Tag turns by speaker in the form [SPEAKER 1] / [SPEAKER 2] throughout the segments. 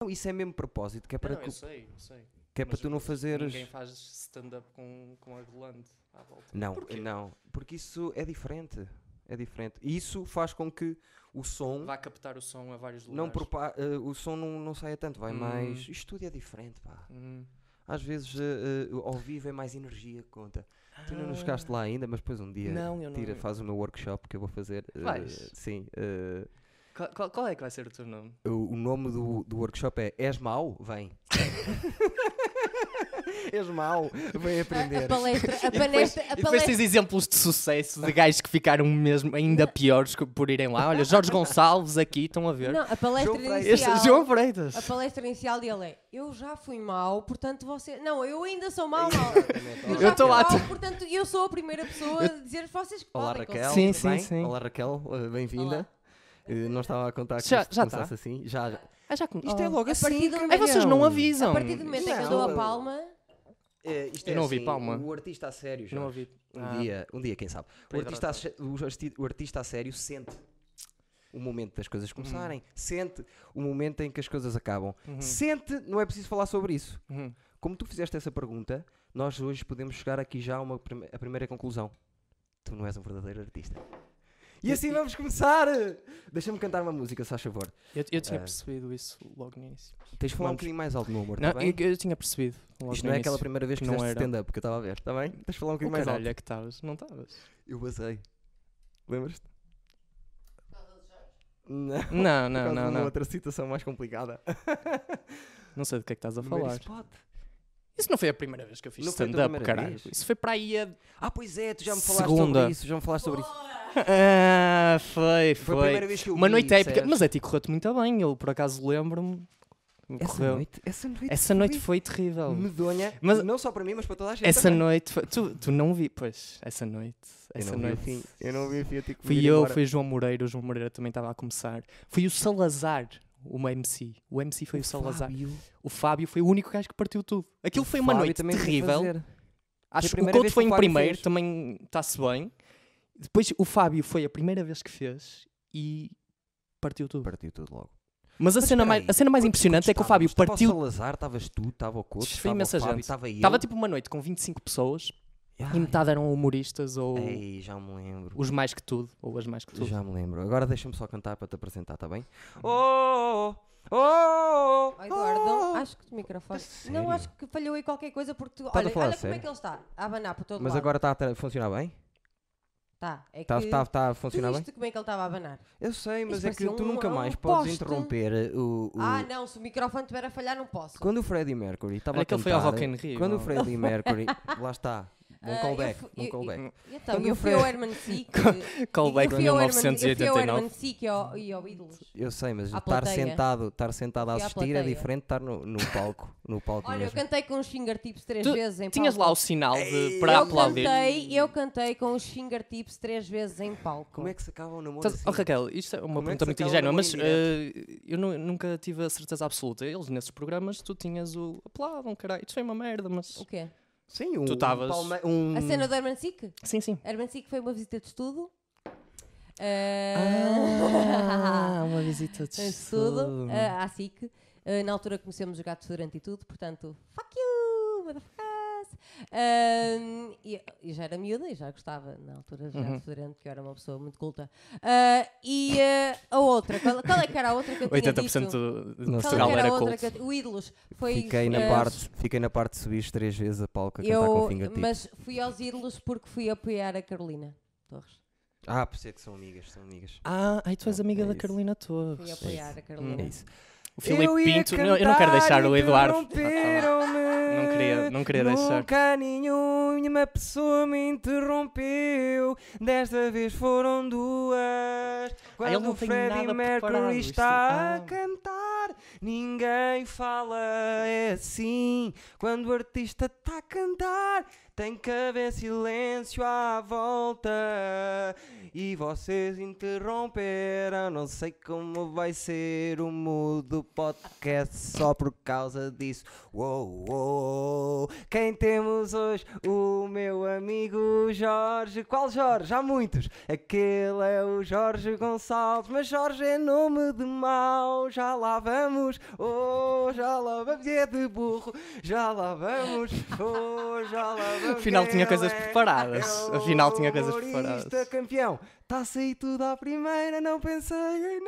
[SPEAKER 1] Não, isso é mesmo propósito, que é para,
[SPEAKER 2] Não,
[SPEAKER 1] tu,
[SPEAKER 2] eu sei, eu sei.
[SPEAKER 1] que é para
[SPEAKER 2] Mas
[SPEAKER 1] tu não fazeres.
[SPEAKER 2] Ninguém faz stand-up com, com agulante à volta.
[SPEAKER 1] Não,
[SPEAKER 2] Porquê?
[SPEAKER 1] não, porque isso é diferente. É diferente. E Isso faz com que o som
[SPEAKER 2] Vá captar o som a vários lugares.
[SPEAKER 1] Hum? não, propa- eh, o som não, não saia tanto, vai
[SPEAKER 2] Hum.
[SPEAKER 1] mais. Isto tudo é diferente, pá.
[SPEAKER 2] Hum.
[SPEAKER 1] Às vezes eh, eh, ao vivo é mais energia que conta. Tu ainda não
[SPEAKER 2] Ah.
[SPEAKER 1] chegaste lá ainda, mas depois um dia
[SPEAKER 2] Não, eu não-
[SPEAKER 1] tira, faz o meu workshop que eu vou fazer. eh,
[SPEAKER 2] Vais?
[SPEAKER 1] sim. eh,
[SPEAKER 2] Qual, qual- qual é que vai ser o teu nome?
[SPEAKER 1] o, o nome do, do workshop é És mau? Vem. És mau? Vem
[SPEAKER 3] A
[SPEAKER 1] aprender.
[SPEAKER 3] palestra, a
[SPEAKER 2] Depois,
[SPEAKER 3] palestra, a
[SPEAKER 2] e depois
[SPEAKER 3] palestra.
[SPEAKER 2] tens exemplos de sucesso de gajos que ficaram mesmo ainda piores co- por irem lá. Olha, Jorge Gonçalves aqui, estão a ver.
[SPEAKER 3] Não, Ah, a palestra
[SPEAKER 1] João Freitas.
[SPEAKER 2] este
[SPEAKER 3] inicial.
[SPEAKER 2] é João Freitas.
[SPEAKER 3] A palestra inicial dele é: Eu já fui mau, portanto você. Não, eu ainda sou mau, mal. Eu
[SPEAKER 2] Eu
[SPEAKER 3] já
[SPEAKER 2] tô
[SPEAKER 3] fui
[SPEAKER 2] lá-
[SPEAKER 3] mau, portanto eu sou a primeira pessoa a dizer vocês que
[SPEAKER 1] Olá
[SPEAKER 3] podem,
[SPEAKER 1] Raquel.
[SPEAKER 2] Sim,
[SPEAKER 1] tudo
[SPEAKER 2] sim,
[SPEAKER 1] bem?
[SPEAKER 2] sim.
[SPEAKER 1] Olá Raquel, eh, bem-vinda.
[SPEAKER 3] Olá.
[SPEAKER 1] Eh, não estava a contar que
[SPEAKER 2] Já-
[SPEAKER 1] isto
[SPEAKER 2] já Oh.
[SPEAKER 1] começasse
[SPEAKER 2] tá.
[SPEAKER 1] assim. Já, já.
[SPEAKER 2] já
[SPEAKER 1] Isto é logo
[SPEAKER 3] A
[SPEAKER 1] assim.
[SPEAKER 3] partir do
[SPEAKER 1] caralho.
[SPEAKER 2] Ai, vocês não
[SPEAKER 3] conseguem.
[SPEAKER 2] avisam.
[SPEAKER 3] oh. A partir do momento em que eu dou a palma,
[SPEAKER 1] Eh, isto é
[SPEAKER 2] Eu não ouvi
[SPEAKER 1] assim,
[SPEAKER 2] palma.
[SPEAKER 1] O artista a sério,
[SPEAKER 2] Não
[SPEAKER 1] Jorge.
[SPEAKER 2] ouvi.
[SPEAKER 1] Um,
[SPEAKER 2] Ah.
[SPEAKER 1] dia, um dia, quem sabe. O
[SPEAKER 2] Para
[SPEAKER 1] artista, a,
[SPEAKER 2] hidratar.
[SPEAKER 1] sé- o arti- o artista a sério sente o momento das
[SPEAKER 2] Uhum.
[SPEAKER 1] coisas começarem, sente o momento em que as coisas acabam. Sente, não é preciso falar sobre isso.
[SPEAKER 2] Uhum.
[SPEAKER 1] Como tu fizeste essa pergunta, nós hoje podemos chegar aqui já a uma prime- a primeira conclusão. Tu não és um verdadeiro artista. E assim vamos começar! Deixa-me cantar uma música, se faz favor.
[SPEAKER 2] Eu, eu tinha
[SPEAKER 1] Ah.
[SPEAKER 2] percebido isso logo no início.
[SPEAKER 1] Tens de falar um
[SPEAKER 2] Vamos.
[SPEAKER 1] bocadinho mais alto, meu amor,
[SPEAKER 2] Não,
[SPEAKER 1] tá bem?
[SPEAKER 2] eu, eu tinha percebido logo
[SPEAKER 1] Isto
[SPEAKER 2] no
[SPEAKER 1] não é
[SPEAKER 2] início.
[SPEAKER 1] aquela primeira vez que
[SPEAKER 2] Não
[SPEAKER 1] fizeste
[SPEAKER 2] era.
[SPEAKER 1] stand-up que eu estava a ver, está bem? Tens de falar um
[SPEAKER 2] O
[SPEAKER 1] bocadinho mais
[SPEAKER 2] caralho
[SPEAKER 1] alto.
[SPEAKER 2] é que estavas, não estavas?
[SPEAKER 1] Eu basei. Lembras-te? Não.
[SPEAKER 2] Não,
[SPEAKER 1] por
[SPEAKER 2] não,
[SPEAKER 1] causa um de
[SPEAKER 2] não,
[SPEAKER 1] uma
[SPEAKER 2] não.
[SPEAKER 1] outra situação mais complicada.
[SPEAKER 2] Não sei do que é que estás a
[SPEAKER 1] Primeiro
[SPEAKER 2] falar.
[SPEAKER 1] spot.
[SPEAKER 2] Isso não foi a primeira vez que eu fiz
[SPEAKER 1] Não foi a tua
[SPEAKER 2] stand-up,
[SPEAKER 1] primeira
[SPEAKER 2] caralho.
[SPEAKER 1] vez?
[SPEAKER 2] Isso foi para aí a.
[SPEAKER 1] Ah, pois é, tu já me falaste
[SPEAKER 2] Segunda.
[SPEAKER 1] sobre isso, já me falaste sobre isso.
[SPEAKER 2] Ah, foi,
[SPEAKER 1] Foi a primeira vez que eu
[SPEAKER 2] Uma
[SPEAKER 1] vi,
[SPEAKER 2] noite épica.
[SPEAKER 1] disseste.
[SPEAKER 2] Mas é ti correu-te muito bem. Eu por acaso lembro-me.
[SPEAKER 1] Essa
[SPEAKER 2] Correu.
[SPEAKER 1] noite, essa noite,
[SPEAKER 2] Essa noite foi terrível.
[SPEAKER 1] medonha,
[SPEAKER 2] Mas-
[SPEAKER 1] não só para mim, mas para toda a gente
[SPEAKER 2] Essa
[SPEAKER 1] também.
[SPEAKER 2] noite foi. Tu, tu não vi, pois. Essa noite. Essa
[SPEAKER 1] eu não
[SPEAKER 2] noite.
[SPEAKER 1] Vi o fim. Eu não vi o fim, eu tive que
[SPEAKER 2] Fui
[SPEAKER 1] vir
[SPEAKER 2] eu,
[SPEAKER 1] embora.
[SPEAKER 2] foi o João Moreira. O João Moreira também estava a começar. Foi o Salazar, o MC. O MC foi o, Salazar.
[SPEAKER 1] Fábio.
[SPEAKER 2] O Fábio foi o único gajo que partiu tudo. Aquilo
[SPEAKER 1] O
[SPEAKER 2] foi uma
[SPEAKER 1] Fábio
[SPEAKER 2] noite
[SPEAKER 1] também teve que
[SPEAKER 2] terrível.
[SPEAKER 1] fazer.
[SPEAKER 2] Acho
[SPEAKER 1] Foi a
[SPEAKER 2] que Tipo, o
[SPEAKER 1] primeira
[SPEAKER 2] Couto
[SPEAKER 1] vez que
[SPEAKER 2] foi
[SPEAKER 1] o
[SPEAKER 2] em
[SPEAKER 1] Fábio
[SPEAKER 2] primeiro,
[SPEAKER 1] fez.
[SPEAKER 2] também está-se bem. Depois o Fábio foi a primeira vez que fez e partiu tudo.
[SPEAKER 1] Partiu tudo logo.
[SPEAKER 2] Mas a,
[SPEAKER 1] Mas
[SPEAKER 2] cena,
[SPEAKER 1] espera
[SPEAKER 2] mais,
[SPEAKER 1] aí,
[SPEAKER 2] a cena mais
[SPEAKER 1] Quantos-
[SPEAKER 2] impressionante
[SPEAKER 1] quantos
[SPEAKER 2] é que o Fábio
[SPEAKER 1] estávamos?
[SPEAKER 2] partiu.
[SPEAKER 1] Estava o Salazar, estavas tu, estava o Couto,
[SPEAKER 2] Foi
[SPEAKER 1] estava o
[SPEAKER 2] imensa
[SPEAKER 1] Fábio,
[SPEAKER 2] gente.
[SPEAKER 1] estava eu.
[SPEAKER 2] Estava tipo uma noite com 25 pessoas
[SPEAKER 1] Ai,
[SPEAKER 2] e metade eram humoristas ou
[SPEAKER 1] Ei, já me lembro.
[SPEAKER 2] os mais que tudo, ou as mais que tudo.
[SPEAKER 1] Já me lembro. Agora deixa-me só cantar para te apresentar, está bem?
[SPEAKER 2] Uhum.
[SPEAKER 1] Oh, oh, oh,
[SPEAKER 3] Ó, Eduardo,
[SPEAKER 1] oh.
[SPEAKER 3] acho que o microfone.
[SPEAKER 1] sério?
[SPEAKER 3] Não, acho que falhou aí qualquer coisa porque tu.
[SPEAKER 1] Estás a
[SPEAKER 3] Olha,
[SPEAKER 1] falar
[SPEAKER 3] olha
[SPEAKER 1] a
[SPEAKER 3] como é
[SPEAKER 1] sério?
[SPEAKER 3] que ele está. A abanar para todo
[SPEAKER 1] Mas
[SPEAKER 3] lado.
[SPEAKER 1] agora está a tra- funcionar bem?
[SPEAKER 3] Tá, é
[SPEAKER 1] Está
[SPEAKER 3] que.
[SPEAKER 1] a
[SPEAKER 3] tu
[SPEAKER 1] funcionar bem?
[SPEAKER 3] viste como é que ele estava a abanar?
[SPEAKER 1] Eu sei, mas
[SPEAKER 3] Isso
[SPEAKER 1] é que
[SPEAKER 3] parecia
[SPEAKER 1] tu
[SPEAKER 3] um-
[SPEAKER 1] nunca
[SPEAKER 3] um
[SPEAKER 1] mais podes
[SPEAKER 3] poste.
[SPEAKER 1] interromper o. o-
[SPEAKER 3] Ah, não, se o microfone estiver a falhar, não posso.
[SPEAKER 1] Quando o Freddie Mercury estava
[SPEAKER 2] Olha
[SPEAKER 1] a
[SPEAKER 2] que
[SPEAKER 1] cantar...
[SPEAKER 2] ele foi ao Rock in Rio.
[SPEAKER 1] Quando o
[SPEAKER 2] não?
[SPEAKER 1] Freddie Mercury... lá está. Bom
[SPEAKER 3] Ah,
[SPEAKER 1] callback.
[SPEAKER 3] eu fu-
[SPEAKER 1] Bom
[SPEAKER 3] eu-
[SPEAKER 1] callback.
[SPEAKER 3] E Então,
[SPEAKER 1] Quando
[SPEAKER 3] eu
[SPEAKER 1] o
[SPEAKER 3] fui
[SPEAKER 1] Fre-
[SPEAKER 3] ao Herman Sick.
[SPEAKER 2] Callback de 1989.
[SPEAKER 3] e ao, e ao Ídolos.
[SPEAKER 1] Eu sei, mas
[SPEAKER 3] À
[SPEAKER 1] estar
[SPEAKER 3] plateia.
[SPEAKER 1] sentado, estar sentado a
[SPEAKER 3] Fui à
[SPEAKER 1] assistir é
[SPEAKER 3] plateia.
[SPEAKER 1] diferente de estar no, no palco. No palco
[SPEAKER 3] Olha, eu
[SPEAKER 1] mesmo.
[SPEAKER 3] cantei com os fingertips três
[SPEAKER 2] Tu
[SPEAKER 3] vezes em
[SPEAKER 2] tinhas lá
[SPEAKER 3] palco.
[SPEAKER 2] o sinal de, para
[SPEAKER 3] eu
[SPEAKER 2] aplaudir.
[SPEAKER 3] Cantei, eu cantei com os fingertips três vezes em palco.
[SPEAKER 1] Como é que se acaba o namoro
[SPEAKER 2] Estás-
[SPEAKER 1] assim?
[SPEAKER 2] Oh, Raquel, isto é uma
[SPEAKER 1] Como é que
[SPEAKER 2] pergunta
[SPEAKER 1] se
[SPEAKER 2] muito
[SPEAKER 1] acaba
[SPEAKER 2] ingênua,
[SPEAKER 1] numa
[SPEAKER 2] mas
[SPEAKER 1] indireta?
[SPEAKER 2] eh, eu nu- nunca tive a certeza absoluta. Eles, nesses programas, tu tinhas o aplaudam, caralho, isto foi uma merda, mas.
[SPEAKER 3] O quê?
[SPEAKER 1] Sim, um...
[SPEAKER 2] Tu estavas-
[SPEAKER 1] palme- um-
[SPEAKER 3] A cena do Herman Sick?
[SPEAKER 2] Sim, sim.
[SPEAKER 3] Herman Sick foi uma visita de estudo.
[SPEAKER 2] Ah, uma visita de
[SPEAKER 3] em
[SPEAKER 2] estudo.
[SPEAKER 3] estudo
[SPEAKER 1] É.
[SPEAKER 3] ah, à SIC. Ah, na altura conhecemos os gatos durante e tudo, portanto, fuck you, motherfuckers! Ahm, e, e já era miúda e já gostava na altura dos
[SPEAKER 1] Uhum.
[SPEAKER 3] gatos durante, que eu era uma pessoa muito culta. Ah, e ah, a outra, qual, qual é que era a outra que eu tinha
[SPEAKER 2] 80%
[SPEAKER 3] dito?
[SPEAKER 2] do- de
[SPEAKER 1] Não
[SPEAKER 3] Qual é
[SPEAKER 2] Portugal
[SPEAKER 3] que era
[SPEAKER 2] era
[SPEAKER 3] a outra
[SPEAKER 2] culto.
[SPEAKER 3] que eu, O Ídolos. Foi,
[SPEAKER 1] Fiquei na,
[SPEAKER 3] ah,
[SPEAKER 1] parte, fiquei na parte de subir três vezes a palco a cantar com Tipo.
[SPEAKER 3] Eu,
[SPEAKER 1] fingertips.
[SPEAKER 3] mas fui aos Ídolos porque fui apoiar a Carolina Torres.
[SPEAKER 1] Ah, por isso é que são amigas, são amigas.
[SPEAKER 2] Ah, ai, tu és
[SPEAKER 1] É
[SPEAKER 2] amiga da
[SPEAKER 1] isso.
[SPEAKER 2] Carolina
[SPEAKER 3] Fui
[SPEAKER 2] Torres.
[SPEAKER 3] apoiar a Carolina.
[SPEAKER 1] É isso.
[SPEAKER 2] O Filipe Pinto, não- eu não quero deixar o Eduardo. Não
[SPEAKER 1] Não
[SPEAKER 2] queria- não queria deixar.
[SPEAKER 1] Nunca nenhuma pessoa me interrompeu. Desta vez foram duas.
[SPEAKER 2] ele
[SPEAKER 1] Quando
[SPEAKER 2] não
[SPEAKER 1] o
[SPEAKER 2] tem
[SPEAKER 1] Freddie
[SPEAKER 2] nada preparado,
[SPEAKER 1] Mercury
[SPEAKER 2] isto-
[SPEAKER 1] está
[SPEAKER 2] Ah.
[SPEAKER 1] a cantar, ninguém fala é assim. Quando o artista está a cantar, tem que haver silêncio à volta. E vocês interromperam, não sei como vai ser o mudo do podcast só por causa disso. Uou, uou. Quem temos hoje? O meu amigo Jorge. Qual Jorge? Há muitos. Aquele é o Jorge Gonçalves, mas Jorge é nome de mau. Já lá vamos. Oh, oh, já lá vamos, é de burro, já lá vamos, oh, já lá vamos.
[SPEAKER 2] Afinal, tinha
[SPEAKER 1] ele
[SPEAKER 2] coisas
[SPEAKER 1] é-
[SPEAKER 2] preparadas.
[SPEAKER 1] é o
[SPEAKER 2] Afinal, tinha coisas
[SPEAKER 1] humorista
[SPEAKER 2] preparadas.
[SPEAKER 1] campeão, está a sair tudo à primeira, não pensei em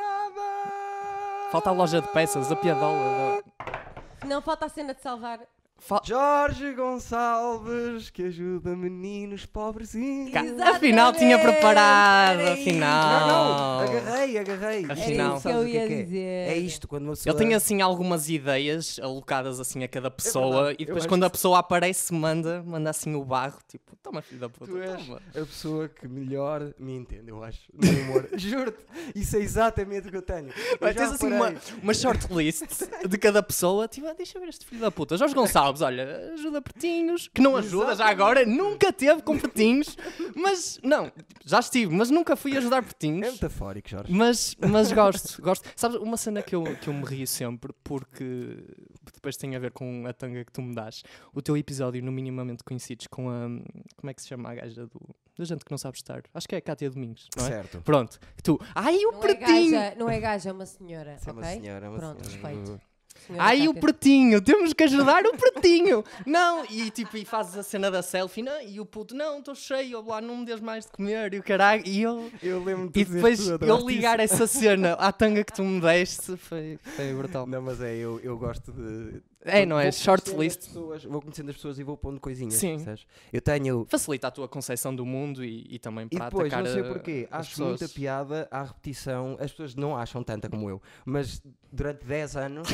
[SPEAKER 1] nada.
[SPEAKER 2] Falta a loja de peças, a piadola. da-
[SPEAKER 3] Não falta a cena de salvar.
[SPEAKER 2] Fal-
[SPEAKER 1] Jorge Gonçalves, que ajuda meninos pobrezinhos.
[SPEAKER 2] Ca-
[SPEAKER 3] Exatamente,
[SPEAKER 2] Afinal, tinha preparado,
[SPEAKER 3] era isso.
[SPEAKER 2] afinal.
[SPEAKER 1] Não, não, agarrei, agarrei.
[SPEAKER 2] Afinal.
[SPEAKER 1] Sabes
[SPEAKER 3] Era
[SPEAKER 1] o
[SPEAKER 3] isso que eu ia
[SPEAKER 1] é?
[SPEAKER 3] dizer.
[SPEAKER 1] É isto, quando uma pessoa...
[SPEAKER 2] Ele tem assim algumas ideias alocadas assim a cada pessoa
[SPEAKER 1] verdade,
[SPEAKER 2] e
[SPEAKER 1] eu
[SPEAKER 2] depois
[SPEAKER 1] acho
[SPEAKER 2] quando
[SPEAKER 1] que
[SPEAKER 2] a pessoa aparece manda, manda assim o barro, tipo, toma filho da puta,
[SPEAKER 1] Tu és
[SPEAKER 2] toma.
[SPEAKER 1] a pessoa que melhor me entende, eu acho, no humor. Juro-te, isso é exatamente o que eu tenho. Eu
[SPEAKER 2] Mas
[SPEAKER 1] já
[SPEAKER 2] tens assim uma,
[SPEAKER 1] reparei.
[SPEAKER 2] uma shortlist de cada pessoa, tipo, ah, deixa ver este filho da puta. Jorge Gonçalves, olha, ajuda petinhos, que não ajuda já agora, nunca teve com petinhos, mas não, já estive, mas nunca fui ajudar
[SPEAKER 1] É
[SPEAKER 2] petinhos.
[SPEAKER 1] metafórico, Jorge.
[SPEAKER 2] Mas, mas gosto, gosto. Sabes, uma cena que eu, que eu me rio sempre, porque depois tem a ver com a tanga que tu me das, o teu episódio no Minimamente Conhecidos com a. Como é que se chama a gaja do. da gente que não sabe estar? Acho que é a Cátia Domingos, não é?
[SPEAKER 1] Certo.
[SPEAKER 2] Pronto, que tu. Ai, o
[SPEAKER 3] Não é,
[SPEAKER 2] pretinho!
[SPEAKER 3] gaja, não é gaja, é uma senhora.
[SPEAKER 1] Um Sim, é
[SPEAKER 3] ok?
[SPEAKER 1] uma senhora, é uma
[SPEAKER 3] Pronto,
[SPEAKER 1] senhora.
[SPEAKER 3] respeito. Senhora
[SPEAKER 2] Ai, o
[SPEAKER 3] Cátia.
[SPEAKER 2] pretinho, temos que ajudar o pretinho! Não! E tipo, e fazes a cena da selfie, não? E o puto, não, estou cheio, lá, não me des mais de comer, e o caralho, e eu.
[SPEAKER 1] Eu lembro-me de
[SPEAKER 2] E
[SPEAKER 1] dizer
[SPEAKER 2] depois
[SPEAKER 1] tudo,
[SPEAKER 2] eu
[SPEAKER 1] adoraste
[SPEAKER 2] ligar
[SPEAKER 1] isso.
[SPEAKER 2] essa cena à tanga que tu me deste foi, foi brutal.
[SPEAKER 1] Não, mas é, eu, eu gosto de.
[SPEAKER 2] É, não é?
[SPEAKER 1] Vou
[SPEAKER 2] Short
[SPEAKER 1] conhecendo as
[SPEAKER 2] list.
[SPEAKER 1] pessoas- vou conhecendo as pessoas e vou pondo coisinhas.
[SPEAKER 2] Sim.
[SPEAKER 1] percebes? Eu tenho.
[SPEAKER 2] Facilita a tua concepção do mundo e, e também
[SPEAKER 1] E
[SPEAKER 2] para
[SPEAKER 1] depois,
[SPEAKER 2] atacar
[SPEAKER 1] não sei
[SPEAKER 2] a-
[SPEAKER 1] porquê,
[SPEAKER 2] as
[SPEAKER 1] acho
[SPEAKER 2] pessoas.
[SPEAKER 1] muita piada à repetição. As pessoas não acham tanta como eu, mas durante 10 anos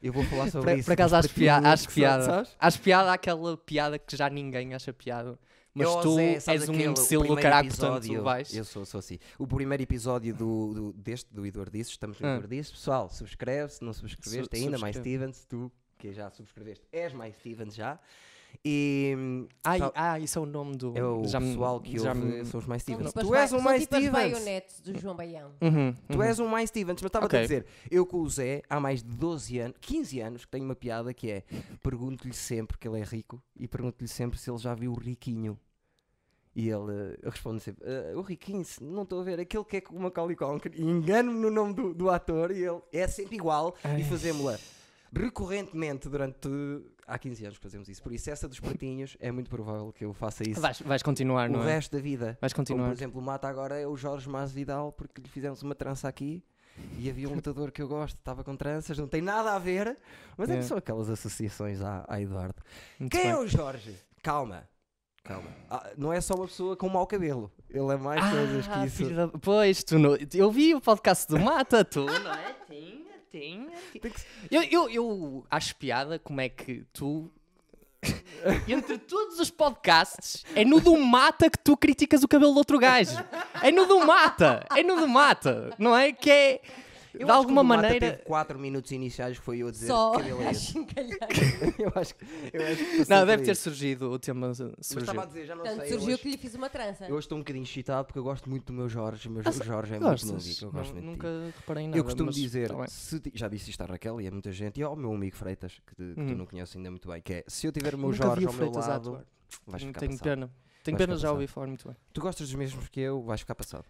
[SPEAKER 1] eu vou falar sobre
[SPEAKER 2] Por,
[SPEAKER 1] isso.
[SPEAKER 2] por acaso
[SPEAKER 1] dos
[SPEAKER 2] acho, pia
[SPEAKER 1] pretinhos,
[SPEAKER 2] acho piada.
[SPEAKER 1] sabes?
[SPEAKER 2] Acho piada aquela piada que já ninguém acha piada. Mas
[SPEAKER 1] Eu, oh,
[SPEAKER 2] tu
[SPEAKER 1] Zé, sabes
[SPEAKER 2] és um
[SPEAKER 1] aquele, o
[SPEAKER 2] imbecil do
[SPEAKER 1] primeiro
[SPEAKER 2] caralho, portanto tu
[SPEAKER 1] episódio-
[SPEAKER 2] vais.
[SPEAKER 1] Eu sou, sou assim. O primeiro episódio do, do- deste, do Eduardo Disse, estamos no
[SPEAKER 2] Ah.
[SPEAKER 1] Eduardo Disse. Pessoal, subscreve se não subscreveste
[SPEAKER 2] Su-
[SPEAKER 1] ainda, mais
[SPEAKER 2] subscreve.
[SPEAKER 1] Stevens, tu que já subscreveste, és mais Stevens já. E hum,
[SPEAKER 2] Ai,
[SPEAKER 1] Tal-
[SPEAKER 2] ah, isso é o nome do.
[SPEAKER 1] é o
[SPEAKER 2] me-
[SPEAKER 1] pessoal que
[SPEAKER 2] já
[SPEAKER 1] ouve,
[SPEAKER 2] me-
[SPEAKER 1] são os mais
[SPEAKER 3] São
[SPEAKER 1] Stevens.
[SPEAKER 3] tipo
[SPEAKER 1] Tu
[SPEAKER 3] as
[SPEAKER 1] és
[SPEAKER 3] ba-
[SPEAKER 1] um
[SPEAKER 3] são
[SPEAKER 1] mais
[SPEAKER 3] tipo as
[SPEAKER 1] Stevens.
[SPEAKER 3] baionetes do João Baião.
[SPEAKER 2] Uhum,
[SPEAKER 1] Tu
[SPEAKER 2] uhum.
[SPEAKER 1] és um mais Stevens, mas estava
[SPEAKER 2] Ok.
[SPEAKER 1] a dizer, eu com o Zé, há mais de 12 anos, 15 anos, que tenho uma piada que é: pergunto-lhe sempre que ele é rico e pergunto-lhe sempre se ele já viu o Riquinho. E ele eh, responde sempre: "Ah, O Riquinho, se- não estou a ver, aquele que é com o Macaulay Culkin. E engano-me no nome do, do ator e ele é sempre igual
[SPEAKER 2] Ai.
[SPEAKER 1] e fazemos-la recorrentemente durante. Há 15 anos que fazemos isso, por isso essa dos pretinhos é muito provável que eu faça isso
[SPEAKER 2] Vais, vais continuar,
[SPEAKER 1] o
[SPEAKER 2] não é?
[SPEAKER 1] resto da vida.
[SPEAKER 2] Vais continuar.
[SPEAKER 1] Como, por exemplo, o Mata agora é o Jorge Mas Vidal, porque lhe fizemos uma trança aqui e havia um lutador que eu gosto, estava com tranças, não tem nada a ver, mas é,
[SPEAKER 2] É.
[SPEAKER 1] que são aquelas associações à, à Eduardo.
[SPEAKER 2] Muito
[SPEAKER 1] Quem
[SPEAKER 2] bem.
[SPEAKER 1] é o Jorge? Calma, calma. Ah, não é só uma pessoa com mau cabelo, ele é mais coisas que
[SPEAKER 2] Ah,
[SPEAKER 1] isso.
[SPEAKER 2] filho da- Pois, tu não... eu vi o podcast do Mata, tu. Não é? Tinha, tinha, tinha. Eu, eu, eu acho piada como é que tu. Entre todos os podcasts, é no do Mata que tu criticas o cabelo do outro gajo. É no do Mata! É no do Mata! Não é? Que é.
[SPEAKER 1] Eu acho
[SPEAKER 2] de
[SPEAKER 1] que o
[SPEAKER 2] alguma
[SPEAKER 1] do Mata
[SPEAKER 2] maneira.
[SPEAKER 1] Teve 4 minutos iniciais que foi eu a dizer
[SPEAKER 3] Só
[SPEAKER 1] que cabelo é
[SPEAKER 3] a
[SPEAKER 1] esse.
[SPEAKER 3] chincalhar.
[SPEAKER 1] eu acho que. Eu acho que passei
[SPEAKER 2] Não,
[SPEAKER 1] por
[SPEAKER 2] deve
[SPEAKER 1] aí.
[SPEAKER 2] ter surgido o tema. Surgiu.
[SPEAKER 1] Mas estava a dizer, já não
[SPEAKER 3] Portanto,
[SPEAKER 1] sei. eu
[SPEAKER 3] surgiu
[SPEAKER 1] hoje-
[SPEAKER 3] que lhe fiz uma trança.
[SPEAKER 1] Eu hoje estou um bocadinho excitado porque eu gosto muito do meu Jorge. O meu
[SPEAKER 2] Ah,
[SPEAKER 1] Jorge é muito
[SPEAKER 2] Gostas?
[SPEAKER 1] meu amigo. Eu gosto
[SPEAKER 2] Não-
[SPEAKER 1] muito de ti.
[SPEAKER 2] nunca reparei em nada.
[SPEAKER 1] Eu costumo
[SPEAKER 2] mas
[SPEAKER 1] dizer,
[SPEAKER 2] tá bem.
[SPEAKER 1] se ti- já disse isto à Raquel e a muita gente, e ao meu amigo Freitas, que, te- que
[SPEAKER 2] Hum.
[SPEAKER 1] tu não conheces ainda muito bem, que é, se eu tiver o meu
[SPEAKER 2] Nunca vi
[SPEAKER 1] Jorge
[SPEAKER 2] o
[SPEAKER 1] ao meu
[SPEAKER 2] Freitas a
[SPEAKER 1] lado,
[SPEAKER 2] atuar.
[SPEAKER 1] vais
[SPEAKER 2] Não
[SPEAKER 1] ficar
[SPEAKER 2] tenho
[SPEAKER 1] passado.
[SPEAKER 2] pena. Tenho
[SPEAKER 1] Vais ficar
[SPEAKER 2] pena, já
[SPEAKER 1] passado.
[SPEAKER 2] ouvi
[SPEAKER 1] Tipo
[SPEAKER 2] falar muito bem.
[SPEAKER 1] Tu gostas dos mesmos que eu, vais ficar passado.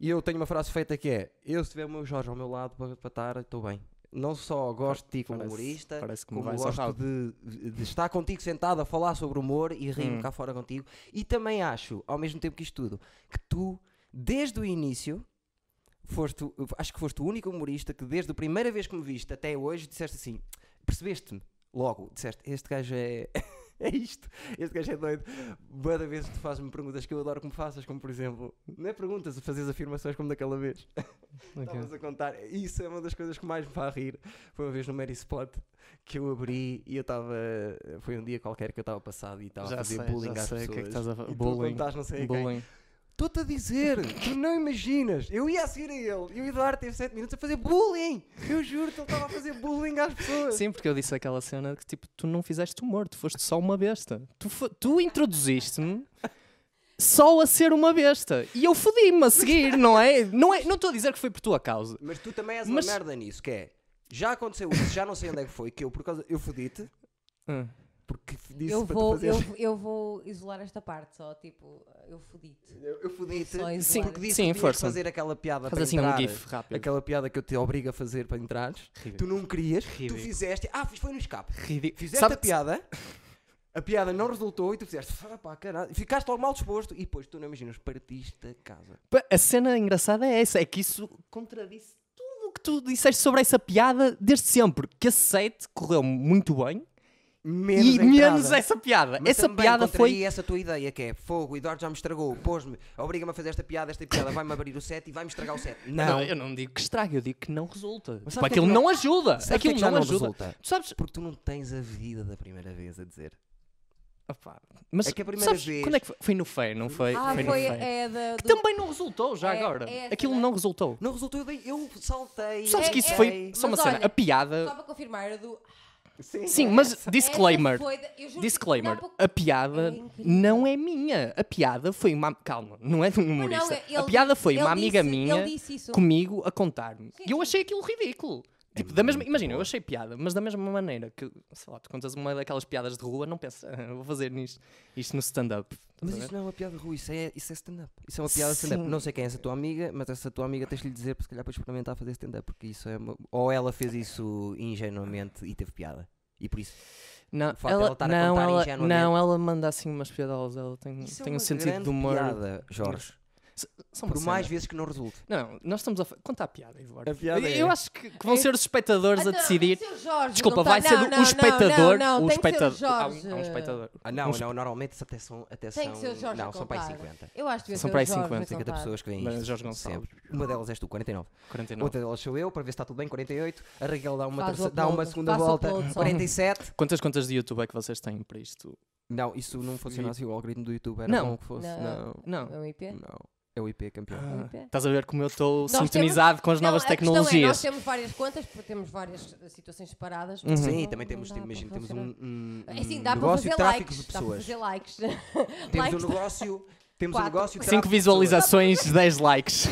[SPEAKER 1] E eu tenho uma frase feita que é, eu se tiver o meu Jorge ao meu lado para para estar, estou bem. Não só gosto de ti como
[SPEAKER 2] Parece-
[SPEAKER 1] um humorista,
[SPEAKER 2] parece que me
[SPEAKER 1] como
[SPEAKER 2] vais ao
[SPEAKER 1] gosto
[SPEAKER 2] rabo.
[SPEAKER 1] de, de estar contigo sentado a falar sobre humor e rir
[SPEAKER 2] Hum.
[SPEAKER 1] cá fora contigo. E também acho, ao mesmo tempo que isto tudo, que tu, desde o início, foste, o- acho que foste o único humorista que desde a primeira vez que me viste até hoje disseste assim, percebeste-me logo, disseste, este gajo é... É isto, este gajo é doido. Boa vezes tu fazes-me perguntas que eu adoro que me faças, como por exemplo, não é perguntas, fazes afirmações como daquela vez. Estavas a contar, isso é uma das coisas que mais me faz rir. Foi uma vez no Mary Spot que eu abri e eu estava. Foi um dia qualquer que eu estava passado e estava
[SPEAKER 2] Já
[SPEAKER 1] Tá a fazer
[SPEAKER 2] sei,
[SPEAKER 1] bullying
[SPEAKER 2] já
[SPEAKER 1] às
[SPEAKER 2] sei o
[SPEAKER 1] pessoas.
[SPEAKER 2] que é que estás a fa-
[SPEAKER 1] E tu
[SPEAKER 2] bullying,
[SPEAKER 1] contaste não sei a quem.
[SPEAKER 2] Bullying.
[SPEAKER 1] Estou-te a dizer, tu não imaginas. Eu ia a seguir a ele e o Eduardo teve 7 minutos a fazer bullying. Eu juro que ele estava a fazer bullying às pessoas.
[SPEAKER 2] Sim, porque eu disse aquela cena que tipo, tu não fizeste humor, tu foste só uma besta. Tu, fo- tu introduziste-me só a ser uma besta. E eu fodi-me a seguir, não é? Não é- não estou a dizer que foi por tua causa.
[SPEAKER 1] Mas tu também és
[SPEAKER 2] Mas-
[SPEAKER 1] uma merda nisso, que é. Já aconteceu isso, já não sei onde é que foi, que eu por causa. Eu fodi-te,
[SPEAKER 2] Hum.
[SPEAKER 1] Porque f- disse
[SPEAKER 3] eu
[SPEAKER 1] para
[SPEAKER 3] vou,
[SPEAKER 1] tu fazer.
[SPEAKER 3] eu, eu vou isolar esta parte só, tipo, eu fodi-te.
[SPEAKER 1] Eu, eu fodi-te.
[SPEAKER 3] Só isolar.
[SPEAKER 1] Sim, porque disse
[SPEAKER 2] Sim,
[SPEAKER 1] que tinhas
[SPEAKER 2] força.
[SPEAKER 1] de fazer aquela piada
[SPEAKER 2] Faz
[SPEAKER 1] para
[SPEAKER 2] assim um
[SPEAKER 1] entrar.
[SPEAKER 2] gif rápido.
[SPEAKER 1] Aquela piada que eu te obrigo a fazer para entrares.
[SPEAKER 2] Ridículo.
[SPEAKER 1] Tu não querias.
[SPEAKER 2] Ridículo.
[SPEAKER 1] Tu fizeste. Ah, fiz- foi no escape.
[SPEAKER 2] Ridículo.
[SPEAKER 1] Fizeste
[SPEAKER 2] Sabe-
[SPEAKER 1] a piada, a piada não resultou e tu fizeste, "Fá, pá, caralho, ficaste logo mal disposto e depois tu não imaginas, partiste da casa.
[SPEAKER 2] Pá, A cena engraçada é essa, é que isso contradiz tudo o que tu disseste sobre essa piada desde sempre. Que esse set correu muito bem
[SPEAKER 1] Menos
[SPEAKER 2] e
[SPEAKER 1] a entrada.
[SPEAKER 2] menos essa piada.
[SPEAKER 1] Mas
[SPEAKER 2] essa
[SPEAKER 1] também
[SPEAKER 2] piada
[SPEAKER 1] contraria
[SPEAKER 2] foi.
[SPEAKER 1] essa tua ideia que é fogo, o Eduardo já me estragou, pôs-me, obriga-me a fazer esta piada, esta piada, vai-me abrir o set e vai-me estragar o set. Não,
[SPEAKER 2] eu não digo que estraga, eu digo que não resulta.
[SPEAKER 1] Mas
[SPEAKER 2] Pá,
[SPEAKER 1] sabe o que é
[SPEAKER 2] aquilo
[SPEAKER 1] que
[SPEAKER 2] não, ajuda.
[SPEAKER 1] Sabe o que é
[SPEAKER 2] aquilo
[SPEAKER 1] que já
[SPEAKER 2] não,
[SPEAKER 1] não
[SPEAKER 2] ajuda.
[SPEAKER 1] resulta?
[SPEAKER 2] Tu sabes.
[SPEAKER 1] porque tu não tens a vida da primeira vez a dizer.
[SPEAKER 2] Opá, mas
[SPEAKER 1] É que a primeira
[SPEAKER 2] sabes
[SPEAKER 1] vez-
[SPEAKER 2] quando é que foi? Foi no Fé, não foi?
[SPEAKER 3] Ah,
[SPEAKER 2] foi,
[SPEAKER 3] foi
[SPEAKER 2] no Então, Fé.
[SPEAKER 3] é da.
[SPEAKER 2] Que
[SPEAKER 3] do-
[SPEAKER 2] também não resultou já
[SPEAKER 3] É-
[SPEAKER 2] agora.
[SPEAKER 3] é essa,
[SPEAKER 2] Aquilo
[SPEAKER 3] né?
[SPEAKER 2] não resultou.
[SPEAKER 1] Não resultou, eu, dei- eu saltei.
[SPEAKER 2] Tu sabes
[SPEAKER 3] É-
[SPEAKER 2] que isso
[SPEAKER 3] é-
[SPEAKER 2] foi só uma
[SPEAKER 3] mas
[SPEAKER 2] cena.
[SPEAKER 3] olha,
[SPEAKER 2] a piada.
[SPEAKER 3] Só para confirmar, era do.
[SPEAKER 1] Sim.
[SPEAKER 2] Sim, mas
[SPEAKER 3] Essa
[SPEAKER 2] disclaimer.
[SPEAKER 3] foi da- eu juro que-
[SPEAKER 2] Disclaimer,
[SPEAKER 3] não, porque-
[SPEAKER 2] a piada
[SPEAKER 3] É incrível.
[SPEAKER 2] não é minha. A piada foi uma. Calma, não é de um
[SPEAKER 3] Mas não,
[SPEAKER 2] humorista.
[SPEAKER 3] ele-
[SPEAKER 2] a piada foi
[SPEAKER 3] ele
[SPEAKER 2] uma amiga
[SPEAKER 3] disse-
[SPEAKER 2] minha
[SPEAKER 3] Ele disse isso.
[SPEAKER 2] comigo a contar-me.
[SPEAKER 3] Sim,
[SPEAKER 2] E eu
[SPEAKER 3] sim.
[SPEAKER 2] achei aquilo ridículo.
[SPEAKER 1] É
[SPEAKER 2] Tipo, da mesma, imagina, eu achei piada, mas da mesma maneira que, sei lá, tu contas uma daquelas piadas de rua, não pensas, "Ah, vou fazer nisto, isto no stand-up. Estás
[SPEAKER 1] Mas
[SPEAKER 2] a ver?
[SPEAKER 1] isso não é uma piada ruim, isso é, isso é stand-up. Isso é uma piada de stand-up.
[SPEAKER 2] Sim.
[SPEAKER 1] Não sei quem é essa tua amiga, mas essa tua amiga tens de lhe dizer, se calhar, para experimentar fazer stand-up, porque isso é. uma- Ou ela fez isso ingenuamente e teve piada. E por isso.
[SPEAKER 2] Não,
[SPEAKER 1] O facto
[SPEAKER 2] ela,
[SPEAKER 1] dela estar a
[SPEAKER 2] não,
[SPEAKER 1] contar
[SPEAKER 2] ela,
[SPEAKER 1] ingenuamente.
[SPEAKER 2] não, ela manda assim umas piadas, ela tem,
[SPEAKER 1] isso
[SPEAKER 2] tem
[SPEAKER 1] é
[SPEAKER 2] um
[SPEAKER 1] uma
[SPEAKER 2] sentido
[SPEAKER 1] grande
[SPEAKER 2] de humor.
[SPEAKER 1] piada, Jorge.
[SPEAKER 2] S- só uma
[SPEAKER 1] Por
[SPEAKER 2] cena.
[SPEAKER 1] mais vezes que não resulte.
[SPEAKER 2] Não, nós estamos a. fa- Conta a piada, Eduardo.
[SPEAKER 1] A piada
[SPEAKER 2] eu,
[SPEAKER 1] é-
[SPEAKER 2] eu acho que, que vão
[SPEAKER 3] É-
[SPEAKER 2] ser os espectadores a
[SPEAKER 3] Ah, não,
[SPEAKER 2] decidir.
[SPEAKER 3] tem que ser o Jorge,
[SPEAKER 2] Desculpa,
[SPEAKER 3] não
[SPEAKER 2] vai
[SPEAKER 3] tá-
[SPEAKER 2] ser
[SPEAKER 3] não,
[SPEAKER 2] do-
[SPEAKER 3] não,
[SPEAKER 2] o
[SPEAKER 3] não,
[SPEAKER 2] espectador.
[SPEAKER 3] não, não,
[SPEAKER 2] o
[SPEAKER 3] tem que ser o
[SPEAKER 2] espectador. Há um-
[SPEAKER 3] Jorge.
[SPEAKER 2] há um espectador.
[SPEAKER 1] Ah, não,
[SPEAKER 2] um espe-
[SPEAKER 1] não, normalmente até são. Até
[SPEAKER 3] Tem que
[SPEAKER 1] são-
[SPEAKER 3] ser o Jorge
[SPEAKER 1] Não,
[SPEAKER 3] a
[SPEAKER 1] são para aí
[SPEAKER 3] contar.
[SPEAKER 1] 50.
[SPEAKER 3] Eu acho que devia
[SPEAKER 2] São
[SPEAKER 3] ser
[SPEAKER 2] para
[SPEAKER 3] o
[SPEAKER 2] aí
[SPEAKER 3] Jorge a
[SPEAKER 2] 50,
[SPEAKER 1] 50
[SPEAKER 3] contar.
[SPEAKER 1] pessoas que veem
[SPEAKER 2] Mas
[SPEAKER 1] isto.
[SPEAKER 2] Jorge Gonçalves.
[SPEAKER 1] sempre. Uma delas é és tu, 49.
[SPEAKER 2] 49.
[SPEAKER 1] Outra delas sou eu, para ver se está tudo bem, 48. Arregala dá uma,
[SPEAKER 3] Faz o
[SPEAKER 1] terceira- dá uma
[SPEAKER 3] upload,
[SPEAKER 1] segunda
[SPEAKER 3] faz o
[SPEAKER 1] volta,
[SPEAKER 3] upload só.
[SPEAKER 1] 47.
[SPEAKER 2] Quantas contas de YouTube é que vocês têm para isto?
[SPEAKER 1] Não, isso não funciona assim, o algoritmo do YouTube era
[SPEAKER 2] Não.
[SPEAKER 1] bom que fosse.
[SPEAKER 3] Não.
[SPEAKER 2] Não.
[SPEAKER 3] É um IP?
[SPEAKER 1] Não. É o IP campeão.
[SPEAKER 2] Ah,
[SPEAKER 3] Ok.
[SPEAKER 2] estás a ver como eu estou
[SPEAKER 3] temos-
[SPEAKER 2] sintonizado com as
[SPEAKER 3] Não,
[SPEAKER 2] novas
[SPEAKER 3] a questão É, nós
[SPEAKER 2] tecnologias.
[SPEAKER 3] temos várias contas, porque temos várias eh, situações separadas.
[SPEAKER 2] Uhum.
[SPEAKER 1] Sim,
[SPEAKER 3] Não-
[SPEAKER 1] também
[SPEAKER 3] não
[SPEAKER 1] temos,
[SPEAKER 3] dá
[SPEAKER 1] tem-
[SPEAKER 3] para
[SPEAKER 1] imagino, temos
[SPEAKER 3] funcionar.
[SPEAKER 1] um, um,
[SPEAKER 3] É Assim,
[SPEAKER 1] um
[SPEAKER 3] dá para
[SPEAKER 1] negócio
[SPEAKER 3] fazer
[SPEAKER 1] de tráfico
[SPEAKER 3] likes.
[SPEAKER 1] de
[SPEAKER 3] Dá para
[SPEAKER 1] pessoas.
[SPEAKER 3] fazer likes.
[SPEAKER 1] Temos um
[SPEAKER 3] likes.
[SPEAKER 1] negócio, temos um
[SPEAKER 3] Quatro.
[SPEAKER 1] negócio de tráfico
[SPEAKER 2] 5
[SPEAKER 1] de pessoas.
[SPEAKER 2] visualizações, 10 likes.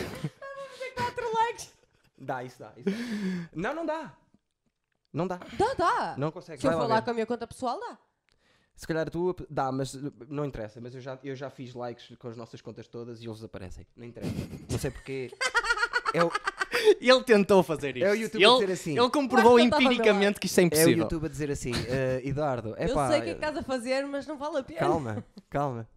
[SPEAKER 3] Quatro likes.
[SPEAKER 1] Dá, isso dá, isso dá. Não, não dá. Não dá.
[SPEAKER 3] Dá, dá.
[SPEAKER 1] Não consegue.
[SPEAKER 3] Ah, Se eu
[SPEAKER 1] Vai lá
[SPEAKER 3] falar
[SPEAKER 1] ver.
[SPEAKER 3] com a minha conta pessoal, dá.
[SPEAKER 1] Se calhar a tua dá, mas uh, não interessa. Mas eu já, eu já fiz likes com as nossas contas todas e eles desaparecem. Não interessa. Não sei porque. É o,
[SPEAKER 2] Ele tentou fazer isto.
[SPEAKER 1] É o YouTube a
[SPEAKER 2] ele,
[SPEAKER 1] dizer assim.
[SPEAKER 2] ele comprovou
[SPEAKER 3] Mas eu tava no
[SPEAKER 2] empiricamente que isto é
[SPEAKER 1] é o
[SPEAKER 2] impossível.
[SPEAKER 1] YouTube a dizer assim, "Eh, Eduardo, é
[SPEAKER 3] eu
[SPEAKER 1] pá.
[SPEAKER 3] sei o que é que estás a fazer, mas não vale a pena.
[SPEAKER 1] Calma, calma.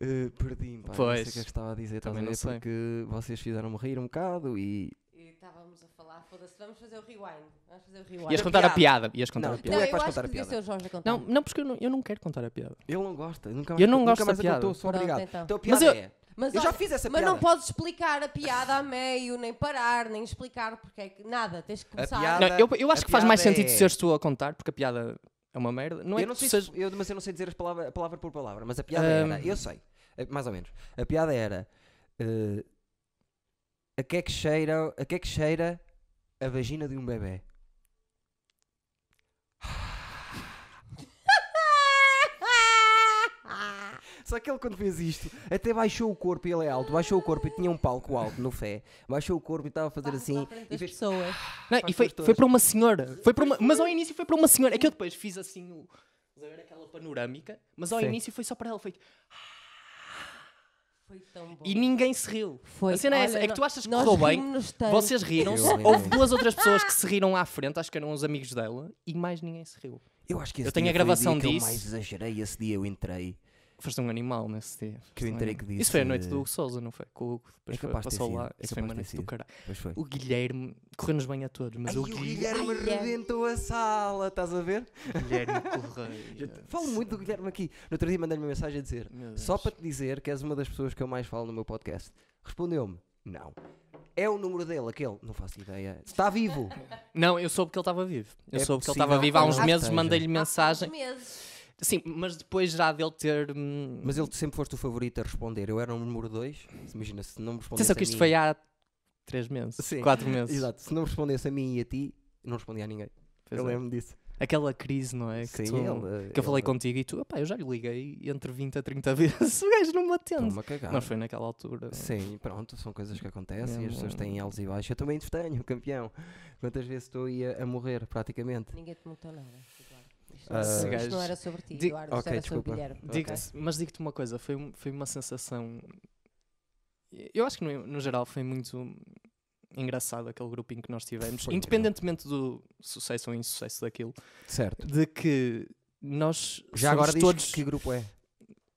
[SPEAKER 1] Uh, Perdi-me, pá. Não sei o que é
[SPEAKER 2] Pois.
[SPEAKER 1] que eu estava a dizer, estás a
[SPEAKER 2] Também não
[SPEAKER 1] ver?
[SPEAKER 2] sei.
[SPEAKER 1] Porque vocês fizeram-me rir um bocado e
[SPEAKER 3] E estávamos a falar, foda-se, vamos fazer o rewind. Vamos fazer o rewind.
[SPEAKER 2] Ias
[SPEAKER 1] a
[SPEAKER 2] contar a
[SPEAKER 1] piada.
[SPEAKER 2] piada. Ias contar
[SPEAKER 1] Não,
[SPEAKER 2] a
[SPEAKER 1] tu
[SPEAKER 3] não,
[SPEAKER 2] piada.
[SPEAKER 1] é que
[SPEAKER 3] eu
[SPEAKER 1] vais
[SPEAKER 3] acho
[SPEAKER 1] contar a
[SPEAKER 3] que devia
[SPEAKER 1] piada.
[SPEAKER 3] ser o Jorge a contar.
[SPEAKER 2] Não, não porque eu não, eu não quero contar a piada.
[SPEAKER 1] Ele não gosta. Nunca
[SPEAKER 2] Eu não
[SPEAKER 1] nunca
[SPEAKER 2] gosto
[SPEAKER 1] mais
[SPEAKER 2] da piada.
[SPEAKER 1] contou, Só
[SPEAKER 3] Pronto,
[SPEAKER 1] obrigado.
[SPEAKER 3] então.
[SPEAKER 1] Então a
[SPEAKER 2] Mas
[SPEAKER 1] piada
[SPEAKER 2] eu-
[SPEAKER 1] é.
[SPEAKER 3] Mas,
[SPEAKER 1] eu já
[SPEAKER 3] olha,
[SPEAKER 1] fiz essa
[SPEAKER 3] Mas
[SPEAKER 1] piada.
[SPEAKER 3] não podes explicar a piada a meio, nem parar, nem explicar porque é que. Nada, tens que começar.
[SPEAKER 1] piada-
[SPEAKER 2] Não,
[SPEAKER 1] Nada.
[SPEAKER 2] eu, eu acho
[SPEAKER 1] A
[SPEAKER 2] que faz mais
[SPEAKER 1] piada
[SPEAKER 2] sentido
[SPEAKER 1] é-
[SPEAKER 2] seres tu a contar, porque a piada é uma merda. Não é
[SPEAKER 1] eu não
[SPEAKER 2] que
[SPEAKER 1] sei
[SPEAKER 2] tu
[SPEAKER 1] se-
[SPEAKER 2] sejas-
[SPEAKER 1] eu, mas eu não sei dizer as palavra, palavra por palavra, mas a piada
[SPEAKER 2] Ahm.
[SPEAKER 1] era, eu sei, eh, mais ou menos. A piada era eh, a que é que cheira, a que é que cheira a vagina de um bebê? Só que ele quando fez isto, até baixou o corpo e ele é alto, baixou o corpo e tinha um palco alto no fé, baixou o corpo e estava a
[SPEAKER 3] Ah,
[SPEAKER 1] fazer assim e
[SPEAKER 3] as
[SPEAKER 1] fez
[SPEAKER 3] pessoas.
[SPEAKER 2] Não,
[SPEAKER 1] faz
[SPEAKER 2] e foi,
[SPEAKER 1] gostoso.
[SPEAKER 2] foi para uma senhora. Foi para uma- Mas ao início foi para uma senhora. É que eu depois fiz assim o. Estás a ver aquela panorâmica? Mas ao
[SPEAKER 1] Sim.
[SPEAKER 2] início foi só para ela. Foi... tipo,
[SPEAKER 3] Foi tão bom.
[SPEAKER 2] E ninguém se riu.
[SPEAKER 3] Foi.
[SPEAKER 2] A cena é essa.
[SPEAKER 3] Olha,
[SPEAKER 2] É que tu achas que
[SPEAKER 3] nós
[SPEAKER 2] correu bem.
[SPEAKER 3] rimos-nos tanto.
[SPEAKER 2] Vocês riram-se.
[SPEAKER 1] Eu lembro.
[SPEAKER 2] Houve duas outras pessoas que se riram à frente. Acho que eram os amigos dela. E mais ninguém se riu.
[SPEAKER 1] Eu acho que esse
[SPEAKER 2] Eu tenho
[SPEAKER 1] dia
[SPEAKER 2] a gravação
[SPEAKER 1] foi o dia que
[SPEAKER 2] disso.
[SPEAKER 1] Eu mais exagerei esse dia, eu entrei.
[SPEAKER 2] Foste um animal nesse
[SPEAKER 1] Que
[SPEAKER 2] dia.
[SPEAKER 1] eu
[SPEAKER 2] Foste um
[SPEAKER 1] entrei
[SPEAKER 2] animal.
[SPEAKER 1] que
[SPEAKER 2] Isso foi a
[SPEAKER 1] disse-
[SPEAKER 2] noite do Hugo Souza, não foi? Com o Hugo. Depois
[SPEAKER 1] É
[SPEAKER 2] foi,
[SPEAKER 1] capaz de ter
[SPEAKER 2] passou
[SPEAKER 1] sido,
[SPEAKER 2] lá.
[SPEAKER 1] é
[SPEAKER 2] Isso foi uma
[SPEAKER 1] capaz de
[SPEAKER 2] noite
[SPEAKER 1] ter
[SPEAKER 2] do
[SPEAKER 1] sido.
[SPEAKER 2] caralho.
[SPEAKER 1] Pois foi.
[SPEAKER 2] O Guilherme correu-nos bem a todos, mas
[SPEAKER 1] Ai,
[SPEAKER 2] o
[SPEAKER 1] o
[SPEAKER 2] Guilherme.
[SPEAKER 1] Guilherme
[SPEAKER 3] Ai,
[SPEAKER 1] rebentou a sala, estás a ver?
[SPEAKER 2] Guilherme Correia.
[SPEAKER 1] Falo muito do Guilherme aqui. No outro dia mandei-lhe uma mensagem a dizer:
[SPEAKER 2] Meu Deus.
[SPEAKER 1] Só para te dizer que és uma das pessoas que eu mais falo no meu podcast. Respondeu-me: Não. É o número dele, aquele. Não faço ideia. Está vivo.
[SPEAKER 2] Não, eu soube que ele estava vivo. Eu
[SPEAKER 1] É
[SPEAKER 2] soube que ele
[SPEAKER 1] possível
[SPEAKER 2] estava vivo há
[SPEAKER 1] que
[SPEAKER 2] uns
[SPEAKER 1] não
[SPEAKER 2] meses,
[SPEAKER 1] esteja.
[SPEAKER 2] mandei-lhe
[SPEAKER 3] Há
[SPEAKER 2] mensagem.
[SPEAKER 3] poucos meses.
[SPEAKER 2] Sim, mas depois já dele ter. hum,
[SPEAKER 1] Mas ele sempre foste o favorito a responder. Eu era o número 2. Imagina, se não me respondesse.
[SPEAKER 2] Atenção
[SPEAKER 1] a
[SPEAKER 2] que isto
[SPEAKER 1] é mim-
[SPEAKER 2] foi há três meses,
[SPEAKER 1] Sim.
[SPEAKER 2] quatro meses.
[SPEAKER 1] Exato. Se não me respondesse a mim e a ti, não respondia a ninguém.
[SPEAKER 2] Pois
[SPEAKER 1] eu
[SPEAKER 2] é.
[SPEAKER 1] lembro-me disso.
[SPEAKER 2] Aquela crise, não é?
[SPEAKER 1] Sim,
[SPEAKER 2] Que, tu-
[SPEAKER 1] ele,
[SPEAKER 2] que eu falei
[SPEAKER 1] ele-
[SPEAKER 2] contigo e tu, opá, eu já lhe liguei entre 20 a 30 vezes. O gajo não me atende.
[SPEAKER 1] Estou-me a cagar.
[SPEAKER 2] Mas foi naquela altura.
[SPEAKER 1] Sim, pronto, são coisas que acontecem,
[SPEAKER 2] É
[SPEAKER 1] e as pessoas
[SPEAKER 2] um-
[SPEAKER 1] têm altos e baixos. Eu também te tenho, campeão. Quantas vezes estou aí a, a morrer, praticamente?
[SPEAKER 3] Ninguém te notou nada. Eduardo. Isto,
[SPEAKER 2] Ah,
[SPEAKER 3] não- isto
[SPEAKER 2] gajo-
[SPEAKER 3] não era sobre ti,
[SPEAKER 2] Di-
[SPEAKER 3] Eduardo. isto
[SPEAKER 1] Ok,
[SPEAKER 3] era
[SPEAKER 1] desculpa.
[SPEAKER 3] sobre o Guilherme.
[SPEAKER 2] Digo-
[SPEAKER 3] ok?
[SPEAKER 2] Mas digo-te uma coisa, foi, um- foi uma sensação. Eu acho que no, no geral foi muito engraçado aquele grupinho que nós tivemos,
[SPEAKER 1] Foi incrível.
[SPEAKER 2] independentemente do sucesso ou insucesso daquilo,
[SPEAKER 1] Certo.
[SPEAKER 2] de que nós
[SPEAKER 1] Já
[SPEAKER 2] somos
[SPEAKER 1] agora diz
[SPEAKER 2] todos.
[SPEAKER 1] que grupo é.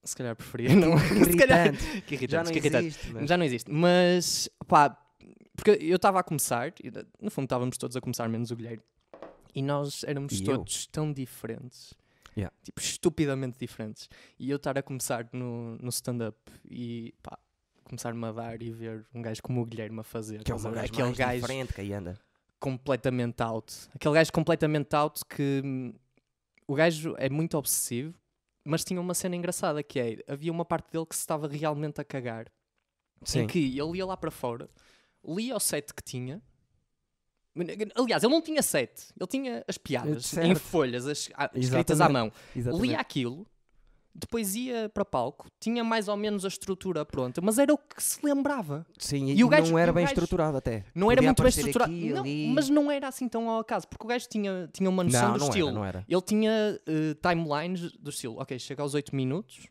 [SPEAKER 2] Se calhar preferia, não se calhar,
[SPEAKER 1] Irritante.
[SPEAKER 2] que irritante,
[SPEAKER 1] Já não
[SPEAKER 2] que irritante.
[SPEAKER 1] existe. mas-
[SPEAKER 2] Já não existe. Mas, pá, porque eu estava a começar, e, no fundo estávamos todos a começar, menos o Guilherme, e nós éramos
[SPEAKER 1] E eu.
[SPEAKER 2] todos tão diferentes.
[SPEAKER 1] Yeah.
[SPEAKER 2] Tipo, estupidamente diferentes. E eu estar a começar no, no stand-up e, pá, começar-me a dar e ver um gajo como o Guilherme a fazer.
[SPEAKER 1] Que é
[SPEAKER 2] estás a
[SPEAKER 1] uma
[SPEAKER 2] ver?
[SPEAKER 1] gajo
[SPEAKER 2] aquele
[SPEAKER 1] mais
[SPEAKER 2] gajo
[SPEAKER 1] diferente que aí anda.
[SPEAKER 2] completamente out. Aquele gajo completamente out que hum, o gajo é muito obsessivo, mas tinha uma cena engraçada que é, havia uma parte dele que se estava realmente a cagar em que ele ia lá para fora, lia o set que tinha. Aliás, ele não tinha set, ele tinha as piadas
[SPEAKER 1] Certo.
[SPEAKER 2] em folhas as- a- escritas à
[SPEAKER 1] Exatamente,
[SPEAKER 2] mão.
[SPEAKER 1] Exatamente.
[SPEAKER 2] Lia aquilo, depois ia para palco, tinha mais ou menos a estrutura pronta, mas era o que se lembrava.
[SPEAKER 1] Sim,
[SPEAKER 2] E
[SPEAKER 1] e,
[SPEAKER 2] o gajo-
[SPEAKER 1] não
[SPEAKER 2] e
[SPEAKER 1] era
[SPEAKER 2] o
[SPEAKER 1] bem
[SPEAKER 2] gajo-
[SPEAKER 1] estruturado até.
[SPEAKER 2] Não era
[SPEAKER 1] Podia
[SPEAKER 2] muito bem
[SPEAKER 1] aparecer
[SPEAKER 2] estruturado,
[SPEAKER 1] aqui,
[SPEAKER 2] não,
[SPEAKER 1] ali.
[SPEAKER 2] mas não era assim tão ao acaso, porque o gajo tinha, tinha uma noção
[SPEAKER 1] não,
[SPEAKER 2] do
[SPEAKER 1] não
[SPEAKER 2] estilo.
[SPEAKER 1] Era, não era.
[SPEAKER 2] Ele tinha eh, timelines do estilo, ok, chega aos 8 minutos,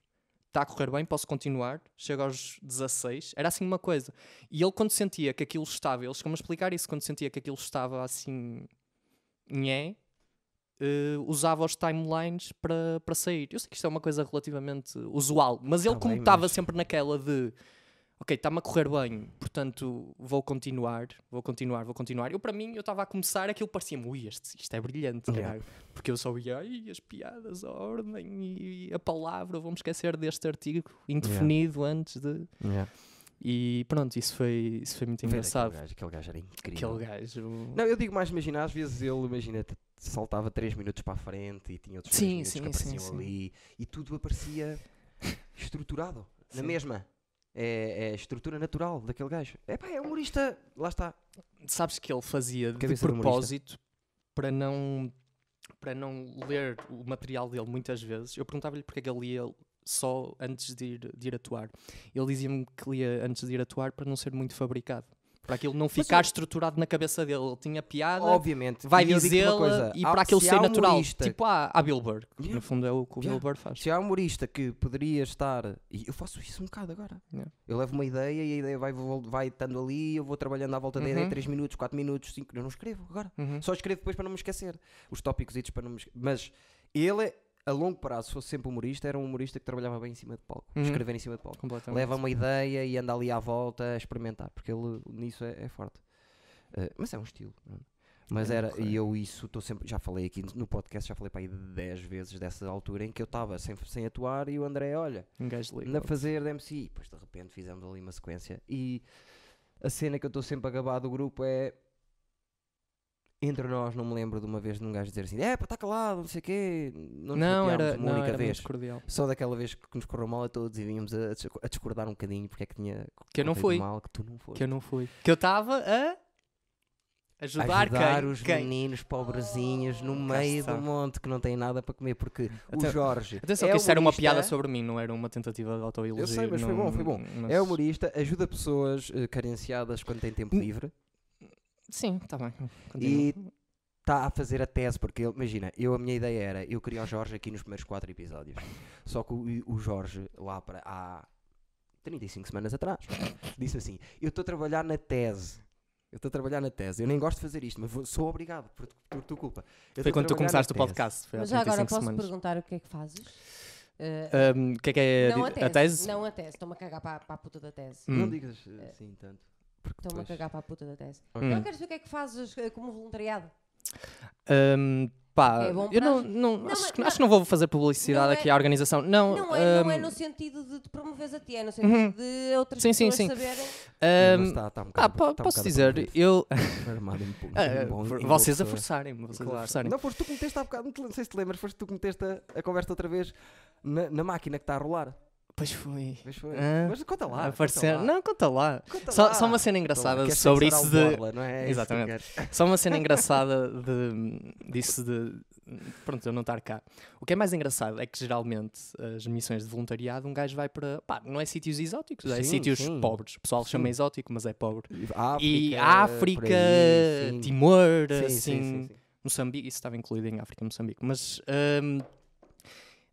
[SPEAKER 2] está a correr bem, posso continuar, chega aos 16, era assim uma coisa. E ele quando sentia que aquilo estava, eles como explicar isso, quando sentia que aquilo estava assim, nhé, eh, usava os timelines para para sair. Eu sei que isto é uma coisa relativamente usual, mas ele
[SPEAKER 1] Tá
[SPEAKER 2] como
[SPEAKER 1] bem,
[SPEAKER 2] estava
[SPEAKER 1] mas-
[SPEAKER 2] sempre naquela de... Ok, está-me a correr bem, portanto vou continuar, vou continuar, vou continuar. Eu, para mim, eu estava a começar, aquilo parecia-me, ui, este- isto é brilhante,
[SPEAKER 1] Yeah.
[SPEAKER 2] caralho. Porque eu só ia, ai, as piadas, a ordem e e a palavra, vou-me esquecer deste artigo indefinido antes de.
[SPEAKER 1] Yeah.
[SPEAKER 2] E pronto, isso foi, isso foi muito
[SPEAKER 1] Ver
[SPEAKER 2] É, engraçado.
[SPEAKER 1] Aquele gajo, aquele gajo era incrível.
[SPEAKER 2] Aquele gajo.
[SPEAKER 1] Não, eu digo mais, imagina, às vezes ele, imagina, t- saltava 3 minutos para a frente e tinha outros
[SPEAKER 2] Sim,
[SPEAKER 1] 3 minutos
[SPEAKER 2] sim,
[SPEAKER 1] que apareciam
[SPEAKER 2] sim, sim.
[SPEAKER 1] ali e tudo aparecia estruturado, na
[SPEAKER 2] Sim.
[SPEAKER 1] mesma. É, é a estrutura natural daquele gajo. É pá, é humorista, lá está.
[SPEAKER 2] Sabes que ele fazia de
[SPEAKER 1] Cabeça de humorista.
[SPEAKER 2] propósito para não, para não ler o material dele muitas vezes. Eu perguntava-lhe porque é que ele lia só antes de ir, de ir atuar. Ele dizia-me que lia antes de ir atuar para não ser muito fabricado. Para aquilo não ficar estruturado na cabeça dele. Ele tinha piada.
[SPEAKER 1] Obviamente.
[SPEAKER 2] vai
[SPEAKER 1] e eu digo-te
[SPEAKER 2] dizer
[SPEAKER 1] uma coisa,
[SPEAKER 2] e
[SPEAKER 1] há-
[SPEAKER 2] para aquilo
[SPEAKER 1] se
[SPEAKER 2] ser
[SPEAKER 1] há um
[SPEAKER 2] natural.
[SPEAKER 1] humorista
[SPEAKER 2] Tipo à, à Bilberg. que
[SPEAKER 1] Yeah.
[SPEAKER 2] No fundo é o que o
[SPEAKER 1] Yeah.
[SPEAKER 2] Bilberg faz.
[SPEAKER 1] Se há um humorista que poderia estar. E eu faço isso um bocado agora.
[SPEAKER 2] Yeah.
[SPEAKER 1] Eu levo uma ideia e a ideia vai, vol- vai estando ali, eu vou trabalhando à volta da
[SPEAKER 2] Uhum.
[SPEAKER 1] ideia 3 minutos, 4 minutos, 5. Eu não escrevo agora.
[SPEAKER 2] Uhum.
[SPEAKER 1] Só escrevo depois para não me esquecer. Os tópicos idos para não me esquecer. Mas ele, é- a longo prazo, se fosse sempre humorista, era um humorista que trabalhava bem em cima de palco.
[SPEAKER 2] Uhum.
[SPEAKER 1] Escrever em cima de palco.
[SPEAKER 2] Completamente.
[SPEAKER 1] Leva uma ideia e anda ali à volta a experimentar, porque ele nisso é, é forte. Eh, mas é um estilo. não é? Mas
[SPEAKER 2] É
[SPEAKER 1] era,
[SPEAKER 2] correto.
[SPEAKER 1] e eu isso estou sempre, já falei aqui no podcast, já falei para aí 10 vezes dessa altura em que eu estava sem, sem atuar e o André, olha,
[SPEAKER 2] Um gajo
[SPEAKER 1] anda a
[SPEAKER 2] liga.
[SPEAKER 1] fazer de MC. E depois de repente fizemos ali uma sequência. E a cena que eu estou sempre a gabar do grupo é. Entre nós, não me lembro de uma vez de um gajo dizer assim: é pá, está calado, não sei o quê. Não, nos
[SPEAKER 2] Não,
[SPEAKER 1] chateámos
[SPEAKER 2] era,
[SPEAKER 1] uma
[SPEAKER 2] não,
[SPEAKER 1] única
[SPEAKER 2] era
[SPEAKER 1] vez.
[SPEAKER 2] muito cordial.
[SPEAKER 1] Só daquela vez que nos correu mal a todos e vínhamos a, a discordar um bocadinho porque é que tinha
[SPEAKER 2] Que eu não
[SPEAKER 1] corrido
[SPEAKER 2] fui.
[SPEAKER 1] mal, que tu não foste.
[SPEAKER 2] Que eu não fui. Que eu estava a ajudar,
[SPEAKER 1] Ajudar
[SPEAKER 2] quem?
[SPEAKER 1] os
[SPEAKER 2] Quem? Ah,
[SPEAKER 1] meninos pobrezinhos no meio
[SPEAKER 2] está.
[SPEAKER 1] do monte que não têm nada para comer porque
[SPEAKER 2] Até-
[SPEAKER 1] o Jorge é
[SPEAKER 2] Atenção, que isto era uma piada
[SPEAKER 1] humorista.
[SPEAKER 2] sobre mim, não era uma tentativa de autoelogio.
[SPEAKER 1] Eu sei, mas foi
[SPEAKER 2] não-
[SPEAKER 1] bom, foi bom.
[SPEAKER 2] mas-
[SPEAKER 1] É humorista, ajuda pessoas eh, carenciadas quando têm tempo
[SPEAKER 2] Hum.
[SPEAKER 1] livre
[SPEAKER 2] Sim, está bem. continua.
[SPEAKER 1] e está a fazer a tese, porque ele- imagina, eu a minha ideia era, eu queria o Jorge aqui nos primeiros quatro episódios. Só que o, o Jorge, lá para há 35 semanas atrás, disse assim: Eu estou a trabalhar na tese. Eu estou a trabalhar na tese. Eu nem gosto de fazer isto, mas vou- sou obrigado por, por tua culpa. Eu estou
[SPEAKER 2] Foi
[SPEAKER 1] a
[SPEAKER 2] quando
[SPEAKER 1] trabalhar
[SPEAKER 2] tu
[SPEAKER 1] na
[SPEAKER 2] começaste o
[SPEAKER 1] tese."
[SPEAKER 2] podcast. Foi há
[SPEAKER 3] Mas já agora
[SPEAKER 2] 35
[SPEAKER 3] posso
[SPEAKER 2] semanas.
[SPEAKER 3] perguntar o que é que fazes? Eh,
[SPEAKER 2] Ahm, O que é que é
[SPEAKER 3] não a
[SPEAKER 2] di-
[SPEAKER 3] tese.
[SPEAKER 2] a tese?
[SPEAKER 3] Não a tese. Estou-me a cagar para, para a puta da tese.
[SPEAKER 2] Hum.
[SPEAKER 1] Não digas eh, assim tanto. porque
[SPEAKER 3] Estou-me a
[SPEAKER 1] depois-
[SPEAKER 3] cagar para a puta da tese.
[SPEAKER 1] Ok.
[SPEAKER 2] Hum.
[SPEAKER 3] Não queres ver o que é que fazes eh, como voluntariado?
[SPEAKER 2] Ahm, pá,
[SPEAKER 3] É bom
[SPEAKER 2] eu
[SPEAKER 3] para
[SPEAKER 2] não,
[SPEAKER 3] as-
[SPEAKER 2] não, acho,
[SPEAKER 3] Não, mas
[SPEAKER 2] que-
[SPEAKER 3] não-
[SPEAKER 2] acho que não vou fazer publicidade
[SPEAKER 3] Não é-
[SPEAKER 2] aqui à organização. Não,
[SPEAKER 3] Não é, não é
[SPEAKER 2] ahm,
[SPEAKER 3] no sentido de te promoveres a ti, é no sentido de outras
[SPEAKER 2] Sim, sim,
[SPEAKER 3] pessoas
[SPEAKER 2] sim.
[SPEAKER 3] saberem.
[SPEAKER 2] ahm,
[SPEAKER 1] Mas está- está um
[SPEAKER 2] Ah,
[SPEAKER 1] bocado-
[SPEAKER 2] po-
[SPEAKER 1] está um
[SPEAKER 2] posso
[SPEAKER 1] bocado
[SPEAKER 2] dizer,
[SPEAKER 1] promovido.
[SPEAKER 2] eu.
[SPEAKER 1] Armado em público,
[SPEAKER 2] Ah,
[SPEAKER 1] em bom-
[SPEAKER 2] for-
[SPEAKER 1] em boa
[SPEAKER 2] vocês a
[SPEAKER 1] pessoa.
[SPEAKER 2] forçarem-me, vocês a
[SPEAKER 1] Claro.
[SPEAKER 2] forçarem.
[SPEAKER 1] Não, foste tu que meteste há bocado, não te- não sei se te lembras, foste tu que meteste a, a conversa outra vez na, na máquina que está a rolar.
[SPEAKER 2] Pois foi.
[SPEAKER 1] Mas, foi.
[SPEAKER 2] Ah,
[SPEAKER 1] Mas conta Tá lá.
[SPEAKER 2] a
[SPEAKER 1] conta
[SPEAKER 2] aparecer.
[SPEAKER 1] lá.
[SPEAKER 2] Não, conta lá.
[SPEAKER 1] Conta
[SPEAKER 2] Só,
[SPEAKER 1] lá.
[SPEAKER 2] só uma
[SPEAKER 1] Conta
[SPEAKER 2] cena
[SPEAKER 1] lá,
[SPEAKER 2] engraçada
[SPEAKER 1] queres
[SPEAKER 2] sobre
[SPEAKER 1] passar
[SPEAKER 2] isso
[SPEAKER 1] ao
[SPEAKER 2] de.
[SPEAKER 1] borla, não é? Isso que eu
[SPEAKER 2] Exatamente.
[SPEAKER 1] quero.
[SPEAKER 2] Só uma cena engraçada de, disso de. Pronto, eu não estar cá. O que é mais engraçado é que geralmente as missões de voluntariado um gajo vai para. Pá, não é sítios exóticos, é
[SPEAKER 1] Sim,
[SPEAKER 2] sítios
[SPEAKER 1] sim.
[SPEAKER 2] pobres. O pessoal chama
[SPEAKER 1] Sim.
[SPEAKER 2] exótico, mas é pobre.
[SPEAKER 1] África,
[SPEAKER 2] e
[SPEAKER 1] por
[SPEAKER 2] África,
[SPEAKER 1] aí, sim.
[SPEAKER 2] Timor,
[SPEAKER 1] Sim,
[SPEAKER 2] assim.
[SPEAKER 1] sim, sim, sim.
[SPEAKER 2] Moçambique, isso estava incluído em África, Moçambique, mas. hum,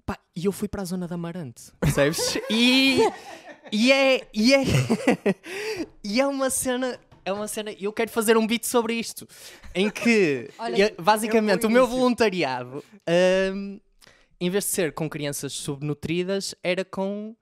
[SPEAKER 2] pá, e eu fui para a zona da Amarante, percebes? e. E é. E é, e é uma cena. É uma cena. Eu quero fazer um beat sobre isto. Em que,
[SPEAKER 3] Olha,
[SPEAKER 2] eu- basicamente,
[SPEAKER 1] é um bom
[SPEAKER 2] o meu
[SPEAKER 1] início.
[SPEAKER 2] voluntariado, hum, em vez de ser com crianças subnutridas, era com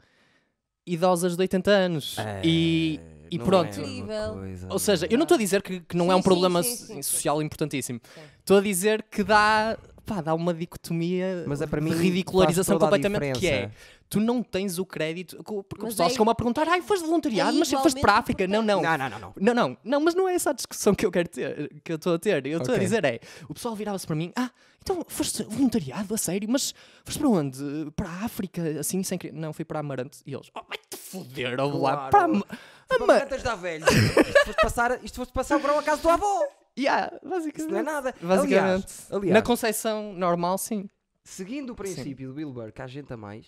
[SPEAKER 2] idosas de 80 anos. e. E
[SPEAKER 1] É, Não
[SPEAKER 2] pronto,
[SPEAKER 1] é uma
[SPEAKER 3] Incrível.
[SPEAKER 1] coisa,
[SPEAKER 2] ou seja, eu não estou a dizer que, que não é
[SPEAKER 3] Sim,
[SPEAKER 2] um
[SPEAKER 3] sim,
[SPEAKER 2] problema
[SPEAKER 3] sim, sim, sim.
[SPEAKER 2] social importantíssimo.
[SPEAKER 3] Sim.
[SPEAKER 2] Estou a dizer que dá, pá, dá uma dicotomia
[SPEAKER 1] Mas é para
[SPEAKER 2] de
[SPEAKER 1] mim
[SPEAKER 2] ridicularização
[SPEAKER 1] faz toda a
[SPEAKER 2] completamente que é. Tu não tens o crédito. co- Porque o
[SPEAKER 3] Mas
[SPEAKER 2] pessoal
[SPEAKER 3] é-
[SPEAKER 2] chegou-me a perguntar: ai, foste voluntariado,
[SPEAKER 3] é
[SPEAKER 2] mas foste para a África. Não, não.
[SPEAKER 1] Não, não, não, não.
[SPEAKER 2] Não, não, não, mas não é essa a discussão que eu quero ter, que eu estou a ter. Eu estou
[SPEAKER 1] Ok.
[SPEAKER 2] a dizer é, o pessoal virava-se para mim, ah, então foste voluntariado, a sério, mas foste para onde? Para a África, assim, sem querer. Não, fui para Amarante. E eles, oh, vai-te foder, ó lá,
[SPEAKER 1] Claro.
[SPEAKER 2] para Am-
[SPEAKER 1] Para
[SPEAKER 2] Ama-
[SPEAKER 1] Margaretas da velha. Isto foste passar, isto foste passar para o acaso do avô.
[SPEAKER 2] Yeah, basicamente.
[SPEAKER 1] Isso não é nada.
[SPEAKER 2] Basicamente.
[SPEAKER 1] Aliás, aliás
[SPEAKER 2] Na concepção normal, sim.
[SPEAKER 1] seguindo o princípio do Bill Burr, que há gente a mais.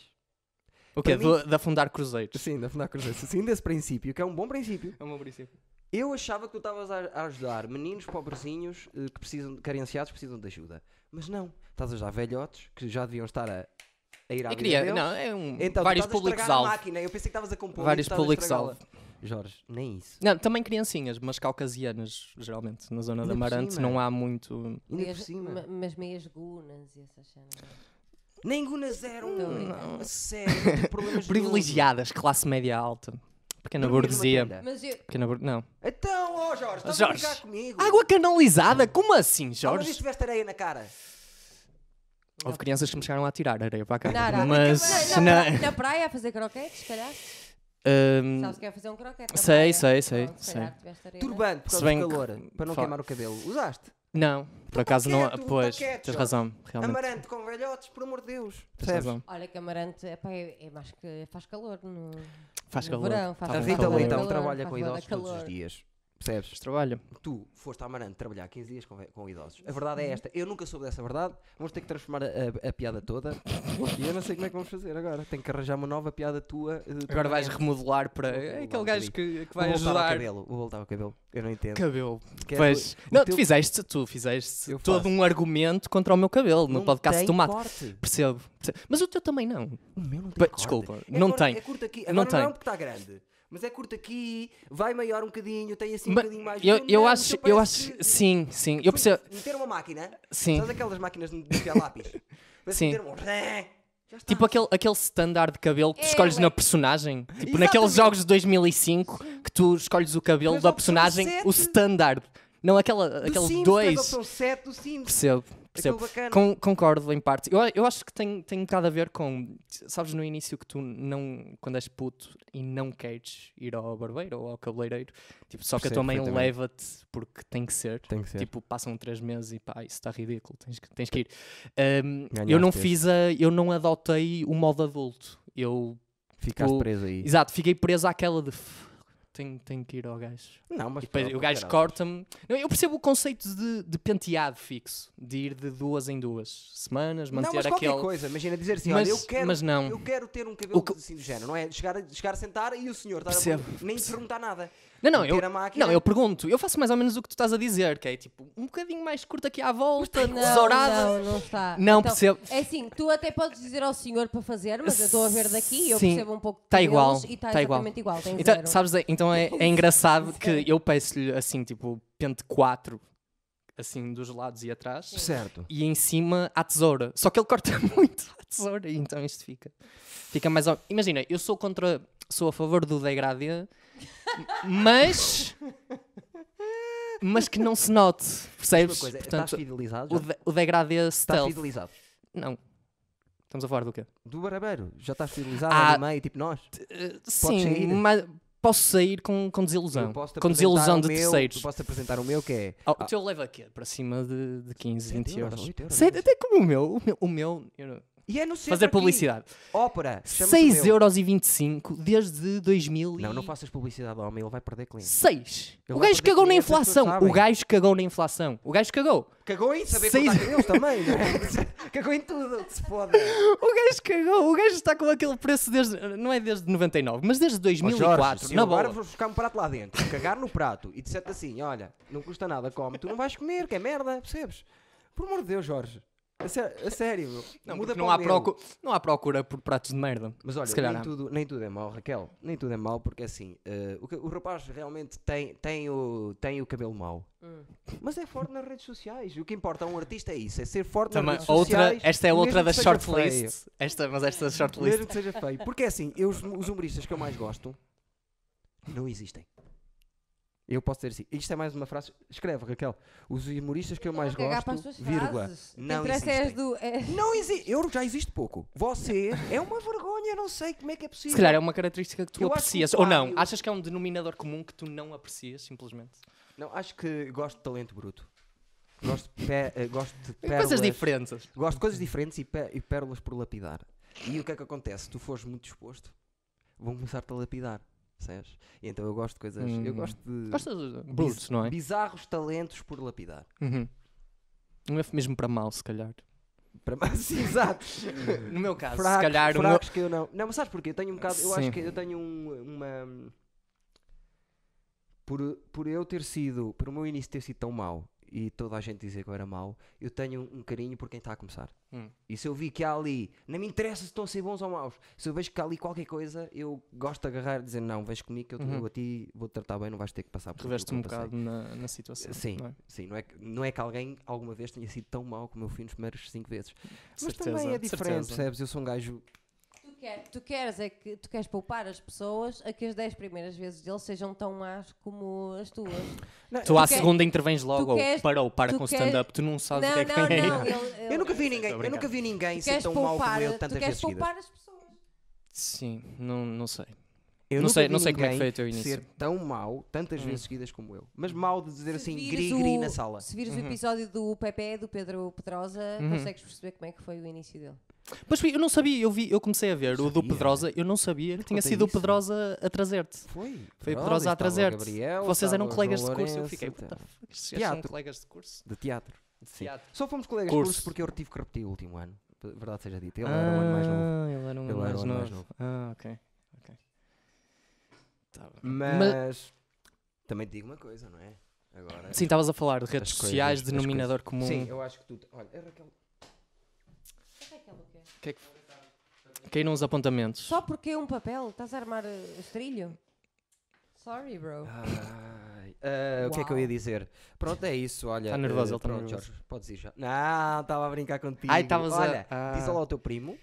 [SPEAKER 2] O quê?
[SPEAKER 1] Para
[SPEAKER 2] Do- De afundar cruzeiros.
[SPEAKER 1] Sim, da Fundar Cruzeiro. Seguindo esse princípio, que é um bom princípio,
[SPEAKER 2] É o meu princípio.
[SPEAKER 1] eu achava que tu estavas a, a ajudar meninos pobrezinhos eh, que precisam, carenciados, precisam de ajuda. Mas não. Estás a ajudar velhotes que já deviam estar a, a ir à
[SPEAKER 2] Eu
[SPEAKER 1] vida
[SPEAKER 2] queria,
[SPEAKER 1] deles.
[SPEAKER 2] não, é um,
[SPEAKER 1] Então, tu
[SPEAKER 2] vários
[SPEAKER 1] estás a
[SPEAKER 2] públicos
[SPEAKER 1] estragar a
[SPEAKER 2] alvo.
[SPEAKER 1] máquina. Eu pensei que estavas a compor.
[SPEAKER 2] Vários públicos
[SPEAKER 1] Jorge, nem isso.
[SPEAKER 2] Não, também criancinhas, mas caucasianas, geralmente, na zona
[SPEAKER 1] Ainda
[SPEAKER 2] da
[SPEAKER 1] por
[SPEAKER 2] Marante
[SPEAKER 1] cima.
[SPEAKER 2] não há muito.
[SPEAKER 1] Ainda por
[SPEAKER 3] Meias-
[SPEAKER 1] cima.
[SPEAKER 3] ma- Mas meias gunas e essas cenas.
[SPEAKER 1] Nem Gunas eram.
[SPEAKER 3] Tô a brincar.
[SPEAKER 1] A sério, não tem problemas nenhum.
[SPEAKER 2] Privilegiadas, classe média alta. Pequena
[SPEAKER 1] Dormias numa
[SPEAKER 2] burguesia.
[SPEAKER 1] é tenda.
[SPEAKER 3] Mas eu,
[SPEAKER 2] Pequena bur... Não.
[SPEAKER 1] Então, ó Jorge, estás a
[SPEAKER 2] Jorge,
[SPEAKER 1] brincar comigo.
[SPEAKER 2] Água canalizada? Como assim,
[SPEAKER 1] Alguma vez
[SPEAKER 2] Jorge?
[SPEAKER 1] tiveste areia na cara.
[SPEAKER 2] Houve crianças que me chegaram a tirar areia para cá.
[SPEAKER 3] Nada.
[SPEAKER 2] Mas.
[SPEAKER 3] na, na
[SPEAKER 2] na-
[SPEAKER 3] praia, na praia a fazer croquetes, se calhar.
[SPEAKER 2] Ahm,
[SPEAKER 3] Sabes que é fazer um croquete? na
[SPEAKER 2] sei,
[SPEAKER 3] praia.
[SPEAKER 2] sei, sei,
[SPEAKER 3] Pronto, se calhar tiveste areia, não é?
[SPEAKER 1] Turbante, por
[SPEAKER 2] Se
[SPEAKER 1] causa
[SPEAKER 2] bem
[SPEAKER 1] do
[SPEAKER 2] que-
[SPEAKER 1] calor, para não
[SPEAKER 2] fa-
[SPEAKER 1] queimar o cabelo. Usaste?
[SPEAKER 2] não, por
[SPEAKER 1] tá
[SPEAKER 2] acaso não.
[SPEAKER 1] quieto, tá
[SPEAKER 2] Pois,
[SPEAKER 1] quieto,
[SPEAKER 2] tens
[SPEAKER 1] Jorge.
[SPEAKER 2] razão, realmente.
[SPEAKER 1] Amarante com velhotes, por amor de Deus.
[SPEAKER 2] Tens
[SPEAKER 1] Percebes?
[SPEAKER 2] razão.
[SPEAKER 3] Olha, camarante, epá, é, é mais que faz calor no,
[SPEAKER 2] Faz
[SPEAKER 3] no
[SPEAKER 2] calor.
[SPEAKER 3] verão. Faz
[SPEAKER 2] Tá
[SPEAKER 1] A
[SPEAKER 2] bom,
[SPEAKER 1] Rita
[SPEAKER 3] calor.
[SPEAKER 2] tá bom.
[SPEAKER 1] Leitão
[SPEAKER 3] Calor,
[SPEAKER 1] trabalha
[SPEAKER 3] faz
[SPEAKER 1] com
[SPEAKER 3] bué de
[SPEAKER 1] idosos todos os
[SPEAKER 3] calor.
[SPEAKER 1] dias. Percebes?
[SPEAKER 2] Mas trabalho.
[SPEAKER 1] Tu foste a Amarante trabalhar 15 dias com, ve- com idosos. A verdade é esta. Eu nunca soube dessa verdade. Vamos ter que transformar a, a- a piada toda. e eu não sei como é que vamos fazer agora. Tenho que arranjar uma nova piada tua. eh,
[SPEAKER 2] Agora é vais
[SPEAKER 1] permanente.
[SPEAKER 2] remodelar para.
[SPEAKER 1] Vou remodelar
[SPEAKER 2] É
[SPEAKER 1] um
[SPEAKER 2] aquele gajo que, que vai
[SPEAKER 1] Vou voltar ao
[SPEAKER 2] ajudar.
[SPEAKER 1] cabelo. Vou voltar ao cabelo. Eu não entendo.
[SPEAKER 2] Cabelo.
[SPEAKER 1] Que é
[SPEAKER 2] Pois.
[SPEAKER 1] do- o
[SPEAKER 2] Não,
[SPEAKER 1] teu-
[SPEAKER 2] tu fizeste, tu fizeste
[SPEAKER 1] Eu
[SPEAKER 2] todo
[SPEAKER 1] faço.
[SPEAKER 2] um argumento contra o meu cabelo no
[SPEAKER 1] não
[SPEAKER 2] podcast
[SPEAKER 1] tem
[SPEAKER 2] do Mato.
[SPEAKER 1] corte.
[SPEAKER 2] Percebo, percebo. Mas o teu também não.
[SPEAKER 1] O meu não tem
[SPEAKER 2] Bem,
[SPEAKER 1] corte.
[SPEAKER 2] desculpa,
[SPEAKER 1] É
[SPEAKER 2] não
[SPEAKER 1] agora-
[SPEAKER 2] tem.
[SPEAKER 1] É curto aqui. Agora
[SPEAKER 2] Não
[SPEAKER 1] não,
[SPEAKER 2] tem.
[SPEAKER 1] é porque está grande. Mas é curto aqui, vai maior um bocadinho, tem assim um
[SPEAKER 2] Mas
[SPEAKER 1] bocadinho mais.
[SPEAKER 2] eu,
[SPEAKER 1] Não,
[SPEAKER 2] eu
[SPEAKER 1] não,
[SPEAKER 2] acho,
[SPEAKER 1] então
[SPEAKER 2] eu
[SPEAKER 1] parece
[SPEAKER 2] acho,
[SPEAKER 1] que-
[SPEAKER 2] sim, sim, eu percebo,
[SPEAKER 1] Meter uma máquina.
[SPEAKER 2] sim.
[SPEAKER 1] Sabes aquelas máquinas de de enfiar lápis? Mas
[SPEAKER 2] Sim.
[SPEAKER 1] meter um. Já está.
[SPEAKER 2] Tipo aquele, aquele standard de cabelo que tu
[SPEAKER 3] É,
[SPEAKER 2] escolhes
[SPEAKER 3] ué.
[SPEAKER 2] na personagem. Tipo
[SPEAKER 1] Exatamente.
[SPEAKER 2] naqueles jogos de 2005 que tu escolhes o cabelo
[SPEAKER 1] Mas a
[SPEAKER 2] da
[SPEAKER 1] opção
[SPEAKER 2] personagem, o
[SPEAKER 1] sete-
[SPEAKER 2] standard. Não aquela,
[SPEAKER 1] Do
[SPEAKER 2] aquele
[SPEAKER 1] Sims, tens a
[SPEAKER 2] 2.
[SPEAKER 1] opção 7 do Sims.
[SPEAKER 2] Percebo, percebo.
[SPEAKER 1] bacana.
[SPEAKER 2] Con- concordo em parte. Eu, a- eu acho que tem, tem um bocado a ver com. Sabes no início que tu não. Quando és puto e não queres ir ao barbeiro ou ao cabeleireiro, tipo, só que a
[SPEAKER 1] Percebo
[SPEAKER 2] tua mãe
[SPEAKER 1] perfeitamente.
[SPEAKER 2] leva-te porque tem que ser.
[SPEAKER 1] Tem que ser.
[SPEAKER 2] Tipo, passam três meses e pá, isso está ridículo, tens que, tens que ir. Ahm, eu
[SPEAKER 1] Ganhaste
[SPEAKER 2] não
[SPEAKER 1] esse.
[SPEAKER 2] fiz a. Eu não adotei o modo adulto. Eu.
[SPEAKER 1] Ficaste
[SPEAKER 2] tipo,
[SPEAKER 1] preso aí.
[SPEAKER 2] Exato, fiquei preso àquela de. "F- Tenho, tenho que ir ao gajo.
[SPEAKER 1] Não, mas
[SPEAKER 2] E depois
[SPEAKER 1] pronto,
[SPEAKER 2] o gajo
[SPEAKER 1] caralho.
[SPEAKER 2] corta-me. Não, Eu percebo o conceito de, de penteado fixo, de ir de duas em duas semanas,
[SPEAKER 1] Não,
[SPEAKER 2] manter
[SPEAKER 1] mas qualquer
[SPEAKER 2] aquele.
[SPEAKER 1] coisa. Imagina dizer assim,
[SPEAKER 2] Mas-
[SPEAKER 1] olha, eu quero,
[SPEAKER 2] mas não.
[SPEAKER 1] eu quero ter um cabelo
[SPEAKER 2] O que-
[SPEAKER 1] assim do género, não é? Chegar a, chegar a sentar e o senhor estar
[SPEAKER 2] Percebo,
[SPEAKER 1] a nem perguntar nada.
[SPEAKER 2] Não, não, eu,
[SPEAKER 1] Meter a máquina.
[SPEAKER 2] não, eu pergunto, eu faço mais ou menos o que tu estás a dizer, que é tipo um bocadinho mais curto aqui à volta,
[SPEAKER 3] Não,
[SPEAKER 2] tesourada.
[SPEAKER 3] Não, não está.
[SPEAKER 2] Não,
[SPEAKER 3] Então,
[SPEAKER 2] percebo.
[SPEAKER 3] É assim, tu até podes dizer ao senhor para fazer, mas eu estou a ver daqui, eu
[SPEAKER 2] Sim,
[SPEAKER 3] percebo um pouco
[SPEAKER 2] Está
[SPEAKER 3] deles
[SPEAKER 2] igual.
[SPEAKER 3] e está
[SPEAKER 2] tá
[SPEAKER 3] exatamente igual. tem
[SPEAKER 2] então,
[SPEAKER 3] zero.
[SPEAKER 2] sabes, é- então é, é engraçado que eu peço-lhe assim, tipo, pente 4, assim, dos lados e atrás.
[SPEAKER 1] Certo.
[SPEAKER 2] e em cima à tesoura. Só que ele corta muito à tesoura e então isto fica. Fica mais. ao- Imagina, eu sou contra. Sou a favor do degradê, mas. Mas que não se note, percebes?
[SPEAKER 1] coisa, tá estás
[SPEAKER 2] É Portanto,
[SPEAKER 1] fidelizado?
[SPEAKER 2] o,
[SPEAKER 1] Jorge?
[SPEAKER 2] de, o degradê
[SPEAKER 1] Estás
[SPEAKER 2] stealth.
[SPEAKER 1] fidelizado.
[SPEAKER 2] Não. Estamos a falar do quê?
[SPEAKER 1] Do barbeiro, já estás fidelizado
[SPEAKER 2] Ah,
[SPEAKER 1] ao meio, tipo nós.
[SPEAKER 2] Eh,
[SPEAKER 1] Podes
[SPEAKER 2] sim,
[SPEAKER 1] sair?
[SPEAKER 2] mas posso sair com, com desilusão.
[SPEAKER 1] Eu posso-te
[SPEAKER 2] Com
[SPEAKER 1] apresentar
[SPEAKER 2] desilusão
[SPEAKER 1] o
[SPEAKER 2] de
[SPEAKER 1] meu-
[SPEAKER 2] terceiros.
[SPEAKER 1] eu Posso-te apresentar o meu que é.
[SPEAKER 2] Ah, o teu leva a quê? Para cima de, de 15,
[SPEAKER 1] Sete
[SPEAKER 2] 20
[SPEAKER 1] euros,
[SPEAKER 2] euros.
[SPEAKER 1] oito euros,
[SPEAKER 2] Sei,
[SPEAKER 1] mas-
[SPEAKER 2] até como o meu. O meu. O meu eu não-
[SPEAKER 1] E é no centro
[SPEAKER 2] Fazer
[SPEAKER 1] aqui.
[SPEAKER 2] publicidade.
[SPEAKER 1] Ópera. chama-se o meu.
[SPEAKER 2] 6,25€ desde 2000
[SPEAKER 1] Não, assim. não faças publicidade ao homem, ele vai perder clientes.
[SPEAKER 2] 6.
[SPEAKER 1] Ele
[SPEAKER 2] O
[SPEAKER 1] vai
[SPEAKER 2] gajo
[SPEAKER 1] perder
[SPEAKER 2] cagou na
[SPEAKER 1] clientes, as pessoas
[SPEAKER 2] inflação.
[SPEAKER 1] sabem.
[SPEAKER 2] O gajo cagou na inflação. O gajo cagou.
[SPEAKER 1] Cagou em saber
[SPEAKER 2] Seis-
[SPEAKER 1] contar com eles também, não é? Cagou em tudo, que se foda.
[SPEAKER 2] O gajo cagou. O gajo está com aquele preço desde. Não é desde 99, mas desde
[SPEAKER 1] Ó,
[SPEAKER 2] 2004.
[SPEAKER 1] Jorge, se eu
[SPEAKER 2] na
[SPEAKER 1] agora
[SPEAKER 2] boa.
[SPEAKER 1] vou buscar um prato lá dentro, cagar no prato e disser assim, olha, não custa nada, come, tu não vais comer, que é merda, percebes? Por amor de Deus, Jorge. A, sé- a sério, meu.
[SPEAKER 2] Não,
[SPEAKER 1] Muda
[SPEAKER 2] porque
[SPEAKER 1] para
[SPEAKER 2] não há,
[SPEAKER 1] o negro.
[SPEAKER 2] procu- não há procura por pratos de merda.
[SPEAKER 1] Mas olha,
[SPEAKER 2] Se calhar
[SPEAKER 1] nem
[SPEAKER 2] há.
[SPEAKER 1] tudo, nem tudo é mau, Raquel. Nem tudo é mau, porque assim, eh, o, ca- o rapaz realmente tem, tem, o, tem o cabelo mau.
[SPEAKER 3] Hum.
[SPEAKER 1] Mas é forte nas redes sociais. O que importa a um artista é isso, é ser forte
[SPEAKER 2] Também-
[SPEAKER 1] nas redes
[SPEAKER 2] outra,
[SPEAKER 1] sociais.
[SPEAKER 2] esta é outra
[SPEAKER 1] mesmo
[SPEAKER 2] da
[SPEAKER 1] que seja
[SPEAKER 2] shortlist. Esta, mas esta shortlist.
[SPEAKER 1] Mesmo que seja feio. Porque é assim, eu, os os humoristas que eu mais gosto não existem. Eu posso dizer assim. Isto é mais uma frase. Escreve, Raquel. Os humoristas que eu mais
[SPEAKER 3] Cagar para as
[SPEAKER 1] gosto,
[SPEAKER 3] tuas
[SPEAKER 1] vírgula,
[SPEAKER 3] frases. O que
[SPEAKER 1] não
[SPEAKER 3] interessa é as
[SPEAKER 1] existem.
[SPEAKER 3] do. é-
[SPEAKER 1] Não existe. Eu já existo pouco. Você é uma vergonha. Eu não sei como é que é
[SPEAKER 2] Se
[SPEAKER 1] possível.
[SPEAKER 2] calhar é uma característica que tu
[SPEAKER 1] Eu acho que o
[SPEAKER 2] aprecias. Ou não?
[SPEAKER 1] Fábio-
[SPEAKER 2] Achas que é um denominador comum que tu não aprecias, simplesmente?
[SPEAKER 1] Não, acho que gosto de talento bruto. Gosto de, pé- eh, gosto de pérolas.
[SPEAKER 2] Coisas diferentes.
[SPEAKER 1] Gosto de coisas diferentes e, pé- e pérolas por lapidar. E o que é que acontece? Se tu fores muito disposto, vão começar-te a lapidar. Sabes? E então eu gosto de coisas. Eu
[SPEAKER 2] Hum.
[SPEAKER 1] gosto de.
[SPEAKER 2] Gostas de brutos, não é?
[SPEAKER 1] Bizarros talentos por lapidar.
[SPEAKER 2] Uhum. Um eufemismo para mal, se calhar.
[SPEAKER 1] Para mais, exato.
[SPEAKER 2] No meu caso,
[SPEAKER 1] Fraco-
[SPEAKER 2] Ah, se calhar o meu-
[SPEAKER 1] fracos que eu não. Não, mas sabes porquê? Eu tenho um bocado. Eu
[SPEAKER 2] Sim.
[SPEAKER 1] acho que eu tenho um- uma. Por, por eu ter sido. Por o meu início ter sido tão mau e toda a gente dizer que eu era mau, eu tenho um carinho por quem está a começar.
[SPEAKER 2] Hum.
[SPEAKER 1] E se eu vi que há ali. Não me interessa se estão a ser bons ou maus. Se eu vejo que há ali qualquer coisa, eu gosto de agarrar e dizer: Não, vens comigo que eu, te,
[SPEAKER 2] Uhum.
[SPEAKER 1] eu a ti vou te tratar bem, não vais ter que passar por aquilo
[SPEAKER 2] reveste
[SPEAKER 1] que eu
[SPEAKER 2] um
[SPEAKER 1] passei."
[SPEAKER 2] bocado na, na situação.
[SPEAKER 1] Sim,
[SPEAKER 2] não é?
[SPEAKER 1] sim. Não é, que, não é que alguém alguma vez tenha sido tão mau como eu fui nos primeiros 5 vezes.
[SPEAKER 2] De
[SPEAKER 1] Mas
[SPEAKER 2] certeza,
[SPEAKER 1] também é
[SPEAKER 2] de
[SPEAKER 1] diferente,
[SPEAKER 2] certeza.
[SPEAKER 1] percebes? Eu sou um gajo.
[SPEAKER 3] Tu, quer- tu queres é que tu queres poupar as pessoas a que as 10 primeiras vezes deles sejam tão más como as tuas.
[SPEAKER 1] Não,
[SPEAKER 2] Tu à
[SPEAKER 3] queres-
[SPEAKER 2] segunda intervens logo, ou
[SPEAKER 3] queres-
[SPEAKER 2] parou, para
[SPEAKER 3] tu
[SPEAKER 2] com o
[SPEAKER 3] queres-
[SPEAKER 2] stand-up, tu não sabes o que
[SPEAKER 3] não,
[SPEAKER 2] é que vem aí.
[SPEAKER 3] não, não. ele- ele-
[SPEAKER 1] eu nunca vi ninguém,
[SPEAKER 2] Estou a
[SPEAKER 1] eu nunca vi ninguém
[SPEAKER 3] tu
[SPEAKER 1] ser
[SPEAKER 3] queres
[SPEAKER 1] tão mau como
[SPEAKER 3] poupar,
[SPEAKER 1] eu
[SPEAKER 3] tu
[SPEAKER 1] tantas
[SPEAKER 3] queres
[SPEAKER 1] vezes seguidas.
[SPEAKER 3] poupar as pessoas.
[SPEAKER 2] Sim, não, não sei.
[SPEAKER 1] Eu
[SPEAKER 2] Não
[SPEAKER 1] nunca
[SPEAKER 2] sei-
[SPEAKER 1] vi
[SPEAKER 2] não sei como é que
[SPEAKER 1] ninguém
[SPEAKER 2] foi o teu
[SPEAKER 1] Ser
[SPEAKER 2] início.
[SPEAKER 1] tão mau tantas vezes seguidas como eu. Mas mau de dizer assim,
[SPEAKER 3] Hum. vires
[SPEAKER 1] gri
[SPEAKER 3] o-
[SPEAKER 1] gri na sala.
[SPEAKER 3] Se
[SPEAKER 2] Uhum.
[SPEAKER 3] vires o episódio do Pepe, do Pedro Pedrosa, consegues perceber como é que foi o início dele.
[SPEAKER 2] Mas eu não sabia, eu, vi, eu comecei a ver o do
[SPEAKER 1] Sabia. né?
[SPEAKER 2] Pedrosa, eu não sabia que tinha
[SPEAKER 1] Conta
[SPEAKER 2] sido o
[SPEAKER 1] isso.
[SPEAKER 2] Pedrosa a trazer-te.
[SPEAKER 1] Foi.
[SPEAKER 2] Foi o
[SPEAKER 1] Pronto,
[SPEAKER 2] Pedrosa a
[SPEAKER 1] estava o
[SPEAKER 2] trazer-te.
[SPEAKER 1] Gabriel,
[SPEAKER 2] Vocês eram
[SPEAKER 1] estava o
[SPEAKER 2] colegas de
[SPEAKER 1] João
[SPEAKER 2] curso, eu
[SPEAKER 1] Lourenço,
[SPEAKER 2] fiquei, what
[SPEAKER 1] então.
[SPEAKER 2] the fuck, estes gajos
[SPEAKER 1] Teatro.
[SPEAKER 2] são colegas de curso?
[SPEAKER 1] De teatro. Sim.
[SPEAKER 2] Teatro.
[SPEAKER 1] Só fomos colegas
[SPEAKER 2] Curso.
[SPEAKER 1] de curso porque eu tive que repetir o último ano. Verdade seja dita. Ele era o ano mais novo.
[SPEAKER 2] Ah, ele era um
[SPEAKER 1] Ele
[SPEAKER 2] ano
[SPEAKER 1] era
[SPEAKER 2] mais,
[SPEAKER 1] o ano mais
[SPEAKER 2] novo.
[SPEAKER 1] novo.
[SPEAKER 2] Ah, ok. ok. Tá bem.
[SPEAKER 1] Ah, Mas,
[SPEAKER 2] Mas-
[SPEAKER 1] também te digo uma coisa, não é? Agora.
[SPEAKER 2] Sim, estavas a falar de
[SPEAKER 1] As
[SPEAKER 2] redes
[SPEAKER 1] coisas,
[SPEAKER 2] sociais,
[SPEAKER 1] as
[SPEAKER 2] denominador comum.
[SPEAKER 1] Sim, eu acho que tu. Olha, é Raquel.
[SPEAKER 2] Que é que... Caíram os apontamentos.
[SPEAKER 3] Só porque é um papel, estás a armar uh, estrilho? Sorry, bro.
[SPEAKER 1] Ai, ah, o que é que eu ia
[SPEAKER 3] Uau.
[SPEAKER 1] dizer? Pronto, é isso. Olha,
[SPEAKER 2] Tá
[SPEAKER 1] eh,
[SPEAKER 2] nervoso, ele tá
[SPEAKER 1] pronto,
[SPEAKER 2] nervoso.
[SPEAKER 1] Jorge, podes ir já. Não, estava a brincar contigo.
[SPEAKER 2] Ai, estavas a-
[SPEAKER 1] Olha,
[SPEAKER 2] Ah.
[SPEAKER 1] diz olá ao teu primo,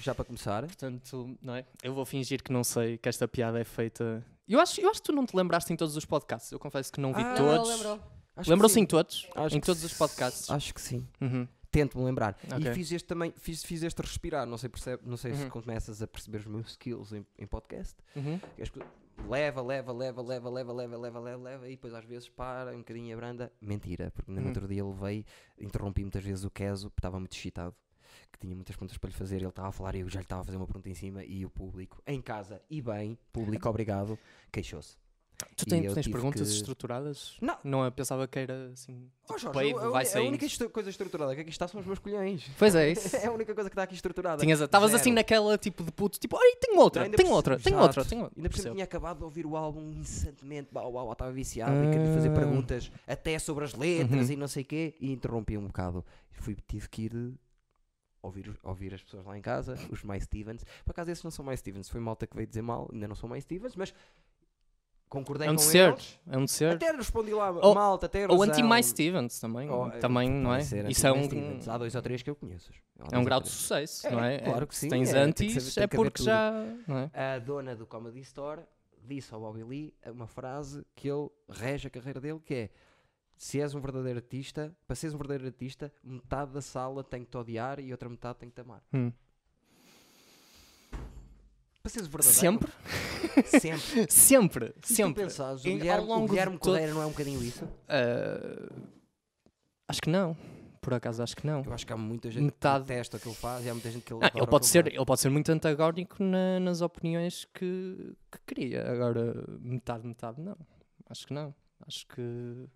[SPEAKER 1] já para começar.
[SPEAKER 2] Portanto, não é? Eu vou fingir que não sei que esta piada é feita. Eu acho, eu acho que tu não te lembraste em todos os podcasts. Eu confesso que não vi
[SPEAKER 1] Ah,
[SPEAKER 3] Não,
[SPEAKER 2] todos.
[SPEAKER 3] ele lembrou.
[SPEAKER 1] Acho que
[SPEAKER 2] Lembrou-se em todos?
[SPEAKER 1] Acho
[SPEAKER 2] em
[SPEAKER 1] que
[SPEAKER 2] todos
[SPEAKER 1] sim.
[SPEAKER 2] os podcasts.
[SPEAKER 1] Acho que sim.
[SPEAKER 2] Uhum.
[SPEAKER 1] Tento-me lembrar.
[SPEAKER 2] Ok.
[SPEAKER 1] E fiz este também, fiz, fiz este respirar. Não sei, percebe, não sei se
[SPEAKER 2] Uhum.
[SPEAKER 1] começas a perceber os meus skills em, em podcast.
[SPEAKER 2] Uhum.
[SPEAKER 1] As co- Leva, leva, leva, leva, leva, leva, leva, leva, leva, e depois às vezes para um bocadinho a branda. Mentira, porque no
[SPEAKER 2] Uhum.
[SPEAKER 1] outro dia levei, interrompi muitas vezes o Keso, porque estava muito excitado, que tinha muitas perguntas para lhe fazer. Ele estava a falar e eu já lhe estava a fazer uma pergunta em cima. E o público, em casa, e bem, público, obrigado, queixou-se.
[SPEAKER 2] Tu
[SPEAKER 1] E
[SPEAKER 2] tens,
[SPEAKER 1] eu
[SPEAKER 2] tens
[SPEAKER 1] tive
[SPEAKER 2] perguntas
[SPEAKER 1] que-
[SPEAKER 2] estruturadas?
[SPEAKER 1] Não.
[SPEAKER 2] Não, eu pensava que era assim.
[SPEAKER 1] Oh, Jorge,
[SPEAKER 2] Pave,
[SPEAKER 1] a, a-
[SPEAKER 2] vai
[SPEAKER 1] a
[SPEAKER 2] saindo.
[SPEAKER 1] única estru- coisa estruturada que aqui está são os meus colhões.
[SPEAKER 2] Pois é, isso.
[SPEAKER 1] é a única coisa que está aqui estruturada.
[SPEAKER 2] Tinhas- Estavas
[SPEAKER 1] Zero.
[SPEAKER 2] assim naquela tipo de puto, tipo, olha, tenho outra,
[SPEAKER 1] Ainda
[SPEAKER 2] tenho
[SPEAKER 1] perce-
[SPEAKER 2] outra, tenho
[SPEAKER 1] Exato.
[SPEAKER 2] outra, tenho outra.
[SPEAKER 1] Ainda por cima
[SPEAKER 2] Percebo.
[SPEAKER 1] tinha acabado de ouvir o álbum incessantemente, uau, uau, estava viciado e queria fazer
[SPEAKER 2] Ah. Uhum.
[SPEAKER 1] perguntas até sobre as letras e não sei o quê, e interrompi um bocado. Fui, tive que ir eh, ouvir, os- ouvir as pessoas lá em casa, os mais Stevens. Por acaso esses não são mais Stevens, foi malta que veio dizer mal, ainda não são mais Stevens, mas concordei
[SPEAKER 2] É um
[SPEAKER 1] com
[SPEAKER 2] de ser,
[SPEAKER 1] eles.
[SPEAKER 2] é um de ser.
[SPEAKER 1] Até respondi lá,
[SPEAKER 2] Ou-
[SPEAKER 1] malta, até
[SPEAKER 2] Ou anti-My Stevens também.
[SPEAKER 1] Oh, é,
[SPEAKER 2] também, não é? Isso é um,
[SPEAKER 1] Há dois ou três que eu conheço. Há
[SPEAKER 2] é um
[SPEAKER 1] dois
[SPEAKER 2] grau
[SPEAKER 1] ou
[SPEAKER 2] de
[SPEAKER 1] três.
[SPEAKER 2] sucesso,
[SPEAKER 1] É,
[SPEAKER 2] não é?
[SPEAKER 1] claro
[SPEAKER 2] É,
[SPEAKER 1] que
[SPEAKER 2] se
[SPEAKER 1] sim,
[SPEAKER 2] Tens
[SPEAKER 1] é, tem que
[SPEAKER 2] antes,
[SPEAKER 1] saber- tem
[SPEAKER 2] é
[SPEAKER 1] que haver
[SPEAKER 2] porque
[SPEAKER 1] tudo.
[SPEAKER 2] já. Não é?
[SPEAKER 1] a dona do Comedy Store disse ao Bobby Lee uma frase que ele rege a carreira dele, que é se és um verdadeiro artista, para seres um verdadeiro artista, metade da sala tem que te odiar e outra metade tem que te amar.
[SPEAKER 2] Hum.
[SPEAKER 1] Para seres verdadeiro.
[SPEAKER 2] Sempre?
[SPEAKER 1] Sempre.
[SPEAKER 2] Sempre,
[SPEAKER 1] E
[SPEAKER 2] sempre.
[SPEAKER 1] Tu pensares, o
[SPEAKER 2] Em- ao
[SPEAKER 1] Guilherme,
[SPEAKER 2] longo
[SPEAKER 1] o
[SPEAKER 2] de
[SPEAKER 1] Guilherme
[SPEAKER 2] todo-
[SPEAKER 1] Correia não é um bocadinho isso?
[SPEAKER 2] Ah, acho que não. Por acaso acho que não.
[SPEAKER 1] Eu acho que há muita gente
[SPEAKER 2] Metade-
[SPEAKER 1] que detesta o que ele faz e há muita gente que ele
[SPEAKER 2] Não,
[SPEAKER 1] adora
[SPEAKER 2] Ah, ele,
[SPEAKER 1] o que
[SPEAKER 2] pode ser,
[SPEAKER 1] faz.
[SPEAKER 2] ele pode ser muito antagónico na- nas opiniões que, que queria. Agora, metade, metade, não. Acho que não. Acho que.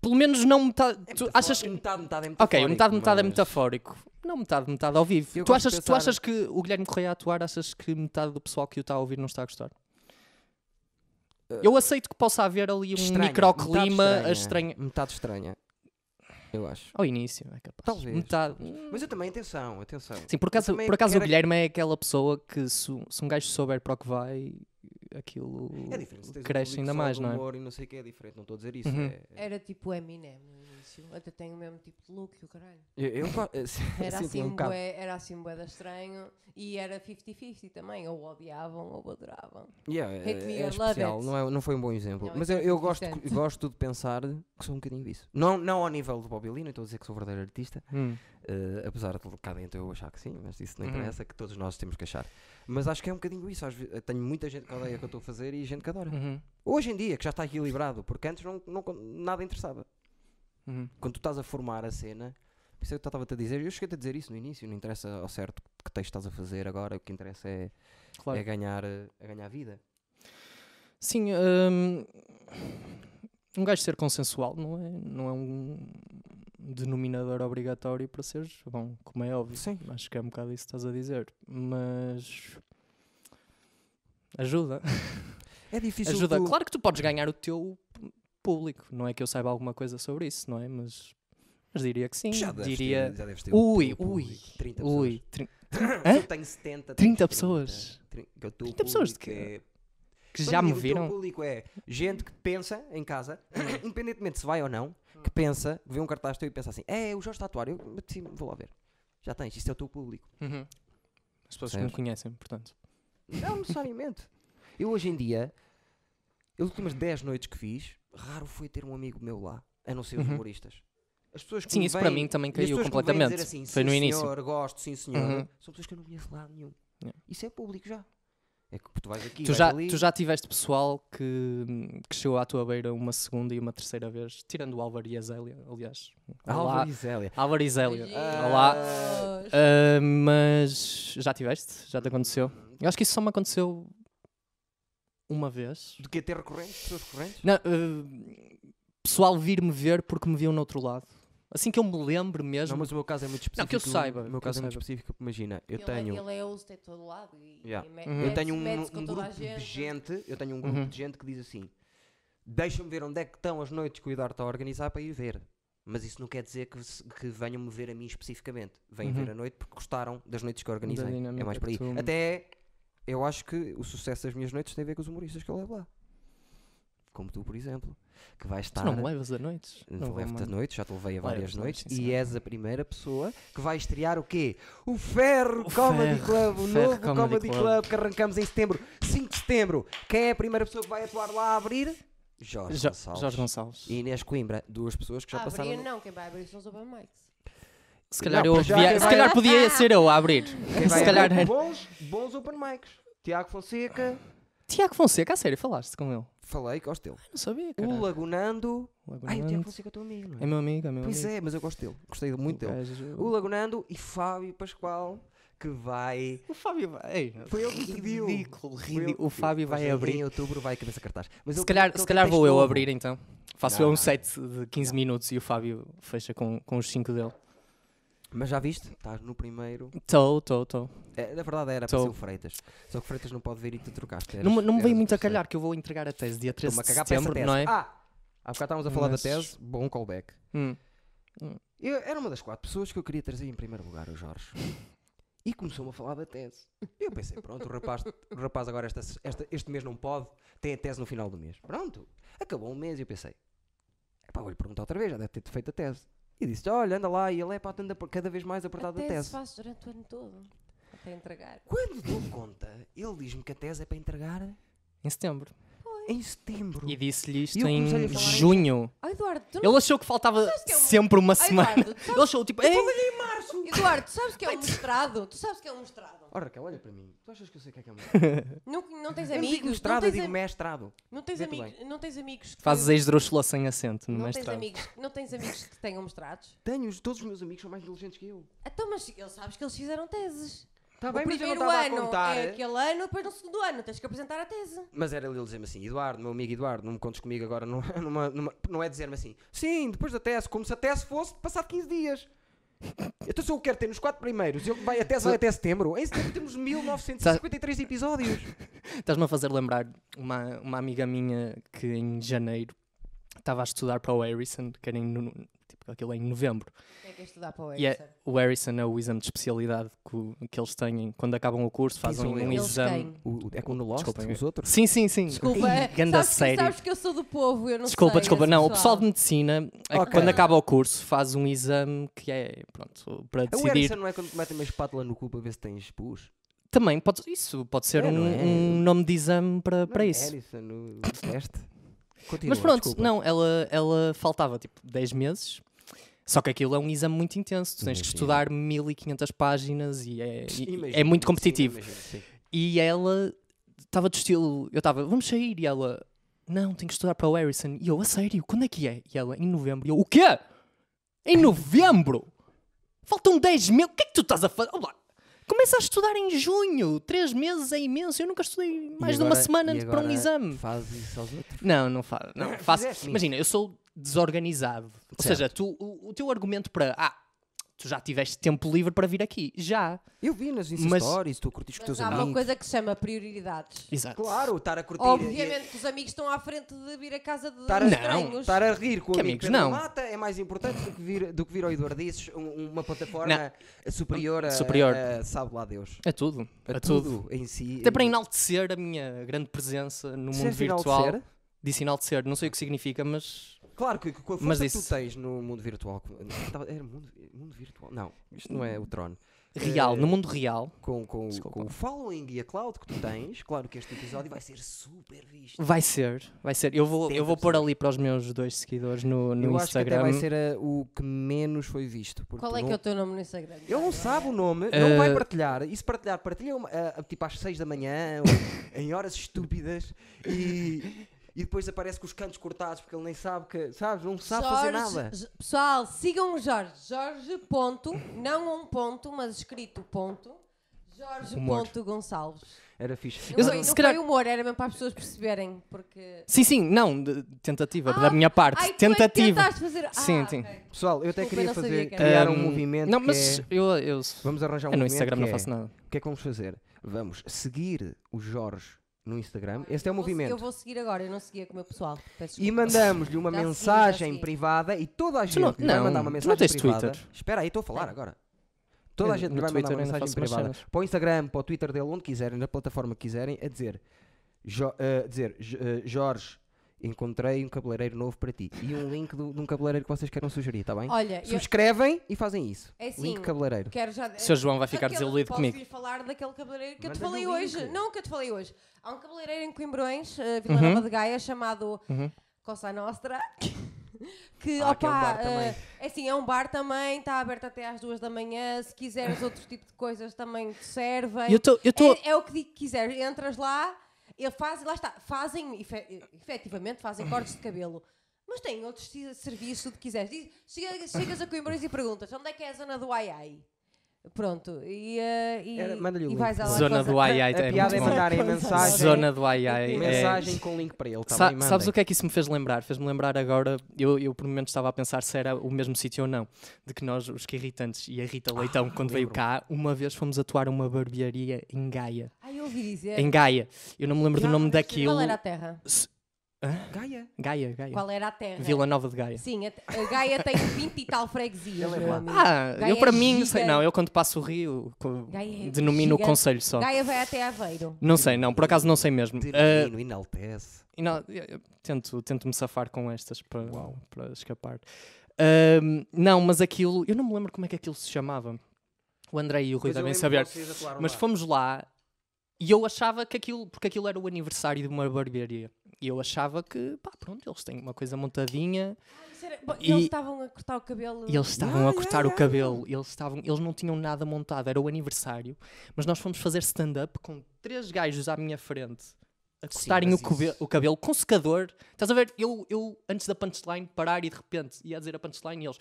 [SPEAKER 2] Pelo menos não metade.
[SPEAKER 1] É
[SPEAKER 2] tu
[SPEAKER 1] metafórico,
[SPEAKER 2] achas que.
[SPEAKER 1] metade, metade é
[SPEAKER 2] Ok,
[SPEAKER 1] metafórico,
[SPEAKER 2] metade, metade é
[SPEAKER 1] mas-
[SPEAKER 2] metafórico. Não metade, metade ao vivo.
[SPEAKER 1] Eu
[SPEAKER 2] Tu
[SPEAKER 1] gosto de
[SPEAKER 2] achas, tu
[SPEAKER 1] pensar-
[SPEAKER 2] achas que o Guilherme Correia a atuar, achas que metade do pessoal que o está a ouvir não está a gostar? Eu aceito que possa haver ali um
[SPEAKER 1] Estranha, metade
[SPEAKER 2] microclima
[SPEAKER 1] estranha,
[SPEAKER 2] estranho.
[SPEAKER 1] Metade estranha. eu acho.
[SPEAKER 2] Ao início, é capaz.
[SPEAKER 1] Talvez,
[SPEAKER 2] Metade.
[SPEAKER 1] Mas eu também, atenção, atenção.
[SPEAKER 2] Sim, por acaso,
[SPEAKER 1] também
[SPEAKER 2] por acaso
[SPEAKER 1] quero-
[SPEAKER 2] o Guilherme é aquela pessoa que se, o- se um gajo souber para o que vai, aquilo
[SPEAKER 1] É diferente. se tens um
[SPEAKER 2] cresce
[SPEAKER 1] público
[SPEAKER 2] ainda
[SPEAKER 1] só
[SPEAKER 2] mais,
[SPEAKER 1] de
[SPEAKER 2] não é?
[SPEAKER 1] humor e não sei o que é diferente, não estou a dizer isso.
[SPEAKER 2] Uhum.
[SPEAKER 1] é-
[SPEAKER 3] Era tipo Eminem no início. Até tenho o mesmo tipo de look e o caralho.
[SPEAKER 1] Eu, eu go-
[SPEAKER 3] Era
[SPEAKER 1] senti
[SPEAKER 3] assim,
[SPEAKER 1] um
[SPEAKER 3] um
[SPEAKER 1] bocado.
[SPEAKER 3] bué, era assim bué da estranho e era 50-50 também, ou odiavam ou adoravam.
[SPEAKER 1] Yeah, é,
[SPEAKER 3] Hate me
[SPEAKER 1] é
[SPEAKER 3] or love
[SPEAKER 1] especial,
[SPEAKER 3] it.
[SPEAKER 1] não, é, não foi um bom exemplo.
[SPEAKER 3] Não,
[SPEAKER 1] mas eu,
[SPEAKER 3] isso é
[SPEAKER 1] eu
[SPEAKER 3] muito
[SPEAKER 1] gosto,
[SPEAKER 3] distante.
[SPEAKER 1] gosto de pensar que sou um bocadinho isso. Não, não ao nível do Bob Lino, estou a dizer que sou um verdadeiro artista,
[SPEAKER 2] Hum.
[SPEAKER 1] eh, apesar de cá dentro eu achar que sim, mas isso não
[SPEAKER 2] Uhum.
[SPEAKER 1] interessa, que todos nós temos que achar. Mas acho que é um bocadinho isso. às ve- eh, tenho muita gente que odeia o que eu estou a fazer e gente que adora.
[SPEAKER 2] Uhum.
[SPEAKER 1] Hoje em dia, que já está equilibrado, porque antes não, não- nada interessava.
[SPEAKER 2] Uhum.
[SPEAKER 1] Quando tu estás a formar a cena, por isso é que eu estava-te a dizer, eu cheguei a dizer isso no início, não interessa ao certo que texto estás a fazer agora, o que interessa é,
[SPEAKER 2] Claro.
[SPEAKER 1] é ganhar, eh, é ganhar vida.
[SPEAKER 2] Sim, hum, um gajo ser consensual não é, não é um denominador obrigatório para seres bom, como é óbvio.
[SPEAKER 1] Sim.
[SPEAKER 2] Acho que é um bocado isso que estás a dizer, mas ajuda.
[SPEAKER 1] É difícil.
[SPEAKER 2] ajuda.
[SPEAKER 1] tu-
[SPEAKER 2] Claro que tu podes ganhar o teu p- público, não é que eu saiba alguma coisa sobre isso, não é? Mas, mas diria que sim.
[SPEAKER 1] Já deves
[SPEAKER 2] diria.
[SPEAKER 1] ter, já deves ter
[SPEAKER 2] Ui,
[SPEAKER 1] o teu
[SPEAKER 2] ui,
[SPEAKER 1] público. 30
[SPEAKER 2] ui.
[SPEAKER 1] pessoas.
[SPEAKER 2] tri-
[SPEAKER 1] Se
[SPEAKER 2] Hã?
[SPEAKER 1] Eu tenho 70.
[SPEAKER 2] 30 pessoas.
[SPEAKER 1] 30, 30
[SPEAKER 2] pessoas de
[SPEAKER 1] É...
[SPEAKER 2] quê? Que já
[SPEAKER 1] Quando
[SPEAKER 2] me
[SPEAKER 1] digo O
[SPEAKER 2] viram. Hum.
[SPEAKER 1] teu público é gente que pensa em casa, independentemente se vai ou não, que pensa, vê um cartaz teu e pensa assim: é, o Jorge está a atuar, eu sim, vou lá ver. Já tens, isto é o teu público.
[SPEAKER 2] Uhum. As pessoas que me
[SPEAKER 1] Certo.
[SPEAKER 2] conhecem, portanto.
[SPEAKER 1] Não necessariamente. eu hoje em dia, as últimas 10 noites que fiz, raro foi ter um amigo meu lá, a não ser os
[SPEAKER 2] Uhum.
[SPEAKER 1] humoristas. As pessoas que
[SPEAKER 2] Sim,
[SPEAKER 1] me
[SPEAKER 2] isso
[SPEAKER 1] vêm-
[SPEAKER 2] para mim
[SPEAKER 1] e
[SPEAKER 2] também
[SPEAKER 1] as
[SPEAKER 2] caiu
[SPEAKER 1] pessoas que me vêm
[SPEAKER 2] completamente.
[SPEAKER 1] dizer assim,
[SPEAKER 2] Foi no
[SPEAKER 1] "Sim,
[SPEAKER 2] início.
[SPEAKER 1] senhor, gosto, sim senhor.
[SPEAKER 2] Uhum.
[SPEAKER 1] São pessoas que eu não conheço de lado nenhum.
[SPEAKER 2] Yeah.
[SPEAKER 1] Isso é público já. É que tu vais aqui,
[SPEAKER 2] Tu
[SPEAKER 1] vais
[SPEAKER 2] já,
[SPEAKER 1] ali.
[SPEAKER 2] tu já tiveste pessoal que, que chegou à tua beira uma segunda e uma terceira vez, tirando o Álvaro e a Zélia, aliás. Olá.
[SPEAKER 1] Álvaro e Zélia.
[SPEAKER 2] Álvaro e Zélia.
[SPEAKER 3] Beijinhos.
[SPEAKER 2] Olá. Ah, mas já tiveste? Já te aconteceu? Eu acho que isso só me aconteceu uma vez.
[SPEAKER 1] Do que ter recorrentes, pessoas recorrentes.
[SPEAKER 2] Não, ah, pessoal vir-me ver porque me viam no outro lado. Assim que eu me lembro mesmo.
[SPEAKER 1] Não, mas o meu caso é muito específico.
[SPEAKER 2] Não, que eu saiba,
[SPEAKER 1] O meu
[SPEAKER 2] que eu
[SPEAKER 1] caso é muito
[SPEAKER 2] saiba.
[SPEAKER 1] específico, porque imagina, eu
[SPEAKER 3] ele,
[SPEAKER 1] tenho.
[SPEAKER 3] É, ele é ouso de todo lado e,
[SPEAKER 1] Yeah.
[SPEAKER 3] e me-
[SPEAKER 2] Uhum. Eu
[SPEAKER 1] Eu
[SPEAKER 3] mete-se-
[SPEAKER 1] tenho um,
[SPEAKER 3] mete-se com
[SPEAKER 1] um
[SPEAKER 3] toda a
[SPEAKER 1] grupo de gente, eu tenho um grupo
[SPEAKER 2] Uhum.
[SPEAKER 1] de gente que diz assim: deixa-me ver onde é que estão as noites que o Idar está a organizar para ir ver. Mas isso não quer dizer que, se- que venham me ver a mim especificamente. Vêm
[SPEAKER 2] Uhum.
[SPEAKER 1] ver a noite porque gostaram das noites que organizei. É
[SPEAKER 2] dinâmica
[SPEAKER 1] mais para aí.
[SPEAKER 2] que tu-
[SPEAKER 1] Até eu acho que o sucesso das minhas noites tem a ver com os humoristas que eu levo lá. Como tu, por exemplo, que vais estar.
[SPEAKER 2] Tu não me levas a noites?
[SPEAKER 1] Não
[SPEAKER 2] vou,
[SPEAKER 1] levo-te a
[SPEAKER 2] mano.
[SPEAKER 1] noite, já te levei a
[SPEAKER 2] Olha,
[SPEAKER 1] várias
[SPEAKER 2] sim,
[SPEAKER 1] noites
[SPEAKER 2] sim,
[SPEAKER 1] e
[SPEAKER 2] sim.
[SPEAKER 1] és a primeira pessoa que vai estrear o quê? O Ferro
[SPEAKER 2] O
[SPEAKER 1] Comedy
[SPEAKER 2] Ferro,
[SPEAKER 1] Club, o
[SPEAKER 2] Ferro
[SPEAKER 1] novo Comedy,
[SPEAKER 2] Comedy
[SPEAKER 1] Club.
[SPEAKER 2] Club.
[SPEAKER 1] que arrancamos em setembro, 5 de setembro. Quem é a primeira pessoa que vai atuar lá a abrir? Jorge
[SPEAKER 2] Jo-
[SPEAKER 1] Gonçalves.
[SPEAKER 2] Jorge Gonçalves.
[SPEAKER 1] E Inês Coimbra, duas pessoas que já
[SPEAKER 3] Ah,
[SPEAKER 1] passaram.
[SPEAKER 3] abrir
[SPEAKER 1] no-
[SPEAKER 3] não, quem vai abrir são os open mics.
[SPEAKER 2] Se calhar,
[SPEAKER 1] Não,
[SPEAKER 2] eu
[SPEAKER 1] para já
[SPEAKER 2] havia-
[SPEAKER 1] quem
[SPEAKER 2] se
[SPEAKER 1] vai-
[SPEAKER 2] calhar podia ser eu a abrir.
[SPEAKER 1] Quem vai
[SPEAKER 2] se calhar
[SPEAKER 1] abrir? bons, bons open mics. Tiago Fonseca,
[SPEAKER 2] Tiago Fonseca, a sério, falaste com ele?
[SPEAKER 1] falei, gosto dele.
[SPEAKER 2] Não sabia, cara.
[SPEAKER 1] O Lagunando. Ai, o Tiago Fonseca é teu amigo, não
[SPEAKER 2] É
[SPEAKER 1] é?
[SPEAKER 2] meu amigo, é meu
[SPEAKER 1] Pois
[SPEAKER 2] amigo.
[SPEAKER 1] é, mas eu gosto dele. Gostei muito
[SPEAKER 2] então.
[SPEAKER 1] dele. O
[SPEAKER 2] dele.
[SPEAKER 1] Lagunando e Fábio Pascoal, que vai.
[SPEAKER 2] O Fábio. Ei,
[SPEAKER 1] Foi ele que pediu.
[SPEAKER 2] Ridículo,
[SPEAKER 1] Foi ele que
[SPEAKER 2] ridículo.
[SPEAKER 1] pediu.
[SPEAKER 2] O Fábio vai
[SPEAKER 1] Mas em- é. Em
[SPEAKER 2] abrir.
[SPEAKER 1] outubro vai cabeça cartaz. Mas
[SPEAKER 2] Se
[SPEAKER 1] eu
[SPEAKER 2] calhar,
[SPEAKER 1] queria que
[SPEAKER 2] se
[SPEAKER 1] ele
[SPEAKER 2] calhar vou eu
[SPEAKER 1] novo.
[SPEAKER 2] abrir então. Faço
[SPEAKER 1] Não,
[SPEAKER 2] eu
[SPEAKER 1] não.
[SPEAKER 2] um set de 15 minutos e o Fábio fecha com, com os 5 dele.
[SPEAKER 1] Mas já viste? Estás no primeiro.
[SPEAKER 2] Estou, estou, estou.
[SPEAKER 1] É, na verdade era para
[SPEAKER 2] Tô.
[SPEAKER 1] ser o Freitas. Só que o Freitas não pode vir e tu trocaste.
[SPEAKER 2] Não, me-
[SPEAKER 1] Eras-
[SPEAKER 2] não me veio
[SPEAKER 1] eras
[SPEAKER 2] muito a
[SPEAKER 1] o terceiro.
[SPEAKER 2] calhar que eu vou entregar a tese dia 13
[SPEAKER 1] Estou-me a
[SPEAKER 2] de
[SPEAKER 1] cagar para essa
[SPEAKER 2] setembro,
[SPEAKER 1] tese.
[SPEAKER 2] não é?
[SPEAKER 1] Ah! Há bocado estávamos a falar
[SPEAKER 2] Mas-
[SPEAKER 1] da tese. Bom callback.
[SPEAKER 2] Hum.
[SPEAKER 1] Eu, era uma das quatro pessoas que eu queria trazer em primeiro lugar, o Jorge. E começou-me a falar da tese. Eu pensei, pronto, o rapaz, o rapaz agora esta, esta- este mês não pode, tem a tese no final do mês. Pronto, acabou o mês e eu pensei, pá, vou-lhe perguntar outra vez, já deve ter feito a tese. E disse, olha, anda lá, e ele é pá, tendo a- cada vez mais apertado a
[SPEAKER 3] Até
[SPEAKER 1] tese.
[SPEAKER 3] se faz durante o ano todo. Até entregar.
[SPEAKER 1] Quando dou conta, ele diz-me que a tese é para entregar
[SPEAKER 2] Em setembro.
[SPEAKER 1] em setembro.
[SPEAKER 2] E disse-lhe
[SPEAKER 1] E
[SPEAKER 2] isto
[SPEAKER 1] eu comecei a
[SPEAKER 2] em
[SPEAKER 1] falar em-
[SPEAKER 2] junho.
[SPEAKER 3] Ah, Eduardo, tu não
[SPEAKER 2] Ele achou que faltava
[SPEAKER 3] Sabes que é um-
[SPEAKER 2] sempre uma
[SPEAKER 3] Ai,
[SPEAKER 2] semana.
[SPEAKER 3] Eduardo, tu
[SPEAKER 2] Ele achou tipo, "Ei,
[SPEAKER 3] Eduardo, tu sabes que é um mestrado? Tu sabes que é um mestrado?
[SPEAKER 1] Ó Raquel, olha para mim, tu achas que eu sei o que é que é um
[SPEAKER 3] Não, não tens
[SPEAKER 1] Eu não digo
[SPEAKER 3] amigos,
[SPEAKER 1] É
[SPEAKER 3] não
[SPEAKER 1] um mestrado, eu
[SPEAKER 3] tens,
[SPEAKER 1] digo
[SPEAKER 3] am-
[SPEAKER 1] mestrado.
[SPEAKER 3] não tens
[SPEAKER 1] Vê-te bem. um
[SPEAKER 3] amigos, não tens amigos que
[SPEAKER 2] fazes a esdrúxula sem acento no
[SPEAKER 3] não tens,
[SPEAKER 2] mestrado.
[SPEAKER 3] amigos, não tens amigos que tenham mestrados?
[SPEAKER 1] Tenho, os- todos os meus amigos são mais inteligentes que eu.
[SPEAKER 3] Então, mas ele sabes que eles fizeram teses.
[SPEAKER 1] Tá
[SPEAKER 3] o
[SPEAKER 1] bem, mas eu não
[SPEAKER 3] primeiro
[SPEAKER 1] estava a
[SPEAKER 3] ano
[SPEAKER 1] contar.
[SPEAKER 3] é aquele ano, depois no segundo ano tens que apresentar a tese.
[SPEAKER 1] Mas era ele dizer-me assim, Eduardo, meu amigo Eduardo, não me contes comigo agora, numa, numa- numa- não é dizer-me assim, sim, depois da tese, como se a tese fosse passado 15 dias. Então se eu quero ter nos quatro primeiros, ele vai, a tese vai até setembro, em setembro temos 1953 episódios.
[SPEAKER 2] Estás-me a fazer lembrar uma, uma amiga minha que em janeiro estava a estudar para o Harrison, que era em, nu- tipo, porque aquilo é em novembro.
[SPEAKER 3] Tem que estudar para o
[SPEAKER 2] E
[SPEAKER 3] Ericsson.
[SPEAKER 2] é, o Harrison é o exame de especialidade que, o- que eles têm quando acabam o curso, fazem
[SPEAKER 1] Fiz um
[SPEAKER 2] um
[SPEAKER 1] eles
[SPEAKER 2] exame.
[SPEAKER 3] têm.
[SPEAKER 1] O- o- é com o Lost,
[SPEAKER 2] Desculpem,
[SPEAKER 1] os outros?
[SPEAKER 2] Sim, sim, sim.
[SPEAKER 3] Desculpa,
[SPEAKER 2] Ih,
[SPEAKER 3] é,
[SPEAKER 2] ganda
[SPEAKER 3] sabes,
[SPEAKER 2] série.
[SPEAKER 3] Que, sabes que eu sou do povo, eu não
[SPEAKER 2] Desculpa,
[SPEAKER 3] sei é
[SPEAKER 2] desculpa.
[SPEAKER 3] desse
[SPEAKER 2] Não, o pessoal de medicina, é que
[SPEAKER 1] Ok.
[SPEAKER 2] quando acaba o curso, faz um exame que é, pronto, para
[SPEAKER 1] O
[SPEAKER 2] decidir.
[SPEAKER 1] Harrison não é quando te metem uma espátula no cu para ver se tens pus?
[SPEAKER 2] Também pode, isso pode ser
[SPEAKER 1] É, não
[SPEAKER 2] um,
[SPEAKER 1] é?
[SPEAKER 2] um nome de exame para, para
[SPEAKER 1] Não, é
[SPEAKER 2] isso.
[SPEAKER 1] Harrison, o o teste. Continua,
[SPEAKER 2] Mas pronto,
[SPEAKER 1] desculpa.
[SPEAKER 2] não, é ela, ela faltava tipo 10 meses. Só que aquilo é um exame muito intenso. Tu tens
[SPEAKER 1] Imagino.
[SPEAKER 2] que estudar 1500 páginas e é, e-
[SPEAKER 1] Imagino,
[SPEAKER 2] é muito
[SPEAKER 1] sim,
[SPEAKER 2] competitivo.
[SPEAKER 1] imagino, sim.
[SPEAKER 2] E ela estava do estilo: eu estava, vamos sair. E ela, não, tenho que estudar para o Harrison. E eu, a sério, quando é que é? E ela, em novembro. E eu, o quê? Em novembro? Faltam 10 mil. O que é que tu estás a fazer? Olá. Começa a estudar em junho. Três meses é imenso. Eu nunca estudei
[SPEAKER 1] E
[SPEAKER 2] mais de
[SPEAKER 1] agora-
[SPEAKER 2] uma semana
[SPEAKER 1] e
[SPEAKER 2] antes para um
[SPEAKER 1] agora
[SPEAKER 2] exame.
[SPEAKER 1] Faz isso aos outros.
[SPEAKER 2] Não, não, fa não faço.
[SPEAKER 1] Fizeste nisso.
[SPEAKER 2] Imagina, eu sou desorganizado. Ou seja, tu, o, o teu argumento para. Ah, tu já tiveste tempo livre para vir aqui. Já.
[SPEAKER 1] Eu vi nas Insta
[SPEAKER 2] Mas-
[SPEAKER 1] Stories, tu a curtir com os
[SPEAKER 3] Mas
[SPEAKER 1] teus
[SPEAKER 3] há uma
[SPEAKER 1] amigos.
[SPEAKER 3] coisa que se chama prioridades.
[SPEAKER 2] Exato.
[SPEAKER 1] Claro, estar a curtir. é
[SPEAKER 3] Obviamente que os amigos estão à frente de vir a casa de
[SPEAKER 1] Estar a-
[SPEAKER 2] Não,
[SPEAKER 3] estranhos.
[SPEAKER 1] Estar a rir com
[SPEAKER 2] Que
[SPEAKER 1] o amigo
[SPEAKER 2] amigos,
[SPEAKER 1] Pedro
[SPEAKER 2] não.
[SPEAKER 1] Mata é mais importante do que vir, do que vir ao Eduardices um- uma plataforma superior a,
[SPEAKER 2] Superior.
[SPEAKER 1] a- sabe lá Deus.
[SPEAKER 2] É tudo.
[SPEAKER 1] A,
[SPEAKER 2] É tudo.
[SPEAKER 1] em si.
[SPEAKER 2] Até para enaltecer a minha grande presença no mundo
[SPEAKER 1] Disseste
[SPEAKER 2] virtual.
[SPEAKER 1] enaltecer?
[SPEAKER 2] Disse enaltecer. Não sei o que significa, mas.
[SPEAKER 1] Claro que com a força
[SPEAKER 2] Mas
[SPEAKER 1] que
[SPEAKER 2] isso-
[SPEAKER 1] tu tens no mundo virtual. Tava- Era mundo, mundo virtual. Não, isto não é o trono.
[SPEAKER 2] Real.
[SPEAKER 1] Eh,
[SPEAKER 2] No mundo real.
[SPEAKER 1] Com, com, o-
[SPEAKER 2] Desculpa.
[SPEAKER 1] com o following e a cloud que tu tens, claro que este episódio vai ser super visto.
[SPEAKER 2] Vai ser. Vai ser. Eu vou, eu vou pôr
[SPEAKER 1] 70%.
[SPEAKER 2] ali para os meus dois seguidores no, no
[SPEAKER 1] Eu acho que até
[SPEAKER 2] Instagram.
[SPEAKER 1] vai ser eh, o que menos foi visto. porque
[SPEAKER 3] Qual é
[SPEAKER 1] não-
[SPEAKER 3] que é o teu nome no Instagram?
[SPEAKER 1] Ele não sabe o nome, não vai
[SPEAKER 2] Eh,
[SPEAKER 1] partilhar. E se partilhar, partilha uma- ah, tipo às 6 da manhã, ou em horas estúpidas, e, e depois aparece com os cantos cortados porque ele nem sabe que. Sabes? Não sabe fazer
[SPEAKER 3] Jorge-
[SPEAKER 1] nada.
[SPEAKER 3] J- Pessoal, sigam o Jorge. Jorge ponto, não um ponto, mas escrito ponto. Jorge
[SPEAKER 2] Humor.
[SPEAKER 3] ponto Gonçalves.
[SPEAKER 1] Era fixe.
[SPEAKER 3] Não,
[SPEAKER 2] Eu-
[SPEAKER 3] foi,
[SPEAKER 2] se
[SPEAKER 3] não
[SPEAKER 2] calhar-
[SPEAKER 3] foi humor, era mesmo para as pessoas perceberem, porque...
[SPEAKER 2] Sim, sim, não, de- tentativa
[SPEAKER 3] Ah,
[SPEAKER 2] da minha parte.
[SPEAKER 3] Ai, tu é que
[SPEAKER 2] tentativa.
[SPEAKER 3] tentaste fazer... Ah,
[SPEAKER 2] Sim, sim.
[SPEAKER 3] ok.
[SPEAKER 1] Pessoal, eu até
[SPEAKER 3] Desculpa,
[SPEAKER 1] queria
[SPEAKER 3] eu não sabia
[SPEAKER 1] fazer,
[SPEAKER 3] que era.
[SPEAKER 1] criar um,
[SPEAKER 2] Ahm,
[SPEAKER 1] movimento.
[SPEAKER 2] Ehm, Hum, Não,
[SPEAKER 1] que
[SPEAKER 2] mas
[SPEAKER 1] é-
[SPEAKER 2] eu, eu
[SPEAKER 1] Vamos arranjar um
[SPEAKER 2] Eu no
[SPEAKER 1] movimento.
[SPEAKER 2] Instagram
[SPEAKER 1] que
[SPEAKER 2] não
[SPEAKER 1] é-
[SPEAKER 2] faço nada.
[SPEAKER 1] O que é que vamos fazer? Vamos seguir o Jorge no Instagram. Este é o
[SPEAKER 3] Eu vou- Eu
[SPEAKER 1] movimento.
[SPEAKER 3] vou seguir agora, eu não seguia com o meu pessoal. Peço
[SPEAKER 1] E
[SPEAKER 3] desculpa.
[SPEAKER 1] mandamos-lhe uma
[SPEAKER 3] Já segui, já
[SPEAKER 1] mensagem
[SPEAKER 3] segui.
[SPEAKER 1] privada e toda a gente
[SPEAKER 2] não-
[SPEAKER 1] lhe vai
[SPEAKER 2] não,
[SPEAKER 1] mandar uma
[SPEAKER 2] tu não
[SPEAKER 1] mensagem
[SPEAKER 2] tens
[SPEAKER 1] privada.
[SPEAKER 2] Twitter.
[SPEAKER 1] Espera aí, estou a
[SPEAKER 3] É.
[SPEAKER 1] falar agora. Toda a
[SPEAKER 2] Eu
[SPEAKER 1] gente
[SPEAKER 2] no
[SPEAKER 1] lhe vai mandar
[SPEAKER 2] Twitter
[SPEAKER 1] uma
[SPEAKER 2] ainda
[SPEAKER 1] mensagem
[SPEAKER 2] faço umas
[SPEAKER 1] privada.
[SPEAKER 2] cenas.
[SPEAKER 1] Para o Instagram, para o Twitter dele, onde quiserem, na plataforma que quiserem, a dizer, Jo- eh, dizer Jo- eh, Jorge, encontrei um cabeleireiro novo para ti. E um link do- de um cabeleireiro que vocês queiram sugerir, está bem?
[SPEAKER 3] Olha, eu
[SPEAKER 1] Subscrevem e fazem isso.
[SPEAKER 3] É
[SPEAKER 1] link
[SPEAKER 3] assim,
[SPEAKER 1] cabeleireiro.
[SPEAKER 3] quero já...
[SPEAKER 2] O Sr. João vai ficar
[SPEAKER 3] Aquele-
[SPEAKER 2] desiludido comigo.
[SPEAKER 3] Posso-lhe falar daquele cabeleireiro que eu te
[SPEAKER 1] Manda-lhe
[SPEAKER 3] falei
[SPEAKER 1] o
[SPEAKER 3] hoje.
[SPEAKER 1] link.
[SPEAKER 3] Não, que eu te falei hoje. Há um cabeleireiro em Coimbrões, eh, Vila Nova de Gaia, chamado Costa Nostra. Que,
[SPEAKER 1] Ah,
[SPEAKER 3] opa,
[SPEAKER 1] que é um bar também.
[SPEAKER 3] eh, é assim, é um bar também, está aberto até às duas da manhã. Se quiseres outro tipo de coisas também te servem.
[SPEAKER 2] Eu tô- eu tô-
[SPEAKER 3] É, é o que di- quiseres. Entras lá, ele faz, lá está, fazem, efe- efetivamente, fazem cortes de cabelo. Mas tem outros si- serviços que quiseres. Diz- chega- chegas a Coimbrões e perguntas onde é que é a zona do Ai Ai? Pronto, e, eh, e,
[SPEAKER 1] Era- manda-lhe o
[SPEAKER 3] e
[SPEAKER 1] link.
[SPEAKER 3] vais à lá
[SPEAKER 2] Zona
[SPEAKER 3] fazer-
[SPEAKER 2] do ai ai
[SPEAKER 1] A
[SPEAKER 2] é
[SPEAKER 1] piada
[SPEAKER 2] muito
[SPEAKER 1] é
[SPEAKER 2] bom.
[SPEAKER 1] mandarem a mensagem.
[SPEAKER 2] Zona do ai ai. É...
[SPEAKER 1] Mensagem com link para ele, tá
[SPEAKER 2] Sa-
[SPEAKER 1] bem?
[SPEAKER 2] sabes o
[SPEAKER 1] Mandem.
[SPEAKER 2] que é que isso me fez lembrar? Fez-me lembrar agora, eu, eu por momentos estava a pensar se era o mesmo sítio ou não, de que nós, os que é irritantes e a Rita Leitão,
[SPEAKER 1] Ah,
[SPEAKER 2] quando veio cá, uma vez fomos atuar a uma barbearia em Gaia.
[SPEAKER 3] Ai, eu ouvi dizer.
[SPEAKER 2] Em Gaia. Eu não me lembro do
[SPEAKER 1] Já,
[SPEAKER 2] nome
[SPEAKER 1] deve ser-
[SPEAKER 2] daquilo.
[SPEAKER 3] É. Qual era a terra?
[SPEAKER 1] Gaia.
[SPEAKER 2] Gaia, Gaia.
[SPEAKER 3] Qual era a terra?
[SPEAKER 2] Vila Nova de Gaia.
[SPEAKER 3] Sim, a, te- a Gaia tem 20 e tal freguesias,
[SPEAKER 1] Ele é
[SPEAKER 3] meu
[SPEAKER 1] má.
[SPEAKER 3] amigo.
[SPEAKER 2] Ah,
[SPEAKER 3] Gaia
[SPEAKER 2] eu para
[SPEAKER 3] é
[SPEAKER 2] mim, sei,
[SPEAKER 3] gigante.
[SPEAKER 2] não, eu quando passo o rio, co-
[SPEAKER 3] Gaia é
[SPEAKER 2] denomino o
[SPEAKER 3] gigante.
[SPEAKER 2] conselho só.
[SPEAKER 3] Gaia é vai até Aveiro.
[SPEAKER 2] Não sei, não, por acaso não sei mesmo. Ah,
[SPEAKER 1] Termino, enaltece.
[SPEAKER 2] E não, eu- eu tento, tento me safar com estas para, para escapar. Ahm, não, mas aquilo, eu não me lembro como é que aquilo se chamava. O André e o Rui
[SPEAKER 1] Mas eu
[SPEAKER 2] devem
[SPEAKER 1] lembro que
[SPEAKER 2] saber.
[SPEAKER 1] vocês atuaram
[SPEAKER 2] Mas
[SPEAKER 1] lá.
[SPEAKER 2] fomos lá e eu achava que aquilo, porque aquilo era o aniversário de uma barbearia. E eu achava que, pá, pronto, eles têm uma coisa montadinha. E-
[SPEAKER 3] Eles estavam a cortar o cabelo.
[SPEAKER 2] E eles estavam
[SPEAKER 1] Ya,
[SPEAKER 2] a
[SPEAKER 1] ya,
[SPEAKER 2] cortar
[SPEAKER 1] ya.
[SPEAKER 2] o cabelo, eles, estavam, eles não tinham nada montado, era o aniversário. Mas nós fomos fazer stand-up com três gajos à minha frente a cortarem o,
[SPEAKER 1] mas
[SPEAKER 2] cobe-
[SPEAKER 1] isso-
[SPEAKER 2] o cabelo com secador. Estás a ver? Eu, eu, antes da punchline, parar e de repente ia dizer a punchline e eles.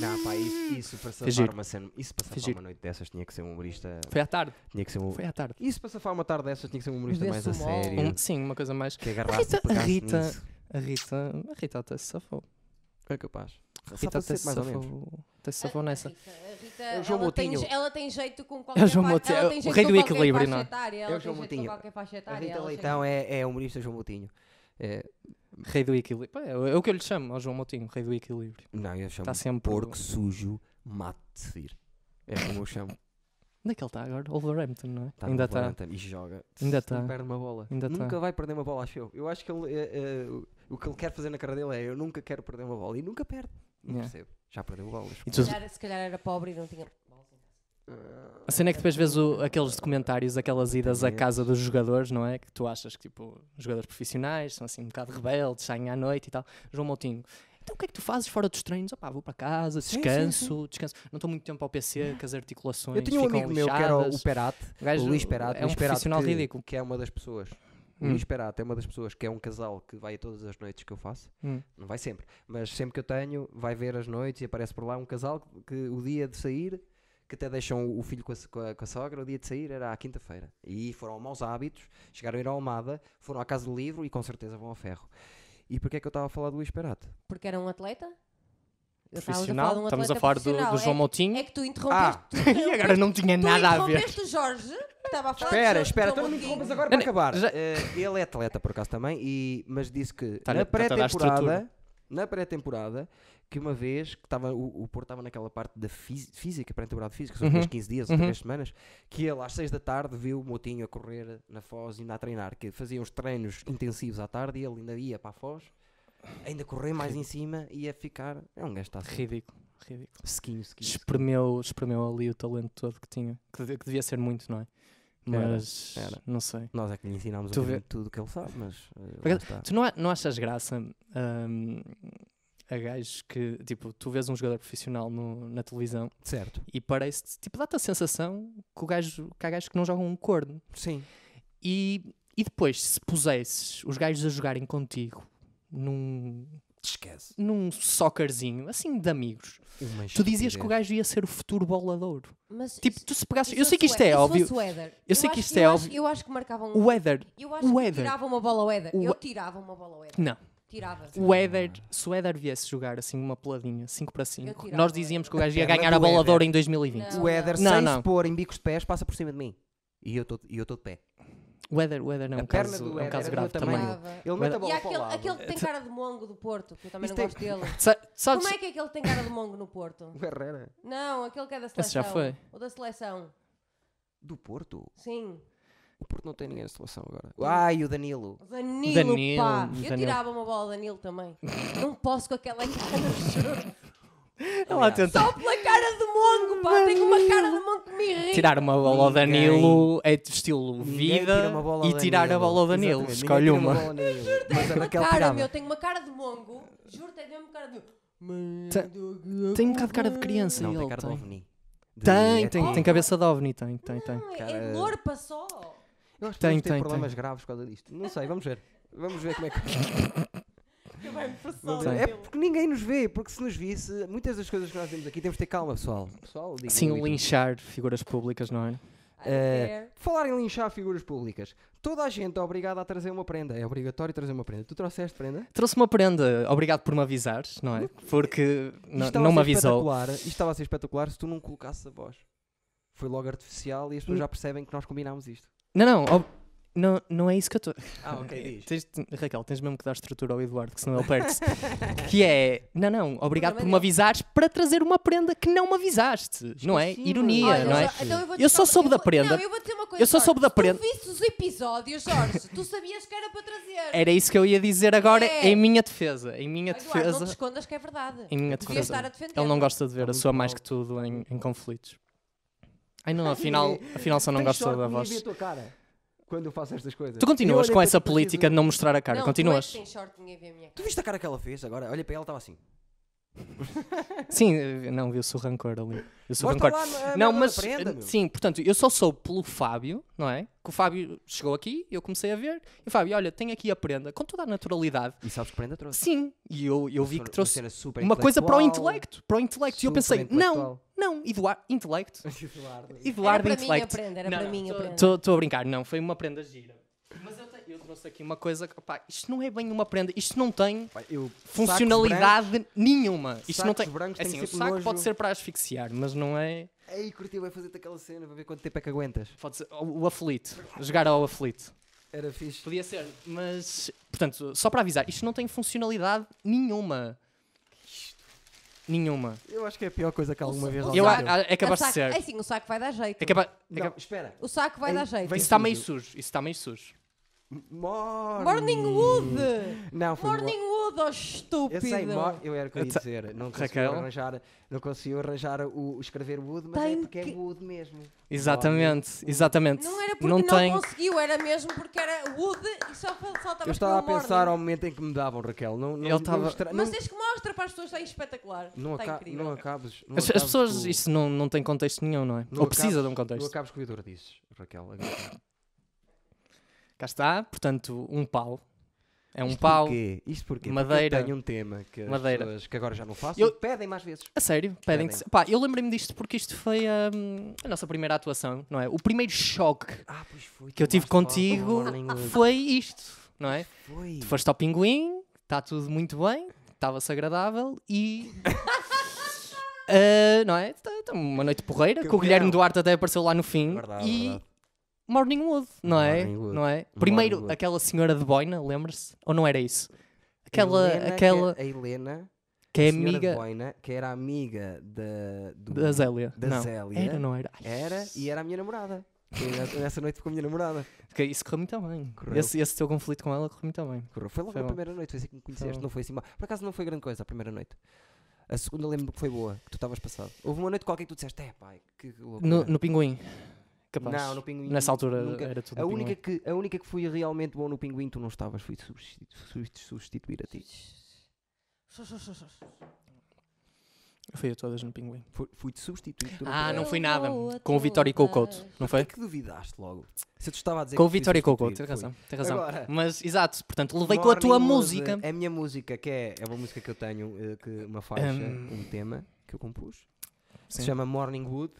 [SPEAKER 1] Não, pá, isso, isso para safar
[SPEAKER 2] giro.
[SPEAKER 1] uma cena. Isso para
[SPEAKER 2] Foi
[SPEAKER 1] safar
[SPEAKER 2] giro.
[SPEAKER 1] uma noite dessas tinha que ser um humorista.
[SPEAKER 2] Foi à tarde,
[SPEAKER 1] Tinha que ser um.
[SPEAKER 2] foi à tarde.
[SPEAKER 1] Isso para safar uma tarde dessas tinha que ser um humorista mais a
[SPEAKER 3] Vê-se o mal.
[SPEAKER 1] sério.
[SPEAKER 2] Um- sim, uma coisa mais.
[SPEAKER 1] Que agarrasse
[SPEAKER 2] Rita-
[SPEAKER 1] e
[SPEAKER 2] a
[SPEAKER 1] pegasse
[SPEAKER 2] Rita-
[SPEAKER 1] nisso.
[SPEAKER 2] A Rita, a Rita até se safou.
[SPEAKER 1] É capaz.
[SPEAKER 2] A Rita até
[SPEAKER 1] Safa-se
[SPEAKER 2] se
[SPEAKER 1] mais ou menos.
[SPEAKER 2] safou, até se safou nessa.
[SPEAKER 3] Rita, a Rita,
[SPEAKER 1] É o João
[SPEAKER 3] ela, tem,
[SPEAKER 1] Moutinho.
[SPEAKER 3] je- ela tem jeito com qualquer,
[SPEAKER 2] João
[SPEAKER 3] fa-
[SPEAKER 2] Moutinho,
[SPEAKER 3] ela
[SPEAKER 2] é
[SPEAKER 3] tem
[SPEAKER 2] o
[SPEAKER 3] jeito
[SPEAKER 2] rei
[SPEAKER 3] com
[SPEAKER 2] do
[SPEAKER 3] qualquer
[SPEAKER 2] equilíbrio,
[SPEAKER 3] faixa
[SPEAKER 2] não é?
[SPEAKER 3] etária,
[SPEAKER 1] É o
[SPEAKER 3] Ela tem
[SPEAKER 1] João
[SPEAKER 3] jeito com
[SPEAKER 1] Moutinho.
[SPEAKER 3] qualquer faixa
[SPEAKER 1] A
[SPEAKER 3] etária.
[SPEAKER 1] Rita
[SPEAKER 3] ela chega-
[SPEAKER 1] Leitão é, é um humorista João Moutinho.
[SPEAKER 2] É, rei do equilíbrio. É, o- é o que eu lhe chamo ao João Moutinho, rei do equilíbrio.
[SPEAKER 1] Não, eu chamo
[SPEAKER 2] Está sempre.
[SPEAKER 1] É um porco sujo, mate-te vir. É como eu chamo.
[SPEAKER 2] Onde é que ele está agora? Wolverhampton, não é?
[SPEAKER 1] Tá
[SPEAKER 2] Ainda
[SPEAKER 1] no
[SPEAKER 2] está.
[SPEAKER 1] Wolverhampton E joga.
[SPEAKER 2] Ainda
[SPEAKER 1] Não
[SPEAKER 2] tá.
[SPEAKER 1] perde uma bola.
[SPEAKER 2] Ainda
[SPEAKER 1] nunca
[SPEAKER 2] tá.
[SPEAKER 1] vai perder uma bola, acho eu. Eu acho que ele, eh, eh, o- o que ele quer fazer na cara dele é eu nunca quero perder uma bola. E nunca perde. Não
[SPEAKER 2] Yeah.
[SPEAKER 1] percebo. Já perdeu bolas.
[SPEAKER 2] E
[SPEAKER 3] Se
[SPEAKER 2] tu-
[SPEAKER 3] calhar, se calhar era pobre e não tinha.
[SPEAKER 1] Ah,
[SPEAKER 2] A cena é que depois vês o- aqueles documentários, aquelas idas à
[SPEAKER 1] Exatamente.
[SPEAKER 2] casa dos jogadores, não é? Que tu achas que, tipo, os jogadores profissionais são assim um bocado rebeldes, saem à noite e tal. João Moutinho, então o que é que tu fazes fora dos treinos? Opá, vou para casa,
[SPEAKER 1] Sim, sim,
[SPEAKER 2] descanso, descanso. Não estou muito tempo ao PC, que as articulações
[SPEAKER 1] Eu tinha um
[SPEAKER 2] ficam
[SPEAKER 1] amigo meu que era o
[SPEAKER 2] lixadas.
[SPEAKER 1] Perate.
[SPEAKER 2] O gajo
[SPEAKER 1] o Luís Perate.
[SPEAKER 2] É um
[SPEAKER 1] Luís Perate
[SPEAKER 2] profissional
[SPEAKER 1] que,
[SPEAKER 2] ridículo.
[SPEAKER 1] Que é uma das pessoas. O
[SPEAKER 2] Hum.
[SPEAKER 1] Luís Perate é uma das pessoas que é um casal que vai a todas as noites que eu faço.
[SPEAKER 2] Hum.
[SPEAKER 1] Não vai sempre. Mas sempre que eu tenho, vai ver as noites e aparece por lá um casal que, que o dia de sair, que até deixam o filho com a, so- com a- com a sogra, o dia de sair era à quinta-feira. E foram a maus hábitos, chegaram a ir à Almada, foram à Casa do Livro e com certeza vão ao ferro. E porquê é que eu estava a falar do Luís Perate?
[SPEAKER 3] Porque era um atleta? Eu estava a falar de
[SPEAKER 2] Profissional,
[SPEAKER 3] um
[SPEAKER 2] estamos a
[SPEAKER 3] atleta
[SPEAKER 2] falar do,
[SPEAKER 3] profissional.
[SPEAKER 2] do João
[SPEAKER 3] É-
[SPEAKER 2] Moutinho.
[SPEAKER 3] É que tu interrompeste.
[SPEAKER 1] Ah,
[SPEAKER 3] tu
[SPEAKER 2] e agora não tinha
[SPEAKER 3] Tu
[SPEAKER 2] nada a
[SPEAKER 1] é?
[SPEAKER 2] ver.
[SPEAKER 3] interrompeste o Jorge, que estava a falar do
[SPEAKER 1] Espera,
[SPEAKER 3] Jorge
[SPEAKER 1] espera,
[SPEAKER 3] João
[SPEAKER 1] então não me
[SPEAKER 3] Moutinho.
[SPEAKER 1] interrompas agora
[SPEAKER 2] Não,
[SPEAKER 1] para acabar.
[SPEAKER 2] já-
[SPEAKER 1] Eh, ele é atleta por acaso também, e, mas disse que
[SPEAKER 2] Tá-
[SPEAKER 1] na
[SPEAKER 2] tá- tá- tá a
[SPEAKER 1] pré-temporada,
[SPEAKER 2] estrutura.
[SPEAKER 1] na pré-temporada, que uma vez que tava, o, o Porto estava naquela parte da fí- física, pré-temporada de física, são
[SPEAKER 2] Uhum.
[SPEAKER 1] uhum. 15 dias ou
[SPEAKER 2] Uhum.
[SPEAKER 1] 3 semanas, que ele às 6 da tarde viu o Moutinho a correr na Foz e ainda a treinar, que fazia uns treinos intensivos à tarde e ele ainda ia para a Foz, ainda correr mais em cima e ia ficar. É um gajo que está assim.
[SPEAKER 2] Ridículo, ridículo.
[SPEAKER 1] Sequinho, sequinho.
[SPEAKER 2] espremeu, espremeu ali o talento todo que tinha. Que, de- que devia ser muito, não é?
[SPEAKER 1] Era,
[SPEAKER 2] Mas
[SPEAKER 1] era.
[SPEAKER 2] não sei.
[SPEAKER 1] Nós é que lhe ensinámos um
[SPEAKER 2] Tu vê-
[SPEAKER 1] bocadinho de tudo o que ele sabe, mas. eh, lá
[SPEAKER 2] acaso,
[SPEAKER 1] está.
[SPEAKER 2] Tu não, a- não achas graça hum, a gajos que, tipo, tu vês um jogador profissional no- na televisão
[SPEAKER 1] Certo.
[SPEAKER 2] e parece tipo, dá-te a sensação que, o gajo, que há gajos que não jogam um corno.
[SPEAKER 1] Sim.
[SPEAKER 2] E, e depois, se pusesses os gajos a jogarem contigo num,
[SPEAKER 1] Te esquece.
[SPEAKER 2] num soccerzinho, assim de amigos,
[SPEAKER 1] Uma
[SPEAKER 2] tu dizias que o
[SPEAKER 1] estupidez.
[SPEAKER 2] gajo ia ser o futuro bolador.
[SPEAKER 3] Mas
[SPEAKER 2] Tipo,
[SPEAKER 3] isso-
[SPEAKER 2] tu se pegasses.
[SPEAKER 3] isso
[SPEAKER 2] Eu sei que isto
[SPEAKER 3] fosse
[SPEAKER 2] é
[SPEAKER 3] Éder- isso
[SPEAKER 2] óbvio.
[SPEAKER 3] fosse um o Éder.
[SPEAKER 2] Eu sei que
[SPEAKER 3] acho-
[SPEAKER 2] isto é
[SPEAKER 3] eu acho-
[SPEAKER 2] óbvio.
[SPEAKER 3] Eu acho que marcavam.
[SPEAKER 2] O Éder
[SPEAKER 3] Eu acho
[SPEAKER 2] o
[SPEAKER 3] que
[SPEAKER 2] Éder-
[SPEAKER 3] tirava uma bola ao Éder.
[SPEAKER 2] o-
[SPEAKER 3] Eu tirava uma bola ao Éder.
[SPEAKER 2] Não.
[SPEAKER 3] Tirava.
[SPEAKER 2] O Éder, se o Éder viesse jogar assim uma peladinha, 5 para 5,
[SPEAKER 3] tirava
[SPEAKER 2] nós
[SPEAKER 3] o
[SPEAKER 2] dizíamos que o
[SPEAKER 1] Éder.
[SPEAKER 2] gajo ia
[SPEAKER 1] A perna
[SPEAKER 2] ganhar a
[SPEAKER 1] do
[SPEAKER 2] bola de ouro
[SPEAKER 1] Éder.
[SPEAKER 2] em 2020.
[SPEAKER 3] Não.
[SPEAKER 1] O Éder,
[SPEAKER 2] Não,
[SPEAKER 1] sem
[SPEAKER 2] não.
[SPEAKER 1] se pôr em bicos de pés, passa por cima de mim. E eu estou de pé.
[SPEAKER 2] O Éder, o Éder é
[SPEAKER 1] A
[SPEAKER 2] um
[SPEAKER 1] perna
[SPEAKER 2] caso,
[SPEAKER 1] do
[SPEAKER 2] é um
[SPEAKER 1] Éder
[SPEAKER 2] caso
[SPEAKER 1] é do
[SPEAKER 2] grave
[SPEAKER 1] tamanho.
[SPEAKER 2] também.
[SPEAKER 3] Tirava.
[SPEAKER 1] Ele
[SPEAKER 2] O
[SPEAKER 1] mete
[SPEAKER 2] Éder-
[SPEAKER 1] a
[SPEAKER 3] E
[SPEAKER 1] bola
[SPEAKER 3] há
[SPEAKER 1] para o
[SPEAKER 3] aquele,
[SPEAKER 1] lado.
[SPEAKER 3] aquele que tem cara de mongo do Porto, que eu também
[SPEAKER 1] Isso
[SPEAKER 3] não
[SPEAKER 1] tem-
[SPEAKER 3] gosto dele.
[SPEAKER 2] Sa- sabes?
[SPEAKER 3] Como é que é aquele que tem cara de mongo no Porto?
[SPEAKER 1] O Herrera.
[SPEAKER 3] Não, aquele que é da seleção.
[SPEAKER 2] Esse já foi.
[SPEAKER 3] O da seleção.
[SPEAKER 1] Do Porto.
[SPEAKER 3] Sim.
[SPEAKER 1] O Porto não tem ninguém na seleção agora. Ai, o Danilo.
[SPEAKER 3] Danilo,
[SPEAKER 2] Danilo,
[SPEAKER 3] pá.
[SPEAKER 2] Danilo.
[SPEAKER 3] Eu tirava uma bola ao Danilo também. não posso com aquela cara. juro.
[SPEAKER 1] é
[SPEAKER 2] Ela tenta
[SPEAKER 3] Só pela cara de mongo, pá. Tenho uma cara de mongo que me irrita.
[SPEAKER 2] tirar uma bola ao
[SPEAKER 1] Ninguém-
[SPEAKER 2] Danilo, é de estilo
[SPEAKER 1] Ninguém
[SPEAKER 2] vida,
[SPEAKER 1] tira uma bola
[SPEAKER 2] e
[SPEAKER 1] ao
[SPEAKER 2] tirar a
[SPEAKER 1] Danilo.
[SPEAKER 2] bola ao Danilo.
[SPEAKER 1] Exatamente,
[SPEAKER 2] Escolhe
[SPEAKER 1] ninguém tira
[SPEAKER 2] uma.
[SPEAKER 1] bola ao Danilo. Mas é a
[SPEAKER 3] Tenho uma
[SPEAKER 1] Raquel
[SPEAKER 3] cara,
[SPEAKER 1] tirava.
[SPEAKER 3] meu, tenho uma cara de mongo. Juro, tenho mesmo cara de.
[SPEAKER 2] Tem um bocado de cara de criança.
[SPEAKER 1] Não, tem
[SPEAKER 2] ele
[SPEAKER 1] cara de
[SPEAKER 2] tem.
[SPEAKER 1] ovni. De-
[SPEAKER 2] Tem,
[SPEAKER 1] é
[SPEAKER 2] tem,
[SPEAKER 1] de-
[SPEAKER 2] tem cabeça de ovni, tem, tem, tem.
[SPEAKER 3] Não, é-
[SPEAKER 1] Cara-
[SPEAKER 3] É lorpa só.
[SPEAKER 1] Eu acho que
[SPEAKER 2] Tem,
[SPEAKER 1] vamos ter
[SPEAKER 2] tem,
[SPEAKER 1] problemas
[SPEAKER 2] tem.
[SPEAKER 1] graves por causa disto. Não sei, vamos ver. Vamos ver como é que.
[SPEAKER 3] Que vai-me passar.
[SPEAKER 2] Tem.
[SPEAKER 1] É porque ninguém nos vê, porque se nos visse, muitas das coisas que nós vemos aqui temos de ter calma, pessoal. pessoal digo,
[SPEAKER 2] Sim,
[SPEAKER 1] eu e tu.
[SPEAKER 2] linchar figuras públicas, não é?
[SPEAKER 1] Eh, falar em linchar figuras públicas. Toda a gente é obrigada a trazer uma prenda. É obrigatório trazer uma prenda. Tu trouxeste prenda?
[SPEAKER 2] Trouxe uma prenda, obrigado por me avisares, não é? Porque
[SPEAKER 1] Isto
[SPEAKER 2] não,
[SPEAKER 1] estava
[SPEAKER 2] não
[SPEAKER 1] a
[SPEAKER 2] me
[SPEAKER 1] ser
[SPEAKER 2] avisou.
[SPEAKER 1] espetacular. Isto estava a ser espetacular se tu não colocasses a voz. Foi logo artificial e as
[SPEAKER 2] Hum.
[SPEAKER 1] pessoas já percebem que nós combinámos isto.
[SPEAKER 2] Não, não, ob- não, não é isso que eu estou.
[SPEAKER 1] Ah, ok, diz.
[SPEAKER 2] Tens- Raquel, tens mesmo que dar estrutura ao Eduardo, que senão ele perde-se. que é, não, não, obrigado por me avisares para trazer uma prenda que não me avisaste, não é?
[SPEAKER 1] Esqueci-me.
[SPEAKER 2] Ironia,
[SPEAKER 1] Olha,
[SPEAKER 2] não é?
[SPEAKER 1] já-
[SPEAKER 3] então eu, vou
[SPEAKER 2] Eu só
[SPEAKER 3] dizer uma-
[SPEAKER 2] soube da
[SPEAKER 3] vou-
[SPEAKER 2] prenda.
[SPEAKER 3] Não, eu vou dizer uma coisa.
[SPEAKER 2] Eu só
[SPEAKER 3] Jorge.
[SPEAKER 2] soube da prenda.
[SPEAKER 3] Se tu visse os episódios, Jorge, tu sabias que era para trazer.
[SPEAKER 2] Era isso que eu ia dizer agora,
[SPEAKER 3] É.
[SPEAKER 2] em minha defesa, em minha
[SPEAKER 3] Eduardo, não te
[SPEAKER 2] defesa,
[SPEAKER 3] escondas que é verdade.
[SPEAKER 2] em minha
[SPEAKER 3] Devias
[SPEAKER 2] defesa.
[SPEAKER 3] estar a defender.
[SPEAKER 2] Ele não gosta de ver
[SPEAKER 1] Está
[SPEAKER 2] a sua
[SPEAKER 1] muito
[SPEAKER 2] mais
[SPEAKER 1] mal.
[SPEAKER 2] que tudo em, em conflitos. Ai não, afinal, afinal só não
[SPEAKER 1] Tens
[SPEAKER 2] gosta
[SPEAKER 1] sorte
[SPEAKER 2] da
[SPEAKER 1] que ninguém vê
[SPEAKER 2] voz.
[SPEAKER 1] a tua cara quando eu faço estas coisas.
[SPEAKER 2] Tu continuas
[SPEAKER 1] Eu
[SPEAKER 2] com
[SPEAKER 1] olhei
[SPEAKER 2] essa
[SPEAKER 1] para ti e
[SPEAKER 2] política
[SPEAKER 1] fiz
[SPEAKER 2] de não mostrar a cara,
[SPEAKER 3] Não,
[SPEAKER 2] continuas?
[SPEAKER 3] Tu é que tens sorte, ninguém vê a minha
[SPEAKER 1] um- Tu viste a cara que ela fez agora? Olha para ela, estava assim.
[SPEAKER 2] Sim, eh, não, viu-se o rancor ali. Viu-se o
[SPEAKER 1] Mostra
[SPEAKER 2] rancor.
[SPEAKER 1] lá na- na-
[SPEAKER 2] Não,
[SPEAKER 1] na
[SPEAKER 2] mas.
[SPEAKER 1] prenda,
[SPEAKER 2] eh,
[SPEAKER 1] meu.
[SPEAKER 2] sim, portanto, eu só soube pelo Fábio, não é? Que o Fábio chegou aqui, eu comecei a ver. E o Fábio, olha, tem aqui a prenda, com toda a naturalidade.
[SPEAKER 1] E sabes que prenda trouxe?
[SPEAKER 2] Sim, e eu, eu vi que trouxe
[SPEAKER 1] cena super
[SPEAKER 2] uma coisa para o
[SPEAKER 1] intelectual.
[SPEAKER 2] intelecto. Para o intelecto. E eu
[SPEAKER 1] super
[SPEAKER 2] pensei, não,
[SPEAKER 1] intelectual.
[SPEAKER 2] não, Eduardo, intelecto.
[SPEAKER 1] Eduardo.
[SPEAKER 2] Eduardo,
[SPEAKER 3] Era para mim a
[SPEAKER 2] intelecto.
[SPEAKER 3] prenda, era para mim a prenda.
[SPEAKER 2] Estou a brincar, não, foi uma prenda gira. Mas eu, te- eu trouxe aqui uma coisa que, opá, isto não é bem uma prenda, isto não tem
[SPEAKER 1] Pá, eu-
[SPEAKER 2] funcionalidade nenhuma. Isto não
[SPEAKER 1] sacos
[SPEAKER 2] tem.
[SPEAKER 1] brancos têm
[SPEAKER 2] assim, o
[SPEAKER 1] sempre
[SPEAKER 2] saco
[SPEAKER 1] nojo.
[SPEAKER 2] pode ser para asfixiar, mas não é.
[SPEAKER 1] Sacos- Ei, curti, vai fazer-te aquela cena, vai ver quanto tempo é que aguentas.
[SPEAKER 2] Pode ser o o aflito. Jogar ao aflito.
[SPEAKER 1] Era fixe.
[SPEAKER 2] Podia ser, mas. Portanto, só para avisar, isto não tem funcionalidade nenhuma. Nenhuma.
[SPEAKER 1] Eu acho que é a pior coisa que alguma
[SPEAKER 3] O
[SPEAKER 1] vez
[SPEAKER 3] sa- o
[SPEAKER 1] alguém
[SPEAKER 2] Eu, a,
[SPEAKER 3] saco.
[SPEAKER 1] deu.
[SPEAKER 2] a, é capaz
[SPEAKER 3] o
[SPEAKER 2] de
[SPEAKER 3] saco,
[SPEAKER 2] ser.
[SPEAKER 3] É sim, o saco vai dar jeito.
[SPEAKER 2] É capaz. é
[SPEAKER 1] Não,
[SPEAKER 2] capaz-
[SPEAKER 1] espera.
[SPEAKER 3] O saco vai
[SPEAKER 1] Ei,
[SPEAKER 3] dar jeito.
[SPEAKER 1] vem-
[SPEAKER 2] Isso está meio
[SPEAKER 1] sujo.
[SPEAKER 2] sujo. Isso está meio sujo.
[SPEAKER 1] Morning.
[SPEAKER 3] Morningwood!
[SPEAKER 1] Não, foi mo-
[SPEAKER 3] Morningwood, oh estúpido!
[SPEAKER 1] Eu sei, mor... eu era o que eu ia
[SPEAKER 2] Eu te-
[SPEAKER 1] dizer. Não conseguiu
[SPEAKER 2] Então, Raquel?
[SPEAKER 1] arranjar, não conseguiu arranjar o, o escrever wood, mas
[SPEAKER 3] Tem
[SPEAKER 1] é porque
[SPEAKER 3] que-
[SPEAKER 1] é wood mesmo.
[SPEAKER 2] Exatamente, exatamente.
[SPEAKER 3] Não era porque
[SPEAKER 2] Não
[SPEAKER 3] não,
[SPEAKER 2] tem-
[SPEAKER 3] conseguiu, era mesmo porque era wood e só fal- faltava
[SPEAKER 1] Eu estava a
[SPEAKER 3] escrever
[SPEAKER 1] pensar ao
[SPEAKER 3] morning.
[SPEAKER 1] momento em que me davam, Raquel. Não, não,
[SPEAKER 2] Ele
[SPEAKER 1] não
[SPEAKER 2] estava-
[SPEAKER 1] estra-
[SPEAKER 3] Mas
[SPEAKER 1] não-
[SPEAKER 3] tens que mostra para as pessoas, está espetacular.
[SPEAKER 1] não
[SPEAKER 3] está
[SPEAKER 1] aca-
[SPEAKER 3] incrível.
[SPEAKER 1] não acabes. não
[SPEAKER 2] As, as
[SPEAKER 1] acabes
[SPEAKER 2] pessoas,
[SPEAKER 1] com-
[SPEAKER 2] isso não, não tem contexto nenhum, não é?
[SPEAKER 1] não
[SPEAKER 2] Ou precisa de
[SPEAKER 1] acabes-
[SPEAKER 2] um
[SPEAKER 1] Não
[SPEAKER 2] contexto.
[SPEAKER 1] acabes com o que o Vitor disse, Raquel. agora.
[SPEAKER 2] Cá está, portanto, um pau. É um
[SPEAKER 1] Isto
[SPEAKER 2] pau.
[SPEAKER 1] Porquê? Isto porquê? Porque
[SPEAKER 2] Madeira.
[SPEAKER 1] eu tenho um tema que as
[SPEAKER 2] Madeira.
[SPEAKER 1] pessoas que agora já não faço
[SPEAKER 2] Eu-
[SPEAKER 1] e pedem mais vezes.
[SPEAKER 2] A sério, pedem
[SPEAKER 1] Pedem.
[SPEAKER 2] Pá, eu lembrei-me disto porque isto foi hum, a nossa primeira atuação, não é? O primeiro choque
[SPEAKER 1] Ah, pois foi.
[SPEAKER 2] que eu
[SPEAKER 1] tu
[SPEAKER 2] tive
[SPEAKER 1] falaste mal do
[SPEAKER 2] contigo
[SPEAKER 1] Morning Wood.
[SPEAKER 2] foi isto, não é?
[SPEAKER 1] Foi.
[SPEAKER 2] Tu foste ao pinguim, está tudo muito bem, estava-se agradável e. Ah, não é? Tá- tá uma noite porreira, que o
[SPEAKER 1] Campeão.
[SPEAKER 2] Guilherme Duarte até apareceu lá no fim.
[SPEAKER 1] Verdade,
[SPEAKER 2] e
[SPEAKER 1] verdade.
[SPEAKER 2] Morningwood, não é?
[SPEAKER 1] Morningwood.
[SPEAKER 2] Não é? Primeiro,
[SPEAKER 1] Morningwood.
[SPEAKER 2] aquela senhora de boina, lembra-se? Ou não era isso? Aquela,
[SPEAKER 1] Helena, que- é
[SPEAKER 2] aquela que,
[SPEAKER 1] a Helena,
[SPEAKER 2] é
[SPEAKER 1] senhora de
[SPEAKER 2] amiga
[SPEAKER 1] Boina, que era amiga da, do-
[SPEAKER 2] da Zélia.
[SPEAKER 1] da
[SPEAKER 2] não.
[SPEAKER 1] Zélia.
[SPEAKER 2] Era, não era? Ai,
[SPEAKER 1] Era e era a minha namorada. Foi nessa- Nessa noite ficou a minha namorada.
[SPEAKER 2] ok, Isso correu muito bem.
[SPEAKER 1] Correu.
[SPEAKER 2] Esse, esse teu conflito com ela correu muito bem.
[SPEAKER 1] Correu. Foi logo
[SPEAKER 2] Foi
[SPEAKER 1] na
[SPEAKER 2] bom.
[SPEAKER 1] primeira noite, foi assim que me conheceste,
[SPEAKER 2] bom.
[SPEAKER 1] não foi assim mal. Por acaso não foi grande coisa a primeira noite. A segunda lembro-me que foi boa, que tu estavas passado. Houve uma noite qualquer que tu disseste, é pai, que loucura.
[SPEAKER 2] No, no pinguim. Capaz.
[SPEAKER 1] Não, no pinguim.
[SPEAKER 2] Nessa altura
[SPEAKER 1] nunca.
[SPEAKER 2] era tudo
[SPEAKER 1] A
[SPEAKER 2] no
[SPEAKER 1] única,
[SPEAKER 2] pinguim.
[SPEAKER 1] que, a única que fui realmente bom no pinguim, tu não estavas, fui substitu- substitu- substituir a ti.
[SPEAKER 2] Foi todas no pinguim.
[SPEAKER 1] Fui- Fui-te substituir. tu
[SPEAKER 2] Ah, não
[SPEAKER 1] pudeste.
[SPEAKER 2] foi nada.
[SPEAKER 3] vou
[SPEAKER 2] Com o Vitória e com o
[SPEAKER 3] atrás.
[SPEAKER 2] Couto, não
[SPEAKER 1] Por
[SPEAKER 2] foi?
[SPEAKER 1] É que duvidaste logo? Se eu te estava a dizer
[SPEAKER 2] Com o
[SPEAKER 1] que fui
[SPEAKER 2] Vitória e com o Couto,
[SPEAKER 1] substituído,
[SPEAKER 2] tem
[SPEAKER 1] fui.
[SPEAKER 2] razão. Tem razão.
[SPEAKER 1] Agora.
[SPEAKER 2] Mas, exato, portanto, levei com a tua
[SPEAKER 1] Morning Wood,
[SPEAKER 2] música.
[SPEAKER 1] A minha música, que é, é uma música que eu tenho, eh, que uma faixa, um,
[SPEAKER 2] Hum.
[SPEAKER 1] tema que eu compus, que se
[SPEAKER 2] Sim.
[SPEAKER 1] chama Morning Wood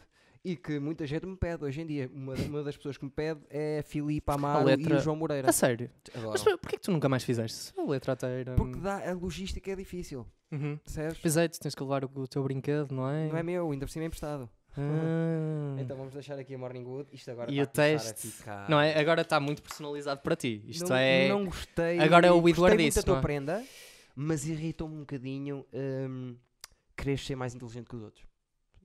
[SPEAKER 1] e que muita gente me pede hoje em dia. Uma, uma das pessoas que me pede é a Filipe Amaro e
[SPEAKER 2] letra-
[SPEAKER 1] o João Moreira. hum,
[SPEAKER 2] A sério.
[SPEAKER 1] Adoram.
[SPEAKER 2] Mas porquê que tu nunca mais fizeste? A letra até era.
[SPEAKER 1] Porque dá, a logística é difícil,
[SPEAKER 2] Uhum.
[SPEAKER 1] percebes?
[SPEAKER 2] Pois é, tu tens que levar o, o teu brinquedo, não é?
[SPEAKER 1] Não é meu, ainda por cima é emprestado.
[SPEAKER 2] Ah.
[SPEAKER 1] Então vamos deixar aqui a Morning Wood. Isto agora
[SPEAKER 2] E
[SPEAKER 1] vai
[SPEAKER 2] o
[SPEAKER 1] começar
[SPEAKER 2] teste?
[SPEAKER 1] a ficar-
[SPEAKER 2] Não é? Agora está muito personalizado para ti. Isto
[SPEAKER 1] não,
[SPEAKER 2] é.
[SPEAKER 1] não gostei.
[SPEAKER 2] Agora é o
[SPEAKER 1] gostei
[SPEAKER 2] Eduardo
[SPEAKER 1] muito
[SPEAKER 2] disse,
[SPEAKER 1] da tua
[SPEAKER 2] não é?
[SPEAKER 1] prenda, mas irritou-me um bocadinho hum, querer ser mais inteligente que os outros.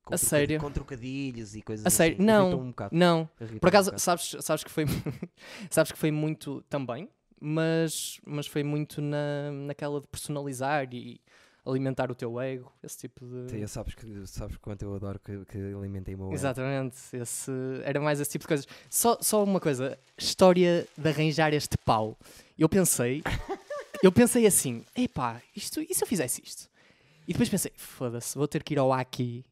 [SPEAKER 1] Com
[SPEAKER 2] A
[SPEAKER 1] trocadi-
[SPEAKER 2] sério?
[SPEAKER 1] Com trocadilhos e coisas
[SPEAKER 2] A sério?
[SPEAKER 1] assim.
[SPEAKER 2] Não.
[SPEAKER 1] Irritou-me um bocado.
[SPEAKER 2] Não.
[SPEAKER 1] irritou-me
[SPEAKER 2] Por acaso,
[SPEAKER 1] um bocado.
[SPEAKER 2] sabes, sabes que foi. sabes que foi muito também, mas, mas foi muito na, naquela de personalizar e alimentar o teu ego, esse tipo de.
[SPEAKER 1] Tu sabes, que, sabes quanto eu adoro que, que alimentei o meu ego.
[SPEAKER 2] Exatamente, esse, era mais esse tipo de coisas. Só, só uma coisa, história de arranjar este pau. Eu pensei, eu pensei assim, epá, isto, e se eu fizesse isto? E depois pensei, foda-se, vou ter que ir ao aqui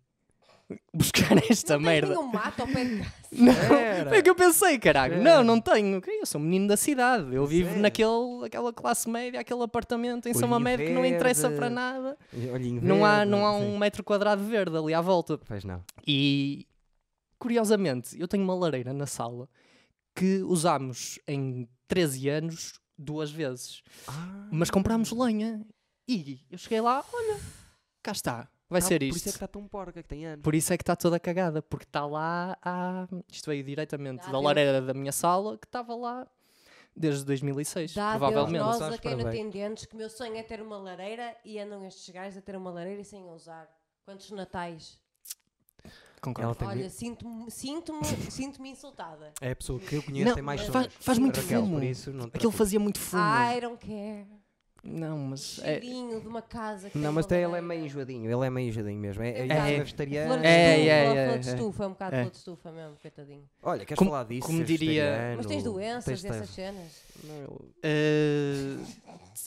[SPEAKER 2] buscar esta
[SPEAKER 3] não
[SPEAKER 2] merda.
[SPEAKER 3] Tens nenhum um mato ao pé de casa.
[SPEAKER 2] Não,
[SPEAKER 1] Era.
[SPEAKER 2] foi o que eu pensei, caralho.
[SPEAKER 1] Era.
[SPEAKER 2] Não, não tenho. Eu sou um menino da cidade. Eu vivo
[SPEAKER 1] Sério?
[SPEAKER 2] naquele, aquela classe média, aquele apartamento em
[SPEAKER 1] Olhinho
[SPEAKER 2] São Mamed que não interessa
[SPEAKER 1] verde.
[SPEAKER 2] para nada.
[SPEAKER 1] Olhinho
[SPEAKER 2] Não há,
[SPEAKER 1] verde,
[SPEAKER 2] não há
[SPEAKER 1] sim.
[SPEAKER 2] um metro quadrado verde ali à volta.
[SPEAKER 1] Pois não.
[SPEAKER 2] E curiosamente, eu tenho uma lareira na sala que usámos em 13 anos duas vezes,
[SPEAKER 1] Ah,
[SPEAKER 2] mas comprámos lenha. E eu cheguei lá, olha, cá está, vai
[SPEAKER 1] tá,
[SPEAKER 2] ser
[SPEAKER 1] Por isso
[SPEAKER 2] isto.
[SPEAKER 1] é que está tão porca, que tem anos.
[SPEAKER 2] Por isso é que está toda cagada, porque está lá há. Isto veio diretamente
[SPEAKER 3] Dá
[SPEAKER 2] da
[SPEAKER 3] Deus.
[SPEAKER 2] lareira da minha sala, que estava lá desde 2006,
[SPEAKER 3] Dá
[SPEAKER 2] provavelmente.
[SPEAKER 3] Deus nós
[SPEAKER 1] Sabes,
[SPEAKER 3] a quem não
[SPEAKER 1] parabéns.
[SPEAKER 3] tem dentes que o meu sonho é ter uma lareira e andam estes gajos a ter uma lareira e sem a usar. Quantos natais?
[SPEAKER 2] Concordo.
[SPEAKER 1] Ela tem
[SPEAKER 3] Olha, sinto-me sinto sinto insultada.
[SPEAKER 1] É a pessoa que eu conheço,
[SPEAKER 2] Não,
[SPEAKER 1] tem mais
[SPEAKER 2] mas
[SPEAKER 1] sonhos.
[SPEAKER 2] faz- faz muito
[SPEAKER 1] Raquel,
[SPEAKER 2] fumo.
[SPEAKER 1] por isso não te
[SPEAKER 2] Aquilo
[SPEAKER 1] preocupes.
[SPEAKER 2] fazia muito fumo.
[SPEAKER 3] I don't care.
[SPEAKER 2] Não, mas. É,
[SPEAKER 3] Cheirinho de uma casa que tem
[SPEAKER 1] Não, mas
[SPEAKER 3] uma
[SPEAKER 1] tem, ele é
[SPEAKER 3] lareira.
[SPEAKER 1] meio enjoadinho, ele é meio enjoadinho mesmo. É, é,
[SPEAKER 3] Exato.
[SPEAKER 1] é,
[SPEAKER 2] É.
[SPEAKER 1] vegetariano.
[SPEAKER 3] Flor de
[SPEAKER 2] É,
[SPEAKER 3] estufa,
[SPEAKER 2] é,
[SPEAKER 3] flor
[SPEAKER 2] é,
[SPEAKER 3] de
[SPEAKER 2] é.
[SPEAKER 3] estufa, é um bocado
[SPEAKER 2] É.
[SPEAKER 3] flor de estufa mesmo, coitadinho.
[SPEAKER 1] Olha, queres
[SPEAKER 2] Como-
[SPEAKER 1] falar disso?
[SPEAKER 2] como
[SPEAKER 1] seres
[SPEAKER 2] diria-
[SPEAKER 1] vegetariano,
[SPEAKER 3] Mas tens doenças,
[SPEAKER 1] É tens- tens-
[SPEAKER 3] essas cenas.
[SPEAKER 2] Uh,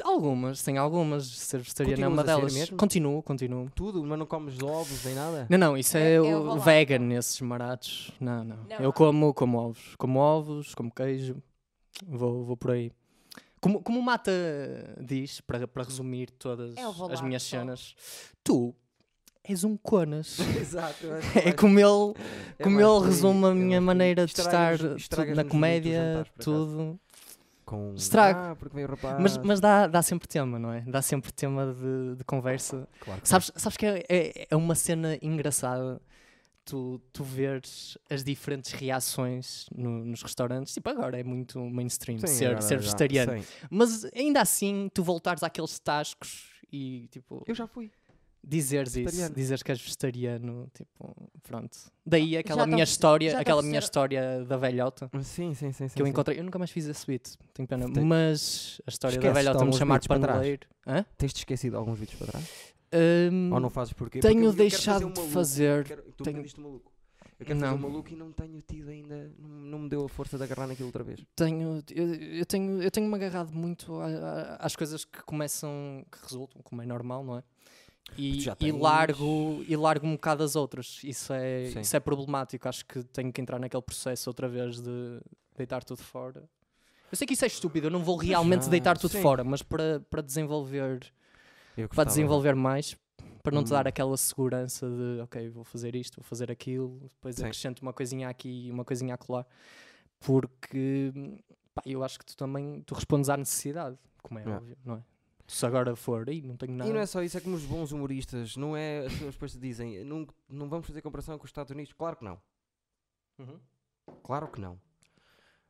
[SPEAKER 2] algumas, tem algumas. Ser vegetariana é
[SPEAKER 1] Continuas
[SPEAKER 2] uma
[SPEAKER 1] a ser
[SPEAKER 2] delas.
[SPEAKER 1] mesmo?
[SPEAKER 2] Continuo, continuo.
[SPEAKER 1] Tudo, mas não comes ovos nem nada?
[SPEAKER 2] Não, não, isso
[SPEAKER 3] É-
[SPEAKER 2] é,
[SPEAKER 3] é
[SPEAKER 2] o
[SPEAKER 3] ovo lá.
[SPEAKER 2] vegan, esses maratos. Não, não.
[SPEAKER 3] Não.
[SPEAKER 2] Eu como, como ovos. Como ovos, como queijo. Vou, vou por aí. Como, como o Mata diz, para, para resumir todas
[SPEAKER 3] É ovo
[SPEAKER 2] as
[SPEAKER 3] lá,
[SPEAKER 2] minhas
[SPEAKER 3] só.
[SPEAKER 2] cenas, tu és um conas.
[SPEAKER 1] Exato. eu acho que
[SPEAKER 2] é
[SPEAKER 1] mais-
[SPEAKER 2] como ele,
[SPEAKER 1] é
[SPEAKER 2] como
[SPEAKER 1] mais
[SPEAKER 2] ele
[SPEAKER 1] por aí,
[SPEAKER 2] resume
[SPEAKER 1] é
[SPEAKER 2] a minha
[SPEAKER 1] mais por aí.
[SPEAKER 2] maneira de estar
[SPEAKER 1] Estragas-
[SPEAKER 2] tudo
[SPEAKER 1] estragas-nos
[SPEAKER 2] na
[SPEAKER 1] muito os
[SPEAKER 2] comédia,
[SPEAKER 1] jantares, por acaso.
[SPEAKER 2] tudo.
[SPEAKER 1] Com...
[SPEAKER 2] Estrago.
[SPEAKER 1] Ah, porque veio o rapaz.
[SPEAKER 2] Mas, mas dá, dá sempre tema, não é? Dá sempre tema de- de conversa.
[SPEAKER 1] Claro que
[SPEAKER 2] Sabes, sabes que é, é, é uma cena engraçada. tu, tu veres as diferentes reações no- nos restaurantes. Tipo, agora é muito mainstream
[SPEAKER 1] Sim,
[SPEAKER 2] ser,
[SPEAKER 1] agora
[SPEAKER 2] ser
[SPEAKER 1] já,
[SPEAKER 2] vegetariano.
[SPEAKER 1] sim.
[SPEAKER 2] Mas ainda assim, tu voltares àqueles tascos e tipo,
[SPEAKER 1] Eu já fui.
[SPEAKER 2] dizeres isso,
[SPEAKER 1] vegetariano.
[SPEAKER 2] dizeres que és vegetariano, tipo, pronto.
[SPEAKER 1] Ah,
[SPEAKER 2] Daí aquela
[SPEAKER 3] Já
[SPEAKER 1] tá
[SPEAKER 3] te
[SPEAKER 2] minha
[SPEAKER 3] oferece- já
[SPEAKER 2] história,
[SPEAKER 3] te
[SPEAKER 2] aquela minha
[SPEAKER 3] ofereceram-
[SPEAKER 2] história da velhota
[SPEAKER 1] Sim, sim, sim. sim,
[SPEAKER 2] que eu
[SPEAKER 1] sim.
[SPEAKER 2] encontrei. Eu nunca mais fiz esse beat, tenho pena.
[SPEAKER 1] Tem-
[SPEAKER 2] Mas a história
[SPEAKER 1] Esquece,
[SPEAKER 2] da velhota
[SPEAKER 1] estão
[SPEAKER 2] me
[SPEAKER 1] uns
[SPEAKER 2] chamar
[SPEAKER 1] beats para trás.
[SPEAKER 2] paneleiro. Hã?
[SPEAKER 1] Tens-te esquecido alguns vídeos para trás?
[SPEAKER 2] Hum,
[SPEAKER 1] Ou não fazes porquê? Porque eu-
[SPEAKER 2] tenho
[SPEAKER 1] eu quero
[SPEAKER 2] deixado
[SPEAKER 1] um
[SPEAKER 2] de
[SPEAKER 1] maluco.
[SPEAKER 2] fazer.
[SPEAKER 1] Quero, tu
[SPEAKER 2] Tenho-
[SPEAKER 1] me pediste um maluco. Eu quero
[SPEAKER 2] Não.
[SPEAKER 1] fazer um maluco e não tenho tido ainda. Não, não me deu a força de agarrar naquilo outra vez.
[SPEAKER 2] Tenho, eu, eu tenho, eu tenho-me agarrado muito a- a- às coisas que começam, que resultam, como é normal, não é? E,
[SPEAKER 1] já
[SPEAKER 2] e
[SPEAKER 1] tens-
[SPEAKER 2] largo, e largo um bocado as outras. Isso é,
[SPEAKER 1] Sim.
[SPEAKER 2] isso é problemático. Acho que tenho que entrar naquele processo outra vez de deitar tudo fora. Eu sei que isso é estúpido, eu não vou realmente
[SPEAKER 1] já,
[SPEAKER 2] deitar tudo
[SPEAKER 1] sim.
[SPEAKER 2] fora, mas para, para desenvolver,
[SPEAKER 1] Eu
[SPEAKER 2] para
[SPEAKER 1] gostava.
[SPEAKER 2] desenvolver mais, para não te dar
[SPEAKER 1] Tá Hum.
[SPEAKER 2] aquela segurança de, ok, vou fazer isto, vou fazer aquilo, depois
[SPEAKER 1] Sim.
[SPEAKER 2] acrescento uma coisinha aqui e uma coisinha acolá, porque pá, eu acho que tu também tu respondes à necessidade, como é
[SPEAKER 1] É.
[SPEAKER 2] óbvio, não é? Se agora for, aí não tenho nada.
[SPEAKER 1] E não é só isso, é como os bons humoristas, não é? As pessoas depois dizem, não, não vamos fazer comparação com os Estados Unidos. Claro que não.
[SPEAKER 2] Uhum.
[SPEAKER 1] Claro que não.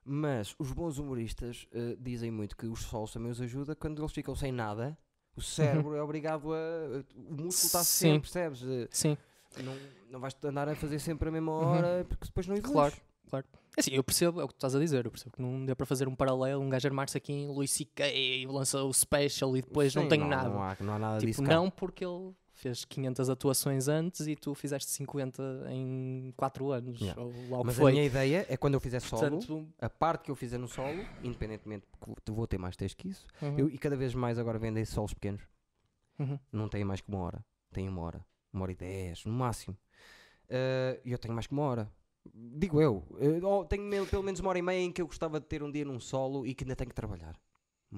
[SPEAKER 1] Mas os bons humoristas eh, dizem muito que os solos também os ajuda quando eles ficam sem nada. O cérebro é obrigado a. O músculo está
[SPEAKER 2] Uhum. Sim.
[SPEAKER 1] sempre, percebes? Eh,
[SPEAKER 2] Sim,
[SPEAKER 1] Não, não vais andar a fazer sempre a mesma
[SPEAKER 2] Uhum.
[SPEAKER 1] hora porque depois não evoluís.
[SPEAKER 2] claro. Claro. Assim, eu percebo, é o que tu estás a dizer, eu percebo que não deu para fazer um paralelo, um gajo armar-se aqui em Louis C.K. lança o special e depois não
[SPEAKER 1] Sim,
[SPEAKER 2] tenho nada.
[SPEAKER 1] Não há, não há nada disso.
[SPEAKER 2] Tipo,
[SPEAKER 1] cá.
[SPEAKER 2] não porque ele fez 500 atuações antes e tu fizeste 50 em 4 anos,
[SPEAKER 1] Yeah.
[SPEAKER 2] ou lá o que
[SPEAKER 1] Mas a
[SPEAKER 2] foi.
[SPEAKER 1] minha ideia é quando eu fizer solo,
[SPEAKER 2] Portanto,
[SPEAKER 1] a parte que eu fizer no solo, independentemente, porque vou ter mais texto que isso,
[SPEAKER 2] uhum,
[SPEAKER 1] eu, e cada vez mais agora vendem solos pequenos.
[SPEAKER 2] uhum.
[SPEAKER 1] não têm mais que uma hora. Têm uma hora, uma hora e dez, no máximo. Ah, E eu tenho mais que uma hora. Digo eu. Ah, ou tenho me- pelo menos uma hora e meia em que eu gostava de ter um dia num solo e que ainda tenho que trabalhar.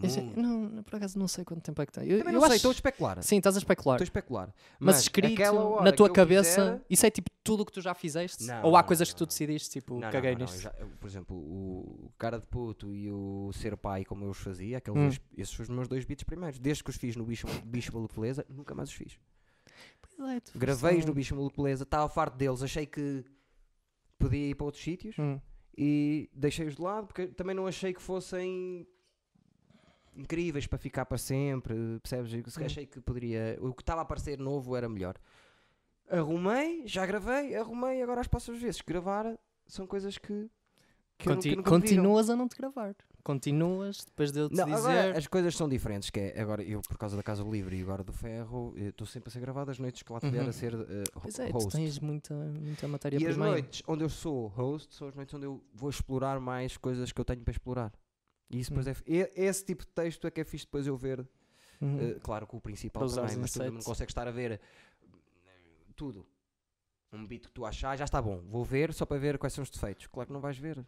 [SPEAKER 2] Eu sei-
[SPEAKER 1] Muito.
[SPEAKER 2] é, não, não, por acaso não sei quanto tempo é que tem. Eu,
[SPEAKER 1] Também
[SPEAKER 2] eu
[SPEAKER 1] não sei,
[SPEAKER 2] acho-
[SPEAKER 1] estou a especular. Estou
[SPEAKER 2] Sim, estás a especular.
[SPEAKER 1] a especular.
[SPEAKER 2] Mas, escrito
[SPEAKER 1] aquela hora
[SPEAKER 2] na
[SPEAKER 1] que
[SPEAKER 2] tua
[SPEAKER 1] eu
[SPEAKER 2] cabeça,
[SPEAKER 1] fizer-
[SPEAKER 2] isso é tipo tudo o que tu já fizeste?
[SPEAKER 1] Não,
[SPEAKER 2] Ou há
[SPEAKER 1] não,
[SPEAKER 2] coisas
[SPEAKER 1] não,
[SPEAKER 2] que tu
[SPEAKER 1] não.
[SPEAKER 2] decidiste, tipo,
[SPEAKER 1] Não, não,
[SPEAKER 2] caguei
[SPEAKER 1] não, não,
[SPEAKER 2] nisto?
[SPEAKER 1] já- eu, por exemplo, o o Cara de Puto e o Ser Pai, como eu os fazia, aqueles
[SPEAKER 2] Hum.
[SPEAKER 1] dois- esses foram os meus dois beats primeiros. Desde que os fiz no Bicho, bicho Maluco Beleza, nunca mais os fiz.
[SPEAKER 2] Pois é, tu foste
[SPEAKER 1] Gravei-os
[SPEAKER 2] um-
[SPEAKER 1] no Bicho Maluco Beleza, estava farto deles, achei que podia ir para outros sítios.
[SPEAKER 2] Hum.
[SPEAKER 1] e deixei-os de lado porque também não achei que fossem incríveis para ficar para sempre, percebes? Eu se-
[SPEAKER 2] Uhum.
[SPEAKER 1] Achei que poderia, o que estava a parecer novo era melhor. Arrumei, já gravei, arrumei, agora as próximas vezes que gravar são coisas que, que, eu nu- que nunca
[SPEAKER 2] Conti-
[SPEAKER 1] me viram.
[SPEAKER 2] Continuas a não te gravar. Continuas, depois de eu te
[SPEAKER 1] Não, agora
[SPEAKER 2] dizer.
[SPEAKER 1] as coisas são diferentes, que é agora eu por causa da Casa Livre e agora do Ferro, eh, estou sempre a ser gravado as noites que lá tiver
[SPEAKER 2] Uhum.
[SPEAKER 1] a ser eh, ho-
[SPEAKER 2] Pois é, tu
[SPEAKER 1] host.
[SPEAKER 2] tens muita, muita
[SPEAKER 1] E as
[SPEAKER 2] matéria-prima aí.
[SPEAKER 1] noites onde eu sou host são as noites onde eu vou explorar mais coisas que eu tenho para explorar. E isso depois é. fi- e- Esse tipo de texto é que é fixe depois eu ver.
[SPEAKER 2] Uhum.
[SPEAKER 1] eh, claro que o principal
[SPEAKER 2] Para usares
[SPEAKER 1] também, mas tu não
[SPEAKER 2] insights.
[SPEAKER 1] consegues estar a ver eh, tudo. Um beat que tu achar, já está bom. Vou ver só para ver quais são os defeitos. Claro que não vais ver.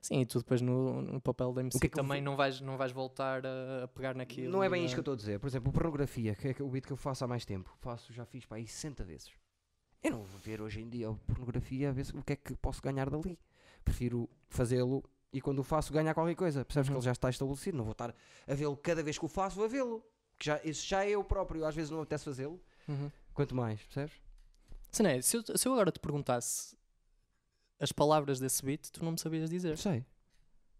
[SPEAKER 2] Sim, e tu depois no, no papel da MC
[SPEAKER 1] que é que eu
[SPEAKER 2] também
[SPEAKER 1] vi-
[SPEAKER 2] não, vais, não vais voltar a, a pegar naquilo.
[SPEAKER 1] não é bem
[SPEAKER 2] e
[SPEAKER 1] isto que eu
[SPEAKER 2] a-
[SPEAKER 1] estou a dizer. Por exemplo, pornografia, que é que- o beat que eu faço há mais tempo. Faço, já fiz para aí 60 vezes. Eu não vou ver hoje em dia a pornografia a ver se- o que é que posso ganhar dali. Prefiro fazê-lo e quando o faço ganhar qualquer coisa. Percebes que
[SPEAKER 2] Uhum.
[SPEAKER 1] ele já está estabelecido. Não vou estar a vê-lo cada vez que o faço, vou a vê-lo. Que já, isso já é eu próprio. Às vezes não me apetece fazê-lo.
[SPEAKER 2] Uhum.
[SPEAKER 1] Quanto mais, percebes?
[SPEAKER 2] Se, não é, se, eu, se eu agora te perguntasse as palavras desse beat, tu não me sabias dizer.
[SPEAKER 1] Sei.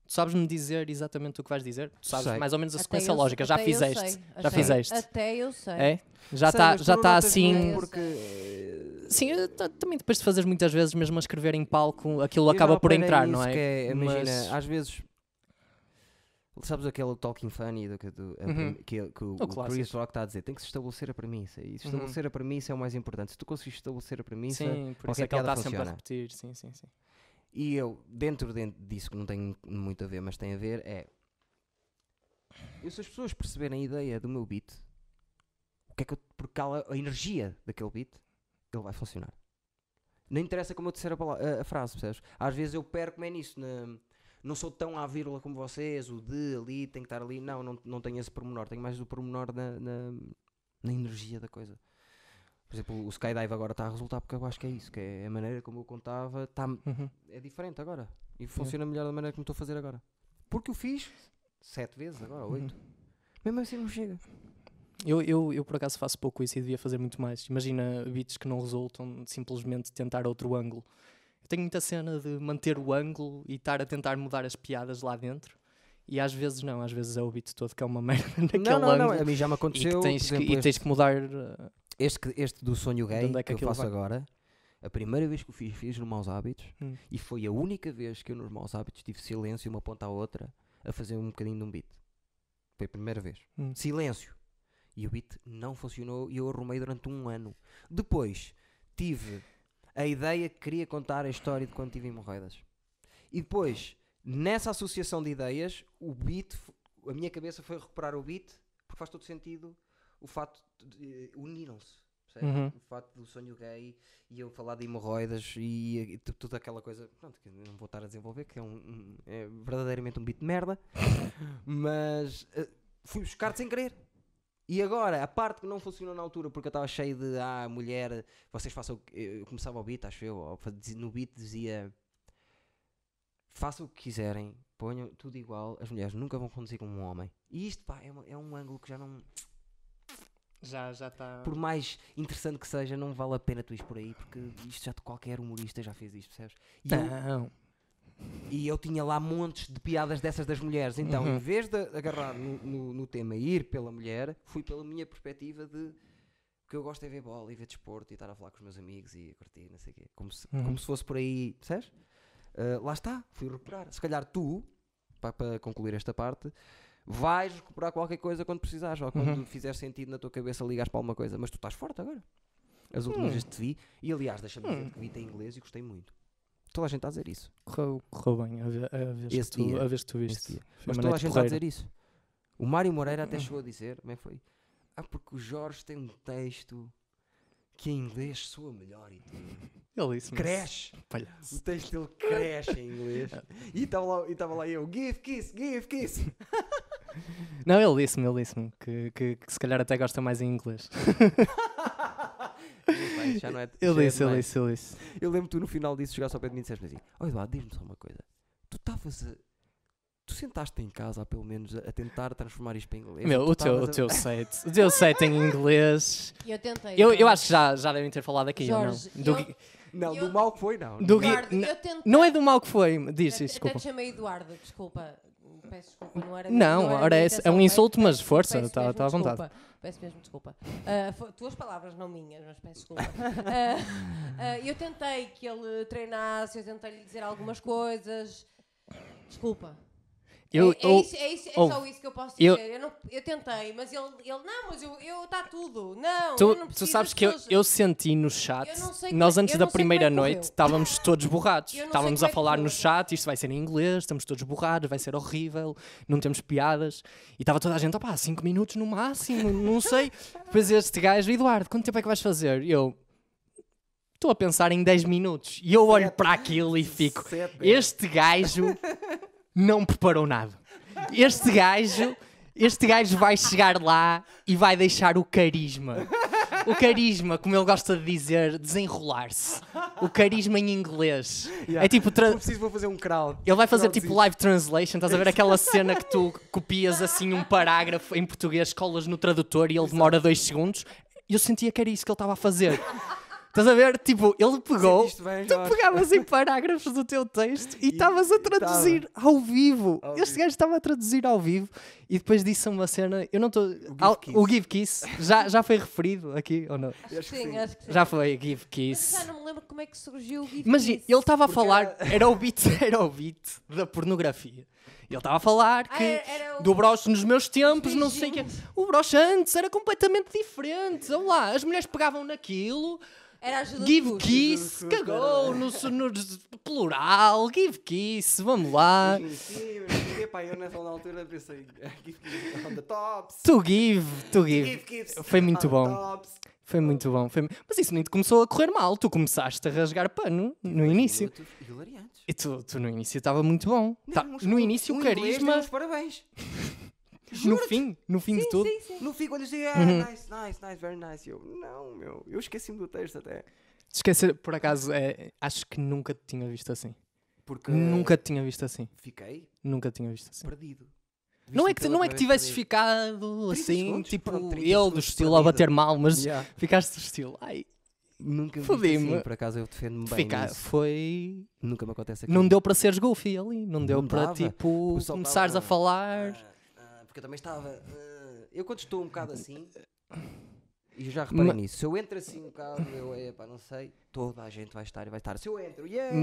[SPEAKER 2] Tu sabes-me dizer exatamente o que vais dizer? Tu sabes
[SPEAKER 1] Sei.
[SPEAKER 2] mais ou menos a
[SPEAKER 3] Até
[SPEAKER 2] sequência
[SPEAKER 3] eu-
[SPEAKER 2] lógica. Já
[SPEAKER 3] até eu sei,
[SPEAKER 2] fizeste.
[SPEAKER 3] até
[SPEAKER 2] já
[SPEAKER 3] eu-
[SPEAKER 2] fizeste.
[SPEAKER 3] Até eu sei.
[SPEAKER 2] É? Já
[SPEAKER 1] Sei,
[SPEAKER 2] está
[SPEAKER 1] mas tu
[SPEAKER 2] já
[SPEAKER 1] não
[SPEAKER 2] tá
[SPEAKER 1] notas muito
[SPEAKER 2] assim.
[SPEAKER 3] Eu
[SPEAKER 1] Porque. eh,
[SPEAKER 2] Sim, eu ta- também depois de fazeres muitas vezes, mesmo a escrever em palco, aquilo
[SPEAKER 1] Eu
[SPEAKER 2] acaba
[SPEAKER 1] já
[SPEAKER 2] por
[SPEAKER 1] reparei
[SPEAKER 2] entrar, não
[SPEAKER 1] nisso,
[SPEAKER 2] é?
[SPEAKER 1] que imagina,
[SPEAKER 2] Mas-
[SPEAKER 1] às vezes. Sabes aquele Talking Funny do, que- do- a
[SPEAKER 2] Uhum.
[SPEAKER 1] premi- que, que o,
[SPEAKER 2] O
[SPEAKER 1] o
[SPEAKER 2] clássico.
[SPEAKER 1] Chris Rock está a dizer? Tem que se estabelecer a premissa. E se
[SPEAKER 2] Uhum.
[SPEAKER 1] estabelecer a premissa é o mais importante. Se tu conseguires estabelecer a premissa.
[SPEAKER 2] Sim, por isso
[SPEAKER 1] qualquer
[SPEAKER 2] é que ele
[SPEAKER 1] piada
[SPEAKER 2] está sempre a
[SPEAKER 1] funciona.
[SPEAKER 2] repetir. Sim, sim, sim.
[SPEAKER 1] E eu, dentro, de- disso que não tem muito a ver, mas tem a ver, é. Eu, se as pessoas perceberem a ideia do meu beat, o que é que eu. Por causa a energia daquele beat, ele vai funcionar. Não interessa como eu disser a, pala- a- a frase, percebes? Às vezes eu perco-me é nisso. na- não sou tão à vírgula como vocês, o de ali, tem que estar ali. Não, não, não tenho esse pormenor. Tenho mais o pormenor na, na, na energia da coisa. Por exemplo, o Skydive agora está a resultar porque eu acho que é isso, que é a maneira como eu contava, está
[SPEAKER 2] Uhum.
[SPEAKER 1] é diferente agora. E funciona melhor da maneira como estou a fazer agora. Porque eu fiz sete vezes agora, oito.
[SPEAKER 2] Uhum.
[SPEAKER 1] Mesmo assim não chega.
[SPEAKER 2] Eu, eu, eu por acaso faço pouco isso e devia fazer muito mais. Imagina beats que não resultam de simplesmente tentar outro ângulo. Eu tenho muita cena de manter o ângulo e estar a tentar mudar as piadas lá dentro. E às vezes não, às vezes é o beat todo que é uma merda naquele
[SPEAKER 1] Não, não, não,
[SPEAKER 2] ângulo.
[SPEAKER 1] a mim já me
[SPEAKER 2] E que
[SPEAKER 1] aconteceu.
[SPEAKER 2] tens,
[SPEAKER 1] por
[SPEAKER 2] que,
[SPEAKER 1] exemplo,
[SPEAKER 2] e tens que mudar. uh,
[SPEAKER 1] Este, que- este do sonho
[SPEAKER 2] De
[SPEAKER 1] gay
[SPEAKER 2] onde é que
[SPEAKER 1] que, eu
[SPEAKER 2] aquilo
[SPEAKER 1] faço
[SPEAKER 2] vai?
[SPEAKER 1] agora, a primeira vez que o fiz, fiz nos Maus Hábitos
[SPEAKER 2] Hum.
[SPEAKER 1] e foi a única vez que eu nos Maus Hábitos tive silêncio uma ponta à outra a fazer um bocadinho de um beat. Foi a primeira vez.
[SPEAKER 2] Hum.
[SPEAKER 1] Silêncio. E o beat não funcionou e eu arrumei durante um ano. Depois tive a ideia que queria contar a história de quando tive hemorroidas. E depois, nessa associação de ideias, o beat, f- a minha cabeça foi recuperar o beat porque faz todo sentido o facto de eh, uniram-se. percebes?
[SPEAKER 2] Uhum.
[SPEAKER 1] O facto do sonho gay e eu falar de hemorroidas e, eh, tu- toda aquela coisa. Pronto, que não vou estar a desenvolver, que é, um, um- é verdadeiramente um beat de merda. mas eh, fui buscar sem querer. E agora, a parte que não funcionou na altura porque eu estava cheio de ah, mulher, vocês façam o que. Eu começava o beat, acho eu, ou fa- dizi- no beat dizia façam o que quiserem, ponham tudo igual, as mulheres nunca vão conduzir como um homem. E isto, pá, é, uma- é um ângulo que já não.
[SPEAKER 2] Já tá. está.
[SPEAKER 1] Por mais interessante que seja, não vale a pena tu ires por aí, porque isto já de qualquer humorista já fez isto, percebes? E
[SPEAKER 2] Tá.
[SPEAKER 1] eu-
[SPEAKER 2] Não.
[SPEAKER 1] e eu tinha lá montes de piadas dessas das mulheres. Então,
[SPEAKER 2] Uhum.
[SPEAKER 1] em vez de agarrar no, no- no tema e ir pela mulher, fui pela minha perspectiva de o que eu gosto é ver bola e ver desporto e estar a falar com os meus amigos e a curtir, não sei o quê. Como se,
[SPEAKER 2] Uhum.
[SPEAKER 1] como se fosse por aí, percebes? Ah, lá está, fui recuperar. Se calhar tu, pa- para concluir esta parte, vais recuperar qualquer coisa quando precisares ou quando
[SPEAKER 2] Uhum.
[SPEAKER 1] fizer sentido na tua cabeça ligares para alguma coisa. Mas tu estás forte agora. As últimas
[SPEAKER 2] Hum.
[SPEAKER 1] vezes te vi, e aliás, deixa-me dizer que vi em inglês e gostei muito. Toda a gente está a dizer isso.
[SPEAKER 2] Correu, correu bem a, ve- a vez que
[SPEAKER 1] Esse
[SPEAKER 2] tu,
[SPEAKER 1] dia.
[SPEAKER 2] a vez que tu
[SPEAKER 1] Esse
[SPEAKER 2] viste.
[SPEAKER 1] dia.
[SPEAKER 2] Foi
[SPEAKER 1] Mas
[SPEAKER 2] uma
[SPEAKER 1] toda a
[SPEAKER 2] noite
[SPEAKER 1] gente está a
[SPEAKER 2] porreira.
[SPEAKER 1] dizer isso. O Mário Moreira até chegou a dizer, como é que foi? Ah, porque o Jorge tem um texto que em inglês soa melhor e tudo.
[SPEAKER 2] Ele disse
[SPEAKER 1] Cresce!
[SPEAKER 2] Palhaço.
[SPEAKER 1] O texto dele cresce em inglês. E estava lá, e estava lá eu, give kiss, give kiss.
[SPEAKER 2] Não, ele disse-me, ele disse-me que, que, que se calhar até gosta mais em inglês.
[SPEAKER 1] já não é,
[SPEAKER 2] Ele
[SPEAKER 1] já é
[SPEAKER 2] disse, ele
[SPEAKER 1] demais.
[SPEAKER 2] disse, ele disse.
[SPEAKER 1] Eu lembro tu no final disso chegaste ao pé de mim e disseste assim: Ó Eduardo, diz-me só uma coisa. Tu estavas a. Tu sentaste em casa, há pelo menos, a a tentar transformar isto para inglês.
[SPEAKER 2] Meu,
[SPEAKER 1] Ou tu estavas
[SPEAKER 2] o teu, o
[SPEAKER 1] a-
[SPEAKER 2] teu set. O teu set em inglês.
[SPEAKER 3] Eu tentei.
[SPEAKER 2] Eu, eu
[SPEAKER 3] Jorge.
[SPEAKER 2] acho que já, já devem ter falado aqui, ou
[SPEAKER 3] Jorge,
[SPEAKER 2] não? Do
[SPEAKER 3] eu-
[SPEAKER 2] gui-
[SPEAKER 1] Não,
[SPEAKER 3] Eu-
[SPEAKER 1] do mal que foi, não.
[SPEAKER 2] do gui-
[SPEAKER 3] Eduardo,
[SPEAKER 2] n-
[SPEAKER 3] eu tentei.
[SPEAKER 2] Não é do mal que foi, diz
[SPEAKER 3] Até-
[SPEAKER 2] isso, desculpa.
[SPEAKER 3] Até te chamei Eduardo, desculpa. Peço desculpa, não era
[SPEAKER 2] Não,
[SPEAKER 3] era a
[SPEAKER 2] ora,
[SPEAKER 3] minha
[SPEAKER 2] é, é
[SPEAKER 3] intenção,
[SPEAKER 2] um
[SPEAKER 3] peço-
[SPEAKER 2] insulto, mas força,
[SPEAKER 3] peço
[SPEAKER 2] está
[SPEAKER 3] mesmo
[SPEAKER 2] tá à vontade.
[SPEAKER 3] desculpa, Peço mesmo desculpa. Ah, fo- tuas palavras, não minhas, mas peço desculpa. Ah, ah, eu tentei que ele treinasse, eu tentei lhe dizer algumas coisas. Desculpa.
[SPEAKER 2] Eu,
[SPEAKER 3] é, é
[SPEAKER 2] eu-
[SPEAKER 3] isso- é isso- é só
[SPEAKER 2] ouve.
[SPEAKER 3] isso que eu posso dizer.
[SPEAKER 2] Eu-
[SPEAKER 3] Eu, não, eu tentei, mas ele, ele, não, mas eu, eu está tudo. Não, eu
[SPEAKER 2] tu,
[SPEAKER 3] não
[SPEAKER 2] tu
[SPEAKER 3] preciso,
[SPEAKER 2] sabes
[SPEAKER 3] as
[SPEAKER 2] que eu,
[SPEAKER 3] pessoas-
[SPEAKER 2] eu senti no chat,
[SPEAKER 3] Eu não sei como
[SPEAKER 2] nós
[SPEAKER 3] é-
[SPEAKER 2] antes
[SPEAKER 3] eu
[SPEAKER 2] da
[SPEAKER 3] não sei
[SPEAKER 2] primeira
[SPEAKER 3] como é que
[SPEAKER 2] noite
[SPEAKER 3] correu.
[SPEAKER 2] estávamos todos borrados.
[SPEAKER 3] Eu não sei
[SPEAKER 2] Estávamos
[SPEAKER 3] como
[SPEAKER 2] a
[SPEAKER 3] é que
[SPEAKER 2] falar no
[SPEAKER 3] correu.
[SPEAKER 2] chat, isto vai ser em inglês, estamos todos borrados, vai ser horrível, não temos piadas. E estava toda a gente, opá, 5 minutos no máximo, não sei. Depois este gajo, Eduardo, quanto tempo é que vais fazer? E eu, estou a pensar em 10 minutos. E eu olho para aquilo e fico,
[SPEAKER 1] Sete, né?
[SPEAKER 2] este gajo não preparou nada. Este gajo, este gajo vai chegar lá e vai deixar o carisma. O carisma, como ele gosta de dizer, desenrolar-se. O carisma em inglês.
[SPEAKER 1] Yeah.
[SPEAKER 2] É tipo. tra-
[SPEAKER 1] Eu preciso, vou fazer um crowd.
[SPEAKER 2] Ele vai fazer
[SPEAKER 1] Não
[SPEAKER 2] tipo
[SPEAKER 1] desisto.
[SPEAKER 2] live translation, estás a ver aquela cena que tu copias assim um parágrafo em português, colas no tradutor e ele demora dois segundos. Eu sentia que era isso que ele estava a fazer. Estás a ver? Tipo, ele pegou.
[SPEAKER 1] Sentiste bem,
[SPEAKER 2] Tu
[SPEAKER 1] Jorge?
[SPEAKER 2] pegavas em parágrafos do teu texto e estavas a
[SPEAKER 1] e tava.
[SPEAKER 2] traduzir ao vivo.
[SPEAKER 1] Ao
[SPEAKER 2] este
[SPEAKER 1] vivo.
[SPEAKER 2] gajo estava a traduzir ao vivo e depois disse uma cena. Eu não estou.
[SPEAKER 1] Give Kiss.
[SPEAKER 2] O Give Kiss já, já foi referido aqui ou não?
[SPEAKER 3] Acho que
[SPEAKER 1] Acho que
[SPEAKER 3] sim,
[SPEAKER 1] sim.
[SPEAKER 3] acho que sim.
[SPEAKER 2] Já foi Give
[SPEAKER 3] Mas
[SPEAKER 2] Kiss.
[SPEAKER 3] eu já não me lembro como é que surgiu o Give
[SPEAKER 2] Mas
[SPEAKER 3] Kiss.
[SPEAKER 2] ele estava a
[SPEAKER 1] Porque
[SPEAKER 2] falar, era o beat, era o beat da pornografia. Ele estava a falar
[SPEAKER 3] Ah,
[SPEAKER 2] que
[SPEAKER 3] era- era o-
[SPEAKER 2] do broche nos meus tempos, não sei o quê.
[SPEAKER 3] beijinhos.
[SPEAKER 2] O broche antes era completamente diferente. Olha lá, as mulheres pegavam naquilo,
[SPEAKER 3] Era a ajuda de
[SPEAKER 2] give
[SPEAKER 3] custo.
[SPEAKER 2] kiss, cagou no, su- no plural, give kiss, vamos lá.
[SPEAKER 1] Sim, mas epá, eu nessa altura pensei "Ah, give kiss on the tops.
[SPEAKER 2] To give, to give.
[SPEAKER 1] Give kiss
[SPEAKER 2] Foi muito
[SPEAKER 1] on
[SPEAKER 2] bom.
[SPEAKER 1] the tops.
[SPEAKER 2] Foi muito bom. foi- Mas isso nem te começou a correr mal. Tu começaste a rasgar pano no início.
[SPEAKER 1] Minutos Hilariantes.
[SPEAKER 2] E tu, tu no início estava muito bom. Tá-
[SPEAKER 1] Não, mas
[SPEAKER 2] no início o
[SPEAKER 1] inglês tem
[SPEAKER 2] carisma.
[SPEAKER 1] uns é um parabéns.
[SPEAKER 2] no fim, no fim de
[SPEAKER 3] Sim,
[SPEAKER 2] tudo.
[SPEAKER 3] sim, sim.
[SPEAKER 1] No fim, quando eu dizia,
[SPEAKER 2] Uhum.
[SPEAKER 1] ah, nice, nice, nice, very nice. E Eu, não, meu, eu esqueci-me do texto até.
[SPEAKER 2] te Esquecer, por acaso, é, acho que nunca te tinha visto assim.
[SPEAKER 1] Porque
[SPEAKER 2] Nunca te tinha visto assim.
[SPEAKER 1] fiquei
[SPEAKER 2] Nunca te tinha visto assim.
[SPEAKER 1] perdido.
[SPEAKER 2] Não é que,
[SPEAKER 1] pela
[SPEAKER 2] não é que
[SPEAKER 1] primeira
[SPEAKER 2] tivesses
[SPEAKER 1] vez.
[SPEAKER 2] ficado
[SPEAKER 1] 30
[SPEAKER 2] assim,
[SPEAKER 1] segundos,
[SPEAKER 2] tipo,
[SPEAKER 1] pronto, 30
[SPEAKER 2] eu do
[SPEAKER 1] segundos
[SPEAKER 2] estilo
[SPEAKER 1] para
[SPEAKER 2] a
[SPEAKER 1] vida.
[SPEAKER 2] bater mal, mas
[SPEAKER 1] Yeah.
[SPEAKER 2] ficaste do estilo. Ai,
[SPEAKER 1] Nunca me vi
[SPEAKER 2] Fodi-me.
[SPEAKER 1] assim, por acaso eu defendo-me bem.
[SPEAKER 2] fica,
[SPEAKER 1] nisso.
[SPEAKER 2] foi.
[SPEAKER 1] Nunca me acontece aqui.
[SPEAKER 2] Não deu para seres goofy ali, não deu
[SPEAKER 1] Não
[SPEAKER 2] para
[SPEAKER 1] dava.
[SPEAKER 2] tipo
[SPEAKER 1] Eu só
[SPEAKER 2] começares
[SPEAKER 1] tava-
[SPEAKER 2] a falar.
[SPEAKER 1] Ah, ah, porque eu também estava. ah, eu quando estou um bocado assim. E já reparei
[SPEAKER 2] Ma-
[SPEAKER 1] nisso. Se eu entro assim um bocado, eu, epá, não sei, toda a gente vai estar e vai estar. Se eu entro, yeah!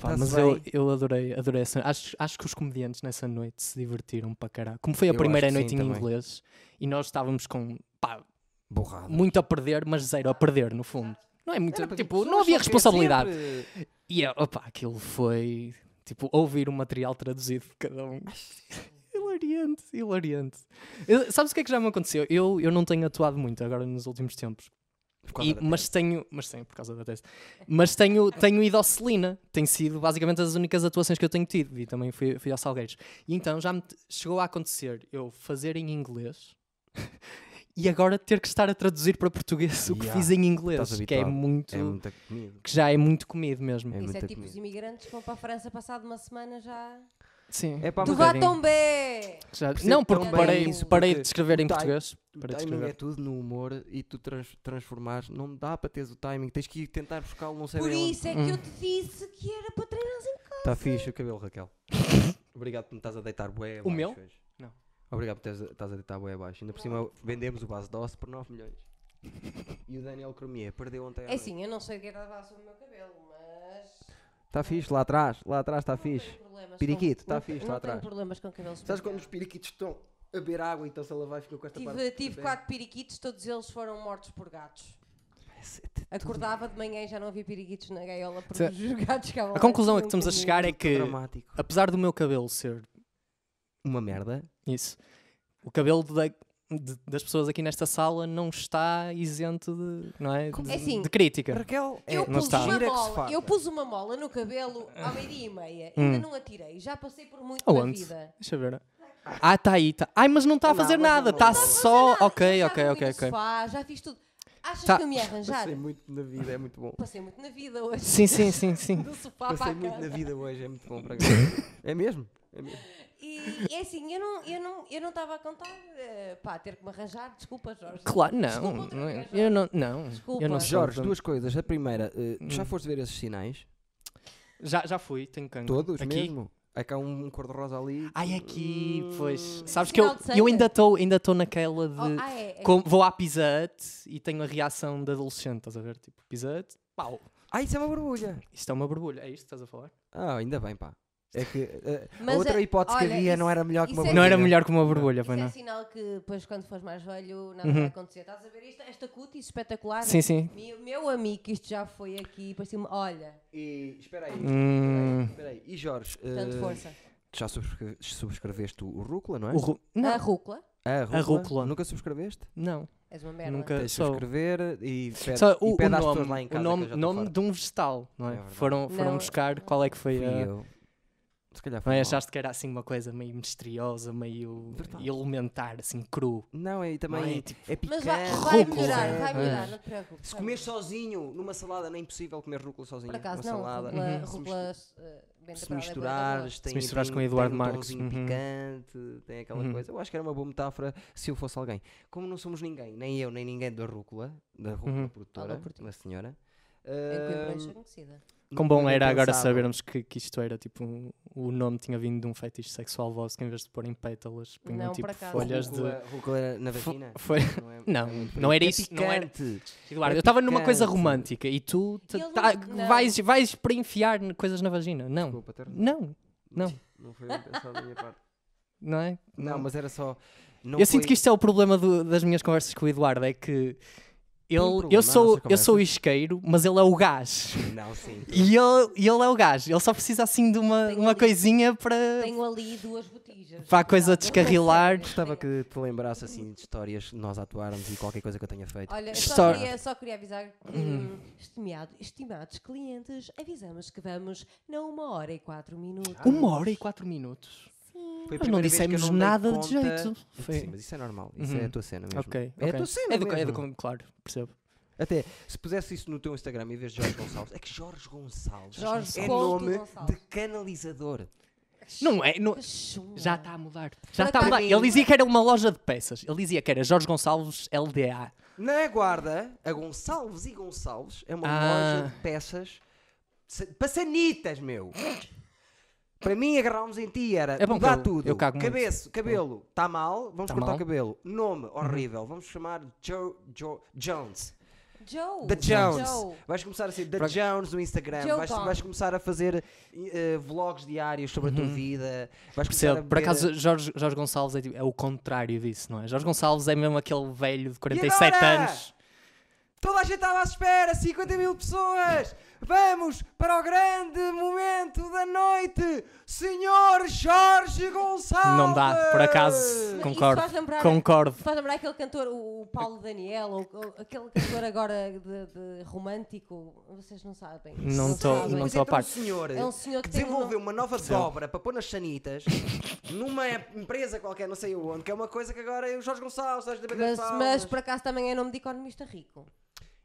[SPEAKER 2] Pá,
[SPEAKER 1] Tá-se
[SPEAKER 2] mas eu,
[SPEAKER 1] bem.
[SPEAKER 2] eu adorei, adorei essa Acho, acho que os comediantes nessa noite se divertiram para caralho. Como foi a
[SPEAKER 1] Eu acho
[SPEAKER 2] primeira
[SPEAKER 1] que sim
[SPEAKER 2] noite em
[SPEAKER 1] também.
[SPEAKER 2] inglês e nós estávamos com pá,
[SPEAKER 1] Borrado.
[SPEAKER 2] muito a perder, mas zero a perder, no fundo. Não é muito,
[SPEAKER 1] Era para
[SPEAKER 2] tipo,
[SPEAKER 1] pessoas
[SPEAKER 2] não
[SPEAKER 1] só querem
[SPEAKER 2] havia responsabilidade.
[SPEAKER 1] sempre-
[SPEAKER 2] E eu, opa, aquilo foi tipo ouvir o material traduzido de cada um. hilariante, hilariante. Eu- sabes o que é que já me aconteceu? Eu, eu não tenho atuado muito agora nos últimos tempos.
[SPEAKER 1] por causa
[SPEAKER 2] E-
[SPEAKER 1] da-
[SPEAKER 2] mas tenho, mas tenho, por causa da tese, mas tenho, tenho ido ao Celina, tem sido basicamente as únicas atuações que eu tenho tido, e também fui, fui ao Salgueiros. E então já me t- chegou a acontecer eu fazer em inglês e agora ter que estar a traduzir para português o que
[SPEAKER 1] Yeah,
[SPEAKER 2] fiz em inglês,
[SPEAKER 1] estás
[SPEAKER 2] que é
[SPEAKER 1] habituado.
[SPEAKER 2] muito,
[SPEAKER 1] É muita comida.
[SPEAKER 2] que já é muito comido mesmo.
[SPEAKER 1] É
[SPEAKER 3] Isso é
[SPEAKER 1] muita
[SPEAKER 3] tipo os
[SPEAKER 1] comida.
[SPEAKER 3] imigrantes que vão para a França passado uma semana já.
[SPEAKER 2] Sim.
[SPEAKER 1] É pá,
[SPEAKER 3] Tu
[SPEAKER 1] mas
[SPEAKER 3] vá
[SPEAKER 1] é-
[SPEAKER 3] tão bem!
[SPEAKER 2] Já-
[SPEAKER 1] percebo
[SPEAKER 2] Não, porque
[SPEAKER 3] tão bem
[SPEAKER 2] parei,
[SPEAKER 3] isso,
[SPEAKER 2] parei
[SPEAKER 1] porque
[SPEAKER 2] de escrever em
[SPEAKER 1] o time-
[SPEAKER 2] português.
[SPEAKER 1] O
[SPEAKER 2] Parei de
[SPEAKER 1] timing é
[SPEAKER 2] escrever.
[SPEAKER 1] tudo no humor e tu trans- transformares, não dá para teres o timing, tens que ir tentar buscá-lo, não sei
[SPEAKER 3] Por
[SPEAKER 1] bem onde.
[SPEAKER 3] isso é que eu te disse que era para treinar em casa.
[SPEAKER 1] Está Tá fixe o cabelo, Raquel. Obrigado por me estás a deitar bué abaixo
[SPEAKER 2] meu?
[SPEAKER 1] hoje.
[SPEAKER 2] Não.
[SPEAKER 1] Obrigado por teres- estás a deitar bué abaixo. Ainda por cima vendemos o base doce por 9 milhões. E o Daniel Cromier perdeu ontem à
[SPEAKER 3] É
[SPEAKER 1] noite.
[SPEAKER 3] assim, eu não sei o que é que estava sobre o meu cabelo, mas.
[SPEAKER 1] Está Tá fixe lá atrás, lá atrás está fixe.
[SPEAKER 3] Tenho problemas com-
[SPEAKER 1] Periquito,
[SPEAKER 3] não-
[SPEAKER 1] está fixe
[SPEAKER 3] não
[SPEAKER 1] lá atrás.
[SPEAKER 3] Tenho problemas com cabelos.
[SPEAKER 1] Sabes quando os periquitos estão a beber água então se ela vai ficar com esta parte?
[SPEAKER 3] Tive, tive quatro periquitos, todos eles foram mortos por gatos.
[SPEAKER 1] É assim,
[SPEAKER 3] Acordava de manhã e já não havia periquitos na gaiola porque
[SPEAKER 2] Sim.
[SPEAKER 3] os gatos ficavam assim um
[SPEAKER 2] A
[SPEAKER 3] lá
[SPEAKER 2] conclusão
[SPEAKER 3] em
[SPEAKER 2] a que estamos a
[SPEAKER 3] cima.
[SPEAKER 2] chegar é que,
[SPEAKER 1] Dramático.
[SPEAKER 2] apesar do meu cabelo ser
[SPEAKER 1] Uma merda.
[SPEAKER 2] Isso. O cabelo da- de- das pessoas aqui nesta sala não está isento de, não é?
[SPEAKER 3] Como
[SPEAKER 2] de,
[SPEAKER 3] assim?
[SPEAKER 2] de crítica.
[SPEAKER 1] Raquel, é
[SPEAKER 3] Eu
[SPEAKER 2] não
[SPEAKER 3] pus,
[SPEAKER 2] está.
[SPEAKER 3] uma
[SPEAKER 1] gira que se
[SPEAKER 3] mola,
[SPEAKER 1] faz. Hum.
[SPEAKER 3] eu pus uma mola no cabelo ao meio-dia e meia. Ainda não atirei. Já passei por muito na
[SPEAKER 2] Aonde?
[SPEAKER 3] vida.
[SPEAKER 2] Deixa eu ver. Ah, está aí. Tá. Ai, mas não está a
[SPEAKER 1] Não,
[SPEAKER 2] fazer
[SPEAKER 1] mas
[SPEAKER 2] nada.
[SPEAKER 1] não-
[SPEAKER 2] Está
[SPEAKER 1] não tá a fazer
[SPEAKER 2] só.
[SPEAKER 3] Já
[SPEAKER 2] Ok,
[SPEAKER 3] já
[SPEAKER 2] ok,
[SPEAKER 3] dormi
[SPEAKER 2] ok,
[SPEAKER 3] no
[SPEAKER 2] ok.
[SPEAKER 3] sofá, já fiz tudo. Achas
[SPEAKER 2] Tá.
[SPEAKER 3] que eu me ia arranjar?
[SPEAKER 1] Passei muito na vida, é muito bom.
[SPEAKER 3] Passei muito na vida hoje.
[SPEAKER 2] Sim, sim, sim, sim.
[SPEAKER 3] Do sofá para
[SPEAKER 1] Passei
[SPEAKER 3] a
[SPEAKER 1] muito na
[SPEAKER 3] cama.
[SPEAKER 1] vida hoje, é muito bom para cá. É mesmo? É mesmo.
[SPEAKER 3] E é assim, eu não estava não, eu não estava a contar. eh, pá, ter que me arranjar. Desculpa, Jorge.
[SPEAKER 2] Claro, não.
[SPEAKER 3] Desculpa, outra
[SPEAKER 2] não-
[SPEAKER 3] vez,
[SPEAKER 2] eu não. não
[SPEAKER 3] Desculpa.
[SPEAKER 2] eu não sou
[SPEAKER 1] Jorge,
[SPEAKER 2] de-
[SPEAKER 1] duas coisas. A primeira, eh,
[SPEAKER 2] Hum.
[SPEAKER 1] tu já foste ver esses sinais?
[SPEAKER 2] Já, já fui, tenho cancro.
[SPEAKER 1] Todos
[SPEAKER 2] Hum. aqui?
[SPEAKER 1] mesmo? É que há um cor-de-rosa ali.
[SPEAKER 2] Ai, aqui, pois. Sabes
[SPEAKER 3] Sinal
[SPEAKER 2] que eu,
[SPEAKER 3] Hum, de
[SPEAKER 2] eu
[SPEAKER 3] sangue.
[SPEAKER 2] ainda estou ainda tô naquela de.
[SPEAKER 3] Oh, ah, é, é.
[SPEAKER 2] com- vou à Pizza Hut e tenho a reação de adolescente, estás a ver? Tipo, Pizza Hut, pau.
[SPEAKER 1] Ah, isso é uma borbulha.
[SPEAKER 2] Isto é uma borbulha, é isto que estás a falar?
[SPEAKER 1] Ah, ainda bem, pá. É que eh, a
[SPEAKER 3] Mas
[SPEAKER 1] outra
[SPEAKER 3] a-
[SPEAKER 1] hipótese que
[SPEAKER 3] olha,
[SPEAKER 1] havia não
[SPEAKER 3] isso-
[SPEAKER 1] era melhor que uma
[SPEAKER 3] isso é-
[SPEAKER 1] borbulha.
[SPEAKER 2] Não era melhor que uma borbulha,
[SPEAKER 3] Isso
[SPEAKER 2] foi não? Uhum.
[SPEAKER 3] é sinal que depois quando fores mais velho nada vai acontecer. Estás a ver isto? Esta cutis espetacular.
[SPEAKER 2] Sim, sim.
[SPEAKER 3] Meu, meu amigo, que isto já foi aqui, parecia-me, olha,
[SPEAKER 1] E, espera aí.
[SPEAKER 2] Hum.
[SPEAKER 1] Espera aí. E Jorge, eh,
[SPEAKER 3] tanto força.
[SPEAKER 1] tu já subscre- subscreveste o o Rúcula, não é?
[SPEAKER 2] O ru- Não,
[SPEAKER 3] A rúcula,
[SPEAKER 1] A
[SPEAKER 2] A Rúcula.
[SPEAKER 1] Nunca subscreveste?
[SPEAKER 2] não.
[SPEAKER 3] és uma merda.
[SPEAKER 2] Nunca-
[SPEAKER 1] Tens de
[SPEAKER 2] só-
[SPEAKER 1] subscrever e pede,
[SPEAKER 2] Só
[SPEAKER 1] e
[SPEAKER 2] o,
[SPEAKER 1] pede
[SPEAKER 2] o
[SPEAKER 1] às
[SPEAKER 2] nome,
[SPEAKER 1] pessoas lá em
[SPEAKER 2] o
[SPEAKER 1] casa. que
[SPEAKER 2] nome,
[SPEAKER 1] eu já tô
[SPEAKER 2] nome
[SPEAKER 1] farto.
[SPEAKER 2] de um vegetal, não é?
[SPEAKER 1] É verdade.
[SPEAKER 2] foram foram
[SPEAKER 3] Não.
[SPEAKER 2] buscar qual é que foi
[SPEAKER 1] Fui
[SPEAKER 2] a.
[SPEAKER 1] eu. Se calhar
[SPEAKER 2] Não
[SPEAKER 1] foi
[SPEAKER 2] é?
[SPEAKER 1] mal.
[SPEAKER 2] Achaste que era assim uma coisa meio misteriosa, meio
[SPEAKER 1] Verdade.
[SPEAKER 2] elementar, assim, cru.
[SPEAKER 1] Não, é também
[SPEAKER 2] Não é,
[SPEAKER 1] é,
[SPEAKER 2] tipo-
[SPEAKER 1] picante.
[SPEAKER 3] Mas vai, vai
[SPEAKER 2] Rúcula.
[SPEAKER 3] melhorar, vai
[SPEAKER 2] É.
[SPEAKER 3] melhorar, não te preocupes.
[SPEAKER 1] Se
[SPEAKER 3] vai
[SPEAKER 1] comer
[SPEAKER 3] melhorar.
[SPEAKER 1] sozinho, numa salada, não é impossível comer rúcula sozinho.
[SPEAKER 3] por acaso
[SPEAKER 1] numa
[SPEAKER 3] não,
[SPEAKER 1] salada.
[SPEAKER 3] rúcula,
[SPEAKER 2] Uhum.
[SPEAKER 3] rúcula eh, bem
[SPEAKER 1] Se
[SPEAKER 3] temperada é boa, é boa.
[SPEAKER 1] misturares, tem,
[SPEAKER 2] misturares
[SPEAKER 1] tem-
[SPEAKER 2] com Eduardo
[SPEAKER 1] tem um
[SPEAKER 2] Marques,
[SPEAKER 1] tomzinho
[SPEAKER 2] uhum.
[SPEAKER 1] picante, tem aquela
[SPEAKER 2] Uhum.
[SPEAKER 1] coisa. Eu acho que era uma boa metáfora se eu fosse alguém. Como não somos ninguém, nem eu, nem ninguém da Rúcula, da Rúcula
[SPEAKER 2] Uhum.
[SPEAKER 1] produtora,
[SPEAKER 3] Alô, por ti.
[SPEAKER 1] uma senhora. hum, é
[SPEAKER 3] Em Coimbra, é
[SPEAKER 1] ahm,
[SPEAKER 3] enche a conhecida.
[SPEAKER 2] Quão bom
[SPEAKER 1] nem
[SPEAKER 2] era agora
[SPEAKER 1] pensava.
[SPEAKER 2] sabermos que, que isto era tipo. um- o nome tinha vindo de um fetiche sexual vosso que em vez de pôr em pétalas, punham
[SPEAKER 3] Não,
[SPEAKER 2] tipo
[SPEAKER 3] por acaso.
[SPEAKER 2] folhas de.
[SPEAKER 1] Rúcula, rúcula na
[SPEAKER 2] Fo-
[SPEAKER 1] vagina?
[SPEAKER 2] foi-
[SPEAKER 1] Não, é-
[SPEAKER 2] Não,
[SPEAKER 1] é muito
[SPEAKER 2] não era
[SPEAKER 1] bonito. É
[SPEAKER 2] isso, não era-
[SPEAKER 1] picante.
[SPEAKER 2] Eduardo,
[SPEAKER 1] É
[SPEAKER 2] eu estava numa coisa
[SPEAKER 1] picante.
[SPEAKER 2] romântica e tu te-
[SPEAKER 3] Ele não-
[SPEAKER 2] tá-
[SPEAKER 3] não.
[SPEAKER 2] vais, vais para enfiar n- coisas na vagina. Não,
[SPEAKER 1] Desculpa, ter-
[SPEAKER 2] não, não,
[SPEAKER 1] Não foi bem pensado da minha parte.
[SPEAKER 2] não é?
[SPEAKER 1] Não, mas era só. não
[SPEAKER 2] eu sinto
[SPEAKER 1] foi-
[SPEAKER 2] que isto é o problema do- das minhas conversas com o Eduardo, é que ele,
[SPEAKER 1] um problema
[SPEAKER 2] eu,
[SPEAKER 1] nas
[SPEAKER 2] sou,
[SPEAKER 1] nossas
[SPEAKER 2] eu sou o isqueiro, mas ele é o gás.
[SPEAKER 1] Não, sim.
[SPEAKER 2] E ele, e ele é o gás, ele só precisa assim de uma,
[SPEAKER 3] Tenho
[SPEAKER 2] uma
[SPEAKER 3] ali-
[SPEAKER 2] coisinha para,
[SPEAKER 3] Tenho ali duas botijas.
[SPEAKER 2] para a coisa
[SPEAKER 3] Cuidado.
[SPEAKER 2] descarrilar.
[SPEAKER 1] Gostava que te lembrasse assim de histórias que nós atuarmos e qualquer coisa que eu tenha feito.
[SPEAKER 3] Olha, eu
[SPEAKER 2] Só-
[SPEAKER 3] só queria, só queria avisar que, estimado- estimados clientes, avisamos que vamos na 1 hora e 4 minutos.
[SPEAKER 1] Ah,
[SPEAKER 2] Uma hora e quatro minutos.
[SPEAKER 1] Foi a
[SPEAKER 2] Mas não
[SPEAKER 1] primeira vez que eu
[SPEAKER 2] dissemos
[SPEAKER 1] não dei
[SPEAKER 2] nada de
[SPEAKER 1] conta-
[SPEAKER 2] jeito.
[SPEAKER 1] Sim,
[SPEAKER 2] Foi.
[SPEAKER 1] mas isso é normal. Isso é
[SPEAKER 2] Uhum.
[SPEAKER 1] a tua cena mesmo.
[SPEAKER 2] Ok,
[SPEAKER 1] É a
[SPEAKER 2] ok.
[SPEAKER 1] tua cena
[SPEAKER 2] É do, é do-
[SPEAKER 1] mesmo.
[SPEAKER 2] claro, percebo.
[SPEAKER 1] Até se pusesse isso no teu Instagram em vez de Jorge Gonçalves, é que Jorge Gonçalves
[SPEAKER 3] Jorge
[SPEAKER 1] é
[SPEAKER 3] Couto
[SPEAKER 1] nome
[SPEAKER 3] Gonçalves.
[SPEAKER 1] de canalizador.
[SPEAKER 2] Não é? Não...
[SPEAKER 3] Cachumba.
[SPEAKER 2] Já tá. está a mudar. Já
[SPEAKER 3] Por
[SPEAKER 2] está a mudar.
[SPEAKER 3] acaso-
[SPEAKER 2] Ele dizia que era uma loja de peças. Ele dizia que era Jorge Gonçalves LDA.
[SPEAKER 1] Na Guarda, a Gonçalves e Gonçalves é uma
[SPEAKER 2] Ah.
[SPEAKER 1] loja de peças se- passanitas, meu. Para mim, agarrarmos em ti era
[SPEAKER 2] É bom
[SPEAKER 1] mudar
[SPEAKER 2] que eu-
[SPEAKER 1] tudo.
[SPEAKER 2] eu cago muito.
[SPEAKER 1] Cabeço, cabelo, está mal, vamos
[SPEAKER 2] Tá
[SPEAKER 1] cortar
[SPEAKER 2] mal. Uhum.
[SPEAKER 1] o cabelo. Nome, horrível, vamos chamar Joe, Joe- Jones.
[SPEAKER 3] Joe.
[SPEAKER 1] The Jones.
[SPEAKER 3] Joe.
[SPEAKER 1] Vais começar a ser The Jones no Instagram.
[SPEAKER 3] Joe
[SPEAKER 1] Vais,
[SPEAKER 3] Bond.
[SPEAKER 1] vais começar a fazer eh, vlogs diários sobre a tua vida. Vais começar a
[SPEAKER 2] Percebo. Uhum. Por
[SPEAKER 1] beber-
[SPEAKER 2] acaso, Jorge, Jorge Gonçalves é, tipo- é o contrário disso, não é? Jorge Gonçalves é mesmo aquele velho de 47
[SPEAKER 1] agora?
[SPEAKER 2] anos.
[SPEAKER 1] Toda a gente estava à espera, 50 mil pessoas! Vamos para o grande momento da noite, Senhor Jorge Gonçalves!
[SPEAKER 2] Não dá, por acaso,
[SPEAKER 3] Mas
[SPEAKER 2] concordo.
[SPEAKER 3] isso faz lembrar-
[SPEAKER 2] Concordo.
[SPEAKER 3] Faz lembrar aquele cantor, o o Paulo Daniel, ou, ou aquele cantor agora de, de romântico. Vocês não sabem.
[SPEAKER 2] Não tô-
[SPEAKER 1] E
[SPEAKER 3] sabem.
[SPEAKER 2] não
[SPEAKER 1] depois
[SPEAKER 2] tô
[SPEAKER 1] entra
[SPEAKER 2] a
[SPEAKER 1] um
[SPEAKER 2] par.
[SPEAKER 1] senhor,
[SPEAKER 3] É um senhor
[SPEAKER 1] que
[SPEAKER 3] que tem um
[SPEAKER 1] desenvolveu
[SPEAKER 3] nome-
[SPEAKER 1] uma nova dobra para pôr nas sanitas numa empresa qualquer, não sei onde, que é uma coisa que agora é o Jorge Gonçalves, Jorge da
[SPEAKER 3] Mas,
[SPEAKER 1] Bandeira
[SPEAKER 3] mas
[SPEAKER 1] Gonçalves.
[SPEAKER 3] por acaso também é nome de economista rico.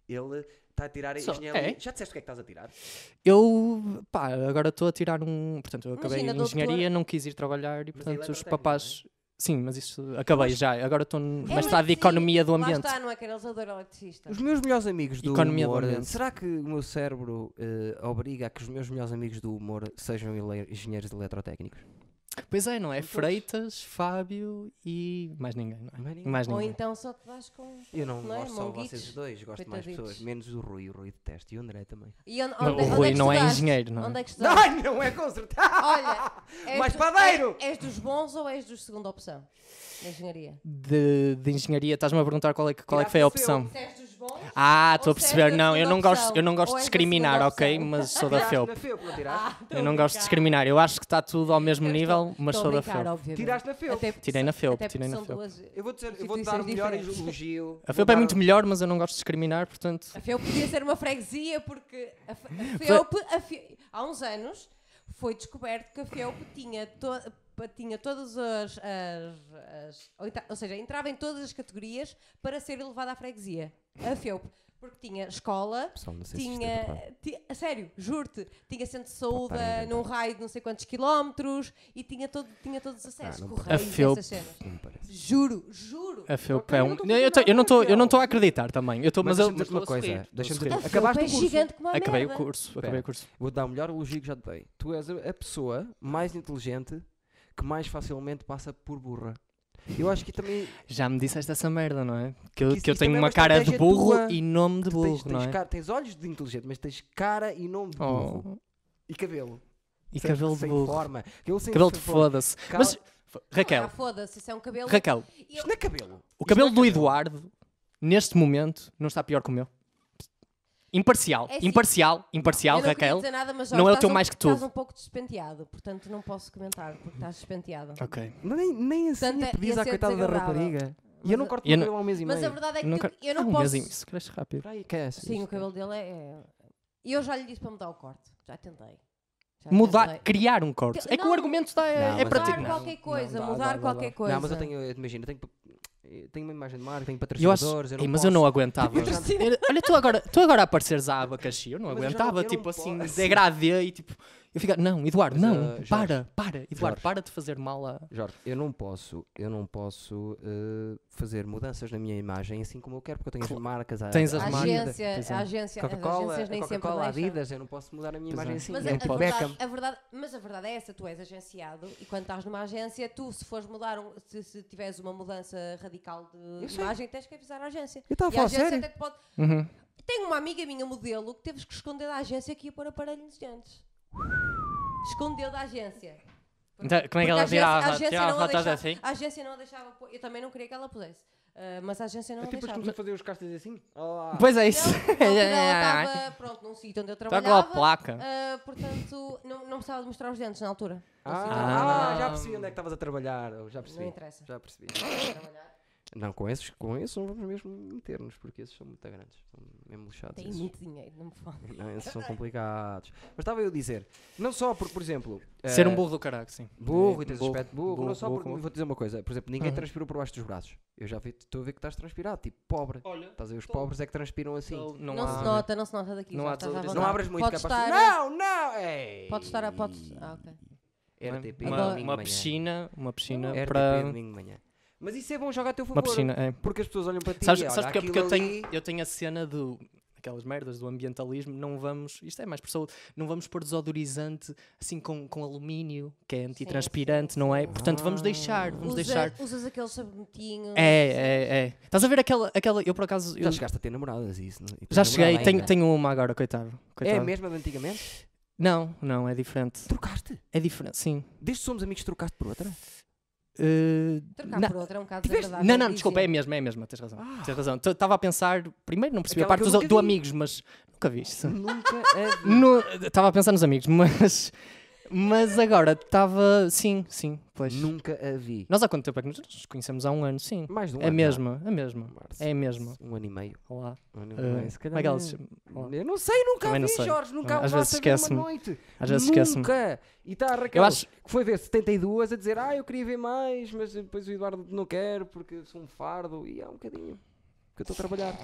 [SPEAKER 1] Ele está a tirar
[SPEAKER 2] Só-
[SPEAKER 1] engenharia.
[SPEAKER 2] é?
[SPEAKER 1] Já disseste o que é que estás a tirar?
[SPEAKER 2] Eu, pá, agora estou a tirar um. Portanto, eu acabei
[SPEAKER 3] Imagina,
[SPEAKER 2] em
[SPEAKER 3] doutor-
[SPEAKER 2] engenharia, não quis ir trabalhar e, portanto, os
[SPEAKER 1] eletrotécnico,
[SPEAKER 2] papás. Sim, mas isso acabei já. Agora estou
[SPEAKER 3] É,
[SPEAKER 2] na estrada de
[SPEAKER 3] sim,
[SPEAKER 2] economia do ambiente.
[SPEAKER 3] Lá está, não é que eles adoram eletricistas.
[SPEAKER 1] Os meus melhores amigos do
[SPEAKER 2] Economia do
[SPEAKER 1] humor.
[SPEAKER 2] ambiente.
[SPEAKER 1] será que o meu cérebro eh, obriga a que os meus melhores amigos do humor sejam ele- engenheiros eletrotécnicos?
[SPEAKER 2] Pois é, não é? Freitas, Fábio e mais ninguém, não é?
[SPEAKER 1] Mais ninguém.
[SPEAKER 2] Mais
[SPEAKER 3] Ou
[SPEAKER 2] ninguém.
[SPEAKER 3] então só te vais com.
[SPEAKER 1] Eu não,
[SPEAKER 3] Não é?
[SPEAKER 1] gosto só de
[SPEAKER 3] Monguitos,
[SPEAKER 1] vocês dois, gosto de mais
[SPEAKER 3] coitaditos.
[SPEAKER 1] pessoas, menos do Rui, o Rui detesto e o André também.
[SPEAKER 3] E onde,
[SPEAKER 2] Não,
[SPEAKER 3] onde-
[SPEAKER 2] o
[SPEAKER 3] onde
[SPEAKER 2] Rui
[SPEAKER 3] é que
[SPEAKER 2] não é
[SPEAKER 3] estudaste?
[SPEAKER 2] engenheiro, não é?
[SPEAKER 3] Onde é que estudaste?
[SPEAKER 1] Ai, não é consertar!
[SPEAKER 3] Olha, és
[SPEAKER 1] Mais
[SPEAKER 3] do- é-
[SPEAKER 1] padeiro!
[SPEAKER 3] És, és dos bons ou és dos segunda opção? Na engenharia.
[SPEAKER 2] De, de engenharia, estás-me a perguntar qual é que, qual é que foi a
[SPEAKER 1] Tirar-te o seu.
[SPEAKER 2] opção.
[SPEAKER 3] Se és dos bons.
[SPEAKER 2] Ah,
[SPEAKER 3] Ou
[SPEAKER 2] estou a
[SPEAKER 3] se
[SPEAKER 2] perceber.
[SPEAKER 3] és da
[SPEAKER 2] Não, eu
[SPEAKER 3] segunda
[SPEAKER 2] não gosto,
[SPEAKER 3] opção,
[SPEAKER 2] eu não gosto
[SPEAKER 3] ou
[SPEAKER 2] de
[SPEAKER 3] és da segunda
[SPEAKER 2] discriminar, ok?
[SPEAKER 3] opção.
[SPEAKER 2] Mas sou da
[SPEAKER 1] Tiraste
[SPEAKER 2] FEUP.
[SPEAKER 1] na FEUP, não
[SPEAKER 3] Ah.
[SPEAKER 1] tiraste?
[SPEAKER 2] Eu não gosto de discriminar. Eu acho que está tudo ao mesmo nível, mas
[SPEAKER 3] Estou
[SPEAKER 2] sou da
[SPEAKER 3] a brincar,
[SPEAKER 2] FEUP.
[SPEAKER 3] obviamente.
[SPEAKER 1] Tiraste na FEUP.
[SPEAKER 3] Até porque
[SPEAKER 2] Tirei na
[SPEAKER 3] são-
[SPEAKER 2] FEUP,
[SPEAKER 3] até porque
[SPEAKER 2] tirei na
[SPEAKER 3] são
[SPEAKER 2] FEUP.
[SPEAKER 3] duas-
[SPEAKER 1] Eu vou dizer, eu vou-te dar o
[SPEAKER 3] Instituições
[SPEAKER 1] melhor
[SPEAKER 3] diferentes.
[SPEAKER 1] elogio.
[SPEAKER 2] A
[SPEAKER 1] vou
[SPEAKER 2] FEUP é
[SPEAKER 1] dar-
[SPEAKER 2] muito melhor, mas eu não gosto de discriminar, portanto.
[SPEAKER 3] A FEUP podia ser uma freguesia porque a Fe- a FEUP, a Fe- há uns anos, foi descoberto que a FEUP tinha, to- pa- tinha todas as. as- as- ou enta- ou seja, entrava em todas as categorias para ser elevada à freguesia. A FEUP. Porque tinha escola,
[SPEAKER 1] Pessoal, não sei se isto é verdade.
[SPEAKER 3] tinha. ti- a sério, juro-te. Tinha centro de saúde
[SPEAKER 1] estar a
[SPEAKER 3] ah,
[SPEAKER 1] inventar.
[SPEAKER 3] num raio de não sei quantos quilómetros e tinha, todo, tinha todos os
[SPEAKER 1] Ah,
[SPEAKER 3] acessos.
[SPEAKER 1] não pode.
[SPEAKER 3] correios,
[SPEAKER 2] A FEUP.
[SPEAKER 3] essas cenas.
[SPEAKER 1] Não me parece.
[SPEAKER 3] Juro, juro.
[SPEAKER 2] A FEUP
[SPEAKER 1] Ok,
[SPEAKER 2] é
[SPEAKER 1] eu
[SPEAKER 2] um.
[SPEAKER 1] não tô a
[SPEAKER 2] Não, Eu,
[SPEAKER 1] fazer
[SPEAKER 2] tô- eu
[SPEAKER 1] nada,
[SPEAKER 2] não tô- eu
[SPEAKER 1] Raquel.
[SPEAKER 2] não estou a acreditar também. Eu estou, mas,
[SPEAKER 1] Mas
[SPEAKER 2] eu.
[SPEAKER 1] deixa-me
[SPEAKER 2] mas
[SPEAKER 1] dizer-te uma
[SPEAKER 2] estou a
[SPEAKER 1] coisa,
[SPEAKER 2] sorrir, estou a
[SPEAKER 1] deixa-me
[SPEAKER 2] sorrir.
[SPEAKER 1] dizer-
[SPEAKER 3] A
[SPEAKER 1] Acabaste o
[SPEAKER 3] FEUP é
[SPEAKER 1] curso?
[SPEAKER 3] gigante como a
[SPEAKER 2] Acabei o
[SPEAKER 3] merda.
[SPEAKER 2] curso, acabei o curso.
[SPEAKER 1] Vou-te dar o melhor elogio que já te dei. Tu és a a pessoa mais inteligente que mais facilmente passa por burra. Eu acho que também
[SPEAKER 2] Já me disseste essa merda, não é? Que eu,
[SPEAKER 1] Que isso-
[SPEAKER 2] que eu
[SPEAKER 1] isso
[SPEAKER 2] tenho
[SPEAKER 1] também é
[SPEAKER 2] uma
[SPEAKER 1] uma
[SPEAKER 2] cara de
[SPEAKER 1] estratégia
[SPEAKER 2] burro
[SPEAKER 1] tua.
[SPEAKER 2] e nome de
[SPEAKER 1] Tu
[SPEAKER 2] burro,
[SPEAKER 1] tens,
[SPEAKER 2] não
[SPEAKER 1] tens
[SPEAKER 2] é?
[SPEAKER 1] cara- tens olhos de inteligente, mas tens cara e nome de burro.
[SPEAKER 2] Oh,
[SPEAKER 1] E cabelo.
[SPEAKER 2] e
[SPEAKER 1] Sem-
[SPEAKER 2] cabelo de
[SPEAKER 1] sem
[SPEAKER 2] burro.
[SPEAKER 1] Forma. Cabelo, sem
[SPEAKER 2] Cabelo de
[SPEAKER 1] forma.
[SPEAKER 2] foda-se.
[SPEAKER 1] Cal-
[SPEAKER 2] Mas, f-
[SPEAKER 3] Ah,
[SPEAKER 2] Raquel,
[SPEAKER 3] foda-se, isso é um cabelo.
[SPEAKER 2] Raquel,
[SPEAKER 3] Eu-
[SPEAKER 1] Isto não é cabelo.
[SPEAKER 2] o cabelo
[SPEAKER 1] é
[SPEAKER 2] do Eduardo, neste momento, não está pior que o meu. Imparcial,
[SPEAKER 3] É assim-
[SPEAKER 2] imparcial, imparcial,
[SPEAKER 3] eu não queria
[SPEAKER 2] Raquel.
[SPEAKER 3] dizer nada, mas,
[SPEAKER 2] não
[SPEAKER 3] Jorge,
[SPEAKER 2] é o teu
[SPEAKER 3] estás um-
[SPEAKER 2] mais que tu.
[SPEAKER 3] Estás um pouco despenteado, portanto não posso comentar porque estás despenteado.
[SPEAKER 2] Ok.
[SPEAKER 1] Não, nem, nem assim
[SPEAKER 3] Portanto,
[SPEAKER 1] eu
[SPEAKER 3] é-
[SPEAKER 1] pedias
[SPEAKER 3] ia
[SPEAKER 1] à
[SPEAKER 3] ser
[SPEAKER 1] coitada da
[SPEAKER 3] desagradável.
[SPEAKER 1] rapariga.
[SPEAKER 3] Mas
[SPEAKER 1] E eu não
[SPEAKER 3] a-
[SPEAKER 1] corto
[SPEAKER 2] Eu
[SPEAKER 1] o
[SPEAKER 2] não-
[SPEAKER 1] cabelo há um mês e meio.
[SPEAKER 3] Mas a verdade é que
[SPEAKER 2] Nunca...
[SPEAKER 3] tu- eu não
[SPEAKER 2] Ah, um
[SPEAKER 3] posso.
[SPEAKER 2] mesinho, isso cresce rápido.
[SPEAKER 1] Espera aí, que é essa?
[SPEAKER 3] Sim,
[SPEAKER 1] Isto-
[SPEAKER 3] o cabelo dele é. é- Eu já lhe disse para mudar o corte, já tentei. Já
[SPEAKER 2] Mudar,
[SPEAKER 3] tentei.
[SPEAKER 2] criar um corte.
[SPEAKER 3] é. Não,
[SPEAKER 2] É que o argumento dá
[SPEAKER 1] Não,
[SPEAKER 2] é, é
[SPEAKER 1] mas
[SPEAKER 2] para
[SPEAKER 1] eu-
[SPEAKER 2] ti.
[SPEAKER 3] Mudar
[SPEAKER 2] Não.
[SPEAKER 3] qualquer coisa,
[SPEAKER 1] dá,
[SPEAKER 3] mudar
[SPEAKER 1] dá, dá,
[SPEAKER 3] qualquer
[SPEAKER 1] dá.
[SPEAKER 3] coisa.
[SPEAKER 1] Não, mas eu tenho, eu- imagina, tenho, eu tenho uma imagem de marca, tenho
[SPEAKER 2] Eu acho.
[SPEAKER 1] patrocinadores, eu,
[SPEAKER 2] Ei,
[SPEAKER 1] não
[SPEAKER 2] mas
[SPEAKER 1] posso.
[SPEAKER 2] eu não aguentava.
[SPEAKER 1] Eu já-
[SPEAKER 2] Era- Olha, tu agora, tu agora a apareceres à abacaxi, eu não
[SPEAKER 1] Mas eu já
[SPEAKER 2] aguentava.
[SPEAKER 1] não- eu não
[SPEAKER 2] tipo assim,
[SPEAKER 1] posso.
[SPEAKER 2] degradê e tipo. Eu fico, não, Eduardo,
[SPEAKER 1] Mas,
[SPEAKER 2] não,
[SPEAKER 1] ah, Jorge.
[SPEAKER 2] para, para, Eduardo,
[SPEAKER 1] Jorge.
[SPEAKER 2] para de fazer mal a.
[SPEAKER 1] Jorge, eu não posso, eu não posso eh, fazer mudanças na minha imagem assim como eu quero, porque eu tenho
[SPEAKER 2] Claro.
[SPEAKER 1] as marcas, a-
[SPEAKER 2] Tens as
[SPEAKER 3] a
[SPEAKER 1] a-
[SPEAKER 2] marcas.
[SPEAKER 3] agência,
[SPEAKER 2] Pois é.
[SPEAKER 3] a agência, as
[SPEAKER 1] Coca-Cola,
[SPEAKER 3] agências nem
[SPEAKER 1] a
[SPEAKER 3] sempre
[SPEAKER 1] Coca-Cola,
[SPEAKER 3] deixam.
[SPEAKER 1] Adidas, eu não posso mudar a minha
[SPEAKER 2] Pois
[SPEAKER 1] imagem
[SPEAKER 2] é.
[SPEAKER 1] assim.
[SPEAKER 3] Mas
[SPEAKER 1] é
[SPEAKER 3] a,
[SPEAKER 1] tipo
[SPEAKER 3] a
[SPEAKER 1] Beckham.
[SPEAKER 3] verdade, a verdade- mas a verdade é essa, tu és agenciado e quando estás numa agência, tu se fores mudar, um- se, se tiveres uma mudança radical
[SPEAKER 1] Eu
[SPEAKER 3] de
[SPEAKER 1] sei.
[SPEAKER 3] imagem, tens que avisar a agência.
[SPEAKER 1] Eu estava a
[SPEAKER 3] E a
[SPEAKER 1] falar
[SPEAKER 3] agência
[SPEAKER 1] sério.
[SPEAKER 3] até te pode.
[SPEAKER 2] Uhum.
[SPEAKER 3] Tenho uma amiga minha modelo que teve que esconder da agência que ia pôr aparelho nos dentes. Escondeu da agência.
[SPEAKER 2] Então, como é
[SPEAKER 3] Porque
[SPEAKER 2] que
[SPEAKER 3] a
[SPEAKER 2] ela
[SPEAKER 3] agência-
[SPEAKER 2] tirava,
[SPEAKER 3] a agência
[SPEAKER 2] tirava
[SPEAKER 3] não a
[SPEAKER 2] fotos
[SPEAKER 3] deixava-
[SPEAKER 2] assim?
[SPEAKER 3] A agência não a deixava pôr. Eu também não queria que ela pusesse. ah, mas a agência não
[SPEAKER 1] É
[SPEAKER 3] a
[SPEAKER 1] tipo as
[SPEAKER 3] deixava.
[SPEAKER 1] pessoas a fazer os castas assim. Olá.
[SPEAKER 2] Pois é
[SPEAKER 3] Não,
[SPEAKER 2] isso.
[SPEAKER 3] porque ela estava pronto, num sítio onde eu
[SPEAKER 2] Está Tá com a
[SPEAKER 3] trabalhava.
[SPEAKER 2] placa.
[SPEAKER 3] Ah, portanto, não, não precisava de mostrar os dentes na altura. Não
[SPEAKER 1] Ah,
[SPEAKER 3] sei.
[SPEAKER 1] ah,
[SPEAKER 2] Ah.
[SPEAKER 1] já percebi onde é que estavas a trabalhar. eu Já
[SPEAKER 3] assim, Não
[SPEAKER 1] percebi.
[SPEAKER 3] interessa.
[SPEAKER 1] Já percebi.
[SPEAKER 3] Trabalhar.
[SPEAKER 1] Não, com esses, com esses não vamos mesmo meter-nos, porque esses são muito grandes. São mesmo lixados.
[SPEAKER 3] Tem
[SPEAKER 1] esses.
[SPEAKER 3] muito dinheiro, não me fala.
[SPEAKER 1] Não, esses são complicados. Mas estava eu a dizer, não só porque, por exemplo.
[SPEAKER 2] Ser um
[SPEAKER 1] eh,
[SPEAKER 2] burro do caralho, sim. É.
[SPEAKER 1] Burro e tens
[SPEAKER 2] Burro,
[SPEAKER 1] aspecto de burro.
[SPEAKER 2] burro,
[SPEAKER 1] não só
[SPEAKER 2] burro,
[SPEAKER 1] porque,
[SPEAKER 2] burro.
[SPEAKER 1] vou-te dizer uma coisa, por exemplo, ninguém
[SPEAKER 2] Uhum.
[SPEAKER 1] transpirou por baixo dos braços. Eu já vi- estou a ver que estás transpirado, tipo pobre.
[SPEAKER 2] Olha,
[SPEAKER 1] Estás a ver, os pobres é que transpiram assim.
[SPEAKER 3] Não,
[SPEAKER 2] não
[SPEAKER 3] se
[SPEAKER 2] há.
[SPEAKER 3] nota, não se nota daqui.
[SPEAKER 2] Não
[SPEAKER 3] já
[SPEAKER 2] há
[SPEAKER 3] estás à
[SPEAKER 1] Não
[SPEAKER 2] desvalorização.
[SPEAKER 3] vontade.
[SPEAKER 1] abras muito,
[SPEAKER 3] Podes
[SPEAKER 1] que é para
[SPEAKER 3] estar,
[SPEAKER 1] Não, não! Ei!
[SPEAKER 3] Podes estar a. Podes, ah, ok.
[SPEAKER 1] RTP,
[SPEAKER 2] Uma,
[SPEAKER 3] Agora-
[SPEAKER 1] domingo
[SPEAKER 2] uma
[SPEAKER 1] de manhã.
[SPEAKER 2] piscina, uma piscina
[SPEAKER 1] RTP,
[SPEAKER 2] para.
[SPEAKER 1] domingo de manhã. Mas isso é bom jogar a teu
[SPEAKER 2] Uma
[SPEAKER 1] favor.
[SPEAKER 2] piscina, é.
[SPEAKER 1] Porque as pessoas olham para ti
[SPEAKER 2] Sabes,
[SPEAKER 1] e olha,
[SPEAKER 2] sabes porquê? Porque eu
[SPEAKER 1] aquilo
[SPEAKER 2] tenho,
[SPEAKER 1] ali-
[SPEAKER 2] eu tenho a cena do. Aquelas merdas do ambientalismo, não vamos. Isto é mais por saúde. Não vamos pôr desodorizante assim com, com alumínio, que é antitranspirante, não é? Portanto,
[SPEAKER 1] Ah.
[SPEAKER 2] vamos deixar, vamos
[SPEAKER 3] Usa-
[SPEAKER 2] deixar.
[SPEAKER 3] Usas aquele sabonetinho.
[SPEAKER 2] É, é, é. Estás a ver aquela. aquela eu por acaso.
[SPEAKER 1] Já
[SPEAKER 2] eu-
[SPEAKER 1] chegaste a ter namoradas e isso. não- e tens
[SPEAKER 2] já
[SPEAKER 1] namorada
[SPEAKER 2] cheguei,
[SPEAKER 1] ainda.
[SPEAKER 2] tenho, tenho uma agora, coitado.
[SPEAKER 1] É
[SPEAKER 2] coitado.
[SPEAKER 1] a mesma de antigamente?
[SPEAKER 2] Não, não, é diferente.
[SPEAKER 1] Trocaste?
[SPEAKER 2] É diferente, sim.
[SPEAKER 1] Desde que somos amigos, trocaste por outra?
[SPEAKER 2] Eh,
[SPEAKER 3] Trocar
[SPEAKER 2] na-
[SPEAKER 3] por outra é um bocado
[SPEAKER 2] Tiveste-
[SPEAKER 3] desagradável.
[SPEAKER 2] Não, não,
[SPEAKER 3] dizer.
[SPEAKER 2] desculpa, é a mesma, é a mesma, tens razão.
[SPEAKER 1] Ah.
[SPEAKER 2] Tens razão. Estava a pensar, primeiro não percebi
[SPEAKER 1] Aquela
[SPEAKER 2] a parte
[SPEAKER 1] que eu
[SPEAKER 2] dos,
[SPEAKER 1] nunca
[SPEAKER 2] do
[SPEAKER 1] vi.
[SPEAKER 2] amigos, mas nunca vi isso.
[SPEAKER 1] Nunca a vi.
[SPEAKER 2] Estava a pensar nos amigos, mas, mas agora estava. Sim, sim, pois.
[SPEAKER 1] Nunca a vi.
[SPEAKER 2] Nós há quanto tempo é que nos- nos conhecemos? Há um ano, sim.
[SPEAKER 1] Mais de um
[SPEAKER 2] É a
[SPEAKER 1] ano,
[SPEAKER 2] mesma, a mesma.
[SPEAKER 1] não. Março,
[SPEAKER 2] É a mesma.
[SPEAKER 1] Um ano e meio.
[SPEAKER 2] Olá.
[SPEAKER 1] Um ano e
[SPEAKER 2] Eh,
[SPEAKER 1] meio. Se
[SPEAKER 2] como
[SPEAKER 1] calhar
[SPEAKER 2] é que ela
[SPEAKER 1] é-
[SPEAKER 2] se chama? Olá.
[SPEAKER 1] Eu não sei, nunca
[SPEAKER 2] Também
[SPEAKER 1] a
[SPEAKER 2] não
[SPEAKER 1] vi,
[SPEAKER 2] sei.
[SPEAKER 1] Jorge. Nunca
[SPEAKER 2] Às
[SPEAKER 1] a
[SPEAKER 2] vezes
[SPEAKER 1] vi uma
[SPEAKER 2] esqueço-me.
[SPEAKER 1] noite.
[SPEAKER 2] Às vezes esqueço-me.
[SPEAKER 1] Nunca. E está a Raquel,
[SPEAKER 2] Eu acho.
[SPEAKER 1] que foi ver 72, a dizer, ah, eu queria ver mais, mas depois o Eduardo não quer porque sou um fardo. E há um bocadinho. Que eu estou a trabalhar.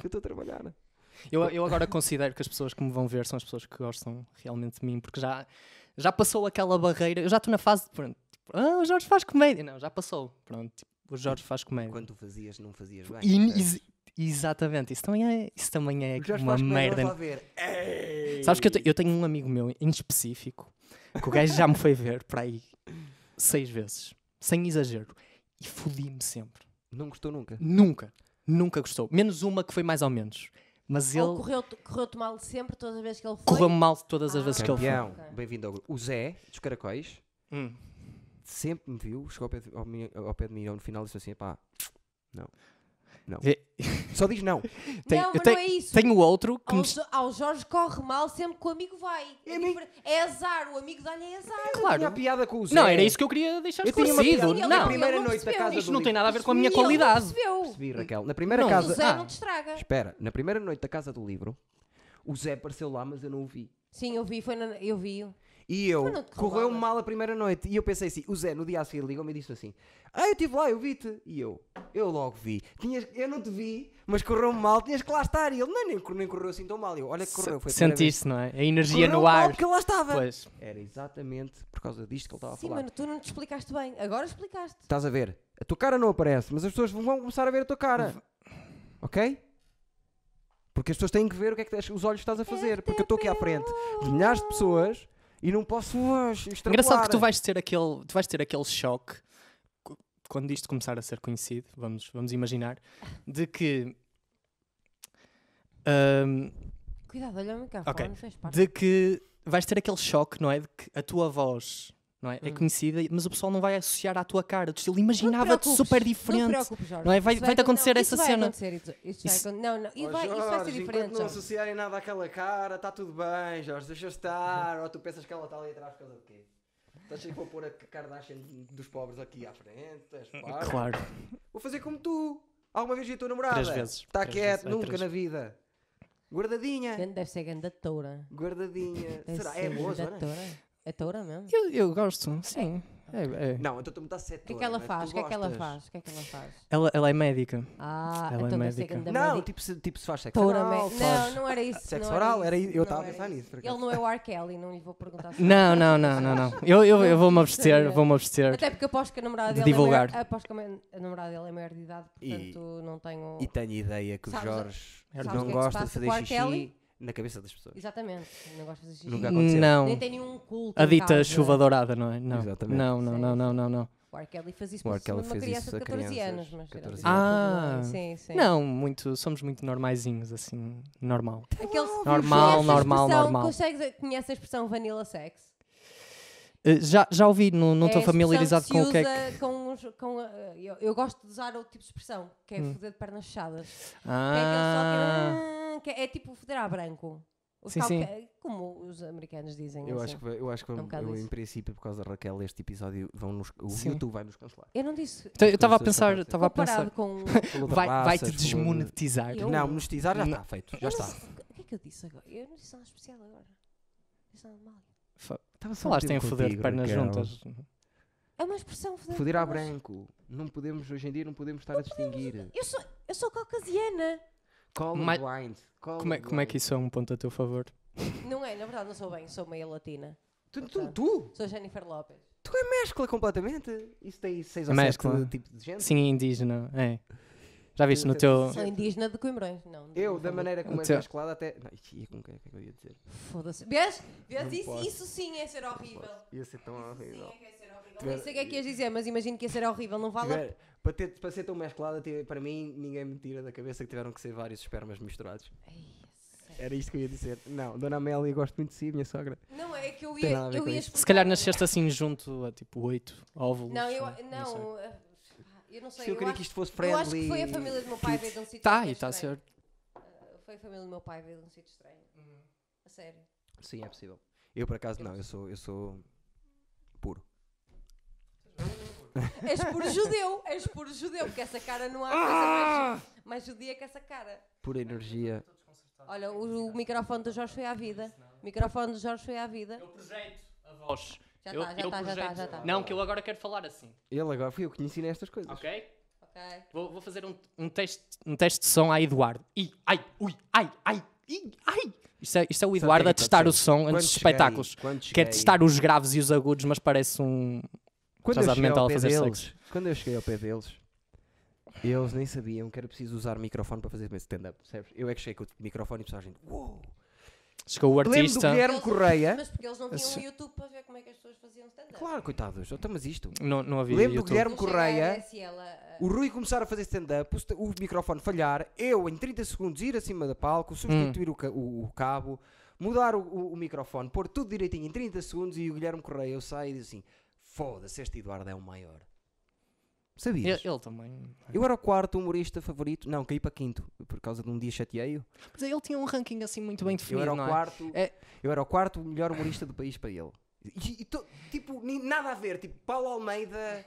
[SPEAKER 1] que eu estou a trabalhar.
[SPEAKER 2] Eu, eu agora considero que as pessoas que me vão ver são as pessoas que gostam realmente de mim, porque já, já passou aquela barreira. Eu já estou na fase de pronto. tipo, Ah, o Jorge faz comédia. Não, já passou. Pronto, tipo, o Jorge faz comédia.
[SPEAKER 1] Quando tu fazias, não fazias bem.
[SPEAKER 2] E- ex- exatamente, isso também é, isso também é uma merda. Sabes que eu, te- eu tenho um amigo meu em específico que o gajo já me foi ver para aí seis vezes, sem exagero, e fodi-me sempre.
[SPEAKER 1] Não gostou nunca.
[SPEAKER 2] Nunca, nunca gostou. Menos uma que foi mais ou menos. Mas
[SPEAKER 3] Ou
[SPEAKER 2] ele
[SPEAKER 3] correu-te correu-te mal sempre, todas as vezes que ele foi.
[SPEAKER 2] correu mal todas as
[SPEAKER 3] Ah.
[SPEAKER 2] vezes que ele foi.
[SPEAKER 1] Campeão,
[SPEAKER 3] Ok.
[SPEAKER 1] bem-vindo ao grupo. O Zé, dos Caracóis,
[SPEAKER 2] Hum.
[SPEAKER 1] sempre me viu, chegou ao pé de, ao mi- ao pé de mim, ao- no final disse assim, pá, não. Não.
[SPEAKER 2] É-
[SPEAKER 1] Só diz não.
[SPEAKER 2] Tem-
[SPEAKER 3] não,
[SPEAKER 2] eu
[SPEAKER 3] mas
[SPEAKER 2] tenho-
[SPEAKER 3] não é isso.
[SPEAKER 2] Tenho outro que
[SPEAKER 3] Ao,
[SPEAKER 2] me.
[SPEAKER 3] Jo- ao Jorge corre mal sempre que o amigo vai. É,
[SPEAKER 1] mim-
[SPEAKER 3] difer- é azar, o amigo dá-lhe é azar.
[SPEAKER 1] Tinha a piada com o Zé.
[SPEAKER 2] Não, era isso que eu queria deixar
[SPEAKER 1] Eu tinha uma
[SPEAKER 2] esclarecido.
[SPEAKER 1] piada.
[SPEAKER 3] Ele-
[SPEAKER 2] Não,
[SPEAKER 3] ele
[SPEAKER 1] primeira
[SPEAKER 3] não
[SPEAKER 1] noite da
[SPEAKER 3] percebeu.
[SPEAKER 1] casa
[SPEAKER 2] isto
[SPEAKER 1] do
[SPEAKER 2] não tem
[SPEAKER 1] Lico.
[SPEAKER 2] nada a ver com a minha
[SPEAKER 3] E ele não
[SPEAKER 2] qualidade.
[SPEAKER 3] percebeu.
[SPEAKER 1] Percebi, Raquel. Na primeira
[SPEAKER 2] Não.
[SPEAKER 3] O
[SPEAKER 1] casa...
[SPEAKER 3] Zé
[SPEAKER 2] Ah.
[SPEAKER 3] não te estraga.
[SPEAKER 1] Espera, na primeira noite da Casa do Livro, o Zé apareceu lá, mas eu não o vi.
[SPEAKER 3] Sim, eu vi, foi na- eu vi.
[SPEAKER 1] E eu,
[SPEAKER 3] Mas não te
[SPEAKER 1] correu
[SPEAKER 3] roubava.
[SPEAKER 1] mal a primeira noite. E eu pensei assim: o Zé, no dia a seguir, ligou-me e disse assim: Ah, eu estive lá, eu vi-te. E eu, eu logo vi. Tinhas, eu não te vi, mas correu mal, tinhas que lá estar. E ele, não, nem, cor- nem correu assim tão mal. E eu, olha que correu. Foi a primeira vez.
[SPEAKER 2] Sentiste, não é? A energia
[SPEAKER 1] Correu
[SPEAKER 2] no
[SPEAKER 1] mal
[SPEAKER 2] ar.
[SPEAKER 1] porque eu lá estava.
[SPEAKER 2] Pois.
[SPEAKER 1] Era exatamente por causa disto que ele estava a
[SPEAKER 3] Sim,
[SPEAKER 1] falar.
[SPEAKER 3] mano, tu não te explicaste bem. Agora explicaste.
[SPEAKER 1] Estás a ver? A tua cara não aparece, mas as pessoas vão começar a ver a tua cara. Ok? Porque as pessoas têm que ver o que é que os olhos estás a fazer. Porque eu estou aqui à frente de milhares de pessoas e não posso hoje
[SPEAKER 2] Engraçado que tu vais ter aquele, tu vais ter aquele choque cu- quando isto começar a ser conhecido, vamos, vamos imaginar, de que. ahm,
[SPEAKER 3] Cuidado, olha o microfone,
[SPEAKER 2] Ok.
[SPEAKER 3] fez parte.
[SPEAKER 2] de que vais ter aquele choque, não é? De que a tua voz não é, é conhecida, mas o pessoal não vai associar à tua cara. Do estilo,
[SPEAKER 3] Não te
[SPEAKER 2] imaginava-te
[SPEAKER 3] preocupes,
[SPEAKER 2] super
[SPEAKER 3] Não te
[SPEAKER 2] diferente.
[SPEAKER 3] preocupes, Jorge.
[SPEAKER 2] Não é? Vai-
[SPEAKER 3] Isso
[SPEAKER 2] vai-te acontecer
[SPEAKER 3] não,
[SPEAKER 2] essa
[SPEAKER 3] isso
[SPEAKER 2] cena.
[SPEAKER 3] Vai acontecer, isso, isso já
[SPEAKER 2] Isso-
[SPEAKER 3] acon- Não, não, isso vai, isso vai ser diferente.
[SPEAKER 1] não
[SPEAKER 3] Jorge.
[SPEAKER 1] associarem nada àquela cara, está tudo bem, Jorge, deixa estar. Ou tu pensas que ela está ali atrás por causa de quê? Estás a pôr a Kardashian dos pobres aqui à frente?
[SPEAKER 2] Hum, Claro.
[SPEAKER 1] Vou fazer como tu. Alguma vez vi a tua namorada.
[SPEAKER 2] Três vezes.
[SPEAKER 1] Está
[SPEAKER 2] Três
[SPEAKER 1] quieto,
[SPEAKER 2] vezes. Ai,
[SPEAKER 1] nunca
[SPEAKER 2] três.
[SPEAKER 1] na vida. Guardadinha.
[SPEAKER 3] Deve ser grande a toura.
[SPEAKER 1] Guardadinha.
[SPEAKER 3] Deve
[SPEAKER 1] Será?
[SPEAKER 3] ser
[SPEAKER 1] É
[SPEAKER 3] grande
[SPEAKER 1] boa,
[SPEAKER 3] a
[SPEAKER 1] Zona?
[SPEAKER 3] toura. É toura mesmo?
[SPEAKER 2] Eu, eu gosto, sim. É- é.
[SPEAKER 1] Não, então tu me estás sete
[SPEAKER 3] O que é que ela faz? O que é que ela faz? O que é que ela faz?
[SPEAKER 2] Ela, ela é médica.
[SPEAKER 3] Ah,
[SPEAKER 2] Ela é
[SPEAKER 3] então deve ser
[SPEAKER 2] médica.
[SPEAKER 3] grande a
[SPEAKER 1] Não,
[SPEAKER 3] médica.
[SPEAKER 1] tipo se, tipo se faz sexo
[SPEAKER 3] Toura
[SPEAKER 1] oral.
[SPEAKER 3] mé-
[SPEAKER 1] faz-
[SPEAKER 3] Não, não era isso.
[SPEAKER 1] Sexo
[SPEAKER 3] não era
[SPEAKER 1] oral, era
[SPEAKER 3] isso,
[SPEAKER 1] eu
[SPEAKER 3] não
[SPEAKER 1] estava a
[SPEAKER 3] era
[SPEAKER 1] pensar
[SPEAKER 3] isso.
[SPEAKER 1] nisso, por acaso.
[SPEAKER 3] Ele não é o R. Kelly, não lhe vou perguntar sobre
[SPEAKER 2] Não, não, não, não, não. Eu, eu, eu vou-me abster, vou-me abster.
[SPEAKER 3] Até porque aposto que a namorada
[SPEAKER 2] De
[SPEAKER 3] dele é
[SPEAKER 2] divulgar.
[SPEAKER 3] maior, aposto que a ma- a namorada dele é maior de idade,
[SPEAKER 1] E-
[SPEAKER 3] portanto não tenho.
[SPEAKER 1] E tenho ideia que o
[SPEAKER 3] Sabes-
[SPEAKER 1] Jorge
[SPEAKER 2] sabes
[SPEAKER 1] não
[SPEAKER 2] o que é que
[SPEAKER 3] se
[SPEAKER 1] gosta de
[SPEAKER 3] passa
[SPEAKER 1] fazer
[SPEAKER 3] com a R.
[SPEAKER 1] xixi
[SPEAKER 3] Kelly?
[SPEAKER 1] na cabeça das pessoas.
[SPEAKER 3] Exatamente, não gosto de fazer xixi.
[SPEAKER 1] Nunca aconteceu.
[SPEAKER 2] Não.
[SPEAKER 3] Nem tem nenhum culto.
[SPEAKER 2] A
[SPEAKER 3] em
[SPEAKER 2] dita
[SPEAKER 3] casa.
[SPEAKER 2] chuva dourada, não é? Não.
[SPEAKER 1] Exatamente.
[SPEAKER 2] Não, não, não, não, não, não.
[SPEAKER 3] O R. Kelly faz isso
[SPEAKER 1] O
[SPEAKER 3] por
[SPEAKER 1] R. Kelly
[SPEAKER 3] cima de uma
[SPEAKER 1] fez
[SPEAKER 3] criança
[SPEAKER 1] isso a
[SPEAKER 3] de 14
[SPEAKER 1] crianças,
[SPEAKER 3] anos. Mas
[SPEAKER 1] 14
[SPEAKER 2] anos. Ah.
[SPEAKER 3] sim, assim, sim.
[SPEAKER 2] Não, muito, somos muito normaizinhos, assim, normal.
[SPEAKER 3] Aqueles,
[SPEAKER 2] Normal,
[SPEAKER 3] Conheces a
[SPEAKER 2] normal,
[SPEAKER 3] expressão-
[SPEAKER 2] normal.
[SPEAKER 3] Consegues, conhece a expressão vanilla sex?
[SPEAKER 2] Eh, Já, já ouvi, não não
[SPEAKER 3] É a
[SPEAKER 2] estou
[SPEAKER 3] expressão
[SPEAKER 2] familiarizado
[SPEAKER 3] se
[SPEAKER 2] com o que é que.
[SPEAKER 3] usa Com os- com, ah, eu, eu gosto de usar outro tipo de expressão, que é foder de pernas fechadas. Que é
[SPEAKER 2] Hum.
[SPEAKER 3] aquele
[SPEAKER 2] Ah,
[SPEAKER 3] só que, ah, que é, é tipo foder a branco. O
[SPEAKER 2] Sim,
[SPEAKER 3] cal-
[SPEAKER 2] sim.
[SPEAKER 3] que- Como os americanos dizem.
[SPEAKER 1] Eu
[SPEAKER 3] assim.
[SPEAKER 1] acho que, vai- eu acho que
[SPEAKER 3] um
[SPEAKER 1] vamos-
[SPEAKER 3] bocado
[SPEAKER 1] eu,
[SPEAKER 3] isso.
[SPEAKER 1] em princípio, por causa da Raquel, este episódio vão nos, o
[SPEAKER 2] Sim.
[SPEAKER 1] YouTube vai nos cancelar.
[SPEAKER 3] Eu não disse.
[SPEAKER 2] então eu estava a
[SPEAKER 1] coisas
[SPEAKER 2] pensar,
[SPEAKER 1] acontecem.
[SPEAKER 2] estava a
[SPEAKER 3] Comparado
[SPEAKER 2] pensar.
[SPEAKER 3] com.
[SPEAKER 1] Falou de
[SPEAKER 2] Vai,
[SPEAKER 1] raças,
[SPEAKER 2] vai-te
[SPEAKER 1] falou de-
[SPEAKER 2] desmonetizar.
[SPEAKER 3] Eu-
[SPEAKER 1] Não, monetizar já
[SPEAKER 2] Não.
[SPEAKER 1] está feito, já
[SPEAKER 3] Eu não
[SPEAKER 1] está.
[SPEAKER 3] sei- O que é que eu disse agora? Eu não disse nada especial agora. Não disse nada de mal.
[SPEAKER 2] Fa-
[SPEAKER 1] Estava só um
[SPEAKER 2] Falaste em
[SPEAKER 1] tempo
[SPEAKER 2] foder de
[SPEAKER 1] contigo,
[SPEAKER 2] pernas
[SPEAKER 1] Raquel.
[SPEAKER 2] juntas.
[SPEAKER 3] É uma expressão foder. de
[SPEAKER 1] Foder à
[SPEAKER 3] pernas.
[SPEAKER 1] branco. Não podemos, hoje em dia, não podemos estar a distinguir.
[SPEAKER 3] Eu sou, eu sou caucasiana.
[SPEAKER 1] Color
[SPEAKER 2] Mas-
[SPEAKER 1] blind.
[SPEAKER 2] é Como é, como é que isso é um ponto a teu favor?
[SPEAKER 3] Não é, na verdade, não sou bem, sou meio latina.
[SPEAKER 1] Tu, tu, tu,
[SPEAKER 3] Sou Jennifer Lopes.
[SPEAKER 1] tu é mescla completamente. Isso tem seis ou
[SPEAKER 2] Mescla.
[SPEAKER 1] sete tipos de gente.
[SPEAKER 2] Sim, indígena, é. Já viste no teu.
[SPEAKER 3] Sou indígena de Coimbrões. Não, não
[SPEAKER 1] Eu,
[SPEAKER 3] vou
[SPEAKER 1] da
[SPEAKER 3] falar.
[SPEAKER 1] maneira como é
[SPEAKER 2] Teu-
[SPEAKER 1] mesclada, até. Não, isso ia com o que é que eu ia dizer?
[SPEAKER 3] Foda-se. Vês? Vês?
[SPEAKER 1] Não
[SPEAKER 3] Isso,
[SPEAKER 1] posso.
[SPEAKER 3] isso sim é ser horrível.
[SPEAKER 1] Ia ser tão horrível.
[SPEAKER 3] Sim, é que é ser horrível. Não sei o que é que ias dizer, mas imagino que ia ser horrível. Não vale.
[SPEAKER 1] Tiver- para, ter- para ser tão mesclada, ti- para mim, ninguém me tira da cabeça que tiveram que ser vários espermas misturados.
[SPEAKER 3] Ai, sério.
[SPEAKER 1] Era isto que eu ia dizer. Não, Dona Amélia, gosto muito de si, minha sogra.
[SPEAKER 3] Não, é que eu
[SPEAKER 1] Tem
[SPEAKER 3] ia,
[SPEAKER 1] nada a ver
[SPEAKER 3] eu
[SPEAKER 1] com
[SPEAKER 3] ia
[SPEAKER 1] isso.
[SPEAKER 3] explicar.
[SPEAKER 2] Se calhar nasceste assim junto a tipo oito óvulos.
[SPEAKER 3] Não, eu
[SPEAKER 2] ou-
[SPEAKER 3] não,
[SPEAKER 2] sei.
[SPEAKER 3] eh, eu não sei.
[SPEAKER 1] Se eu queria
[SPEAKER 3] acho,
[SPEAKER 1] que isto fosse
[SPEAKER 3] eu acho
[SPEAKER 1] friendly.
[SPEAKER 3] que foi a família do meu pai veio de um sítio
[SPEAKER 2] Tá,
[SPEAKER 3] super
[SPEAKER 2] e está
[SPEAKER 3] estranho. Eh,
[SPEAKER 2] certo.
[SPEAKER 3] Foi a família do meu pai veio de um sítio estranho.
[SPEAKER 1] Hum.
[SPEAKER 3] A sério.
[SPEAKER 1] Sim, é possível. Eu, por acaso, não. Eu sou, eu sou puro.
[SPEAKER 3] És por judeu, és por judeu, porque essa cara não há
[SPEAKER 1] Ah!
[SPEAKER 3] coisa mais, ju- mais judia que essa cara.
[SPEAKER 1] Pura energia.
[SPEAKER 3] Olha, o,
[SPEAKER 1] é
[SPEAKER 3] o microfone do Jorge foi à vida. O microfone do Jorge foi à vida.
[SPEAKER 2] Eu projeto a voz.
[SPEAKER 3] Já está, já está, já está, já tá. está.
[SPEAKER 2] Não, que eu agora quero falar assim,
[SPEAKER 1] Ele agora fui eu que lhe ensinei estas coisas.
[SPEAKER 2] ok?
[SPEAKER 3] Ok.
[SPEAKER 2] Vou, vou fazer um, um, teste, um teste de som a Eduardo. Ih, ai, ui, ai, ai, ih, ai. Isto é, isto é o
[SPEAKER 1] que
[SPEAKER 2] Eduardo
[SPEAKER 1] é
[SPEAKER 2] a
[SPEAKER 1] que
[SPEAKER 2] testar o
[SPEAKER 1] aconteceu?
[SPEAKER 2] som
[SPEAKER 1] Quando
[SPEAKER 2] antes dos
[SPEAKER 1] cheguei-
[SPEAKER 2] espetáculos.
[SPEAKER 1] quando
[SPEAKER 2] Quer
[SPEAKER 1] cheguei-
[SPEAKER 2] testar os graves e os agudos, mas parece um.
[SPEAKER 1] Quando eu
[SPEAKER 2] Atrasado
[SPEAKER 1] cheguei ao
[SPEAKER 2] mental a
[SPEAKER 1] pé
[SPEAKER 2] fazer
[SPEAKER 1] deles,
[SPEAKER 2] sexo.
[SPEAKER 1] quando eu cheguei ao pé deles, eles nem sabiam que era preciso usar microfone para fazer stand-up, percebes? Eu é que cheguei com o microfone e pessoal, a gente, uou!
[SPEAKER 2] Chegou o
[SPEAKER 1] Lembro do
[SPEAKER 2] artista.
[SPEAKER 1] Guilherme Correia. Assim.
[SPEAKER 3] Mas porque eles não tinham
[SPEAKER 2] Esse-
[SPEAKER 3] o YouTube para ver como é que as pessoas faziam stand-up.
[SPEAKER 1] Claro, coitados, então, mas isto.
[SPEAKER 2] Não, não havia.
[SPEAKER 1] Lembro do
[SPEAKER 2] YouTube.
[SPEAKER 1] Guilherme
[SPEAKER 3] Não chega a
[SPEAKER 1] Correia.
[SPEAKER 3] RSL a- a-
[SPEAKER 1] O Rui começar a fazer stand-up, o, sta- o microfone falhar, eu em 30 segundos ir acima da palco, substituir
[SPEAKER 2] Hum.
[SPEAKER 1] o, ca- o- o cabo, mudar o, o- o microfone, pôr tudo direitinho em 30 segundos e o Guilherme Correia eu saio e diz assim: foda-se, este Eduardo é o maior.
[SPEAKER 2] Ele,
[SPEAKER 1] Sabias?
[SPEAKER 2] ele também.
[SPEAKER 1] Eu era o quarto humorista favorito, não, caí para quinto, por causa de um dia chateei-o.
[SPEAKER 2] Mas ele tinha um ranking assim muito bem
[SPEAKER 1] Eu
[SPEAKER 2] definido.
[SPEAKER 1] era o
[SPEAKER 2] não é?
[SPEAKER 1] quarto,
[SPEAKER 2] É.
[SPEAKER 1] eu era o quarto melhor humorista do país para ele. E, e to- tipo, nem- nada a ver, tipo, Paulo Almeida,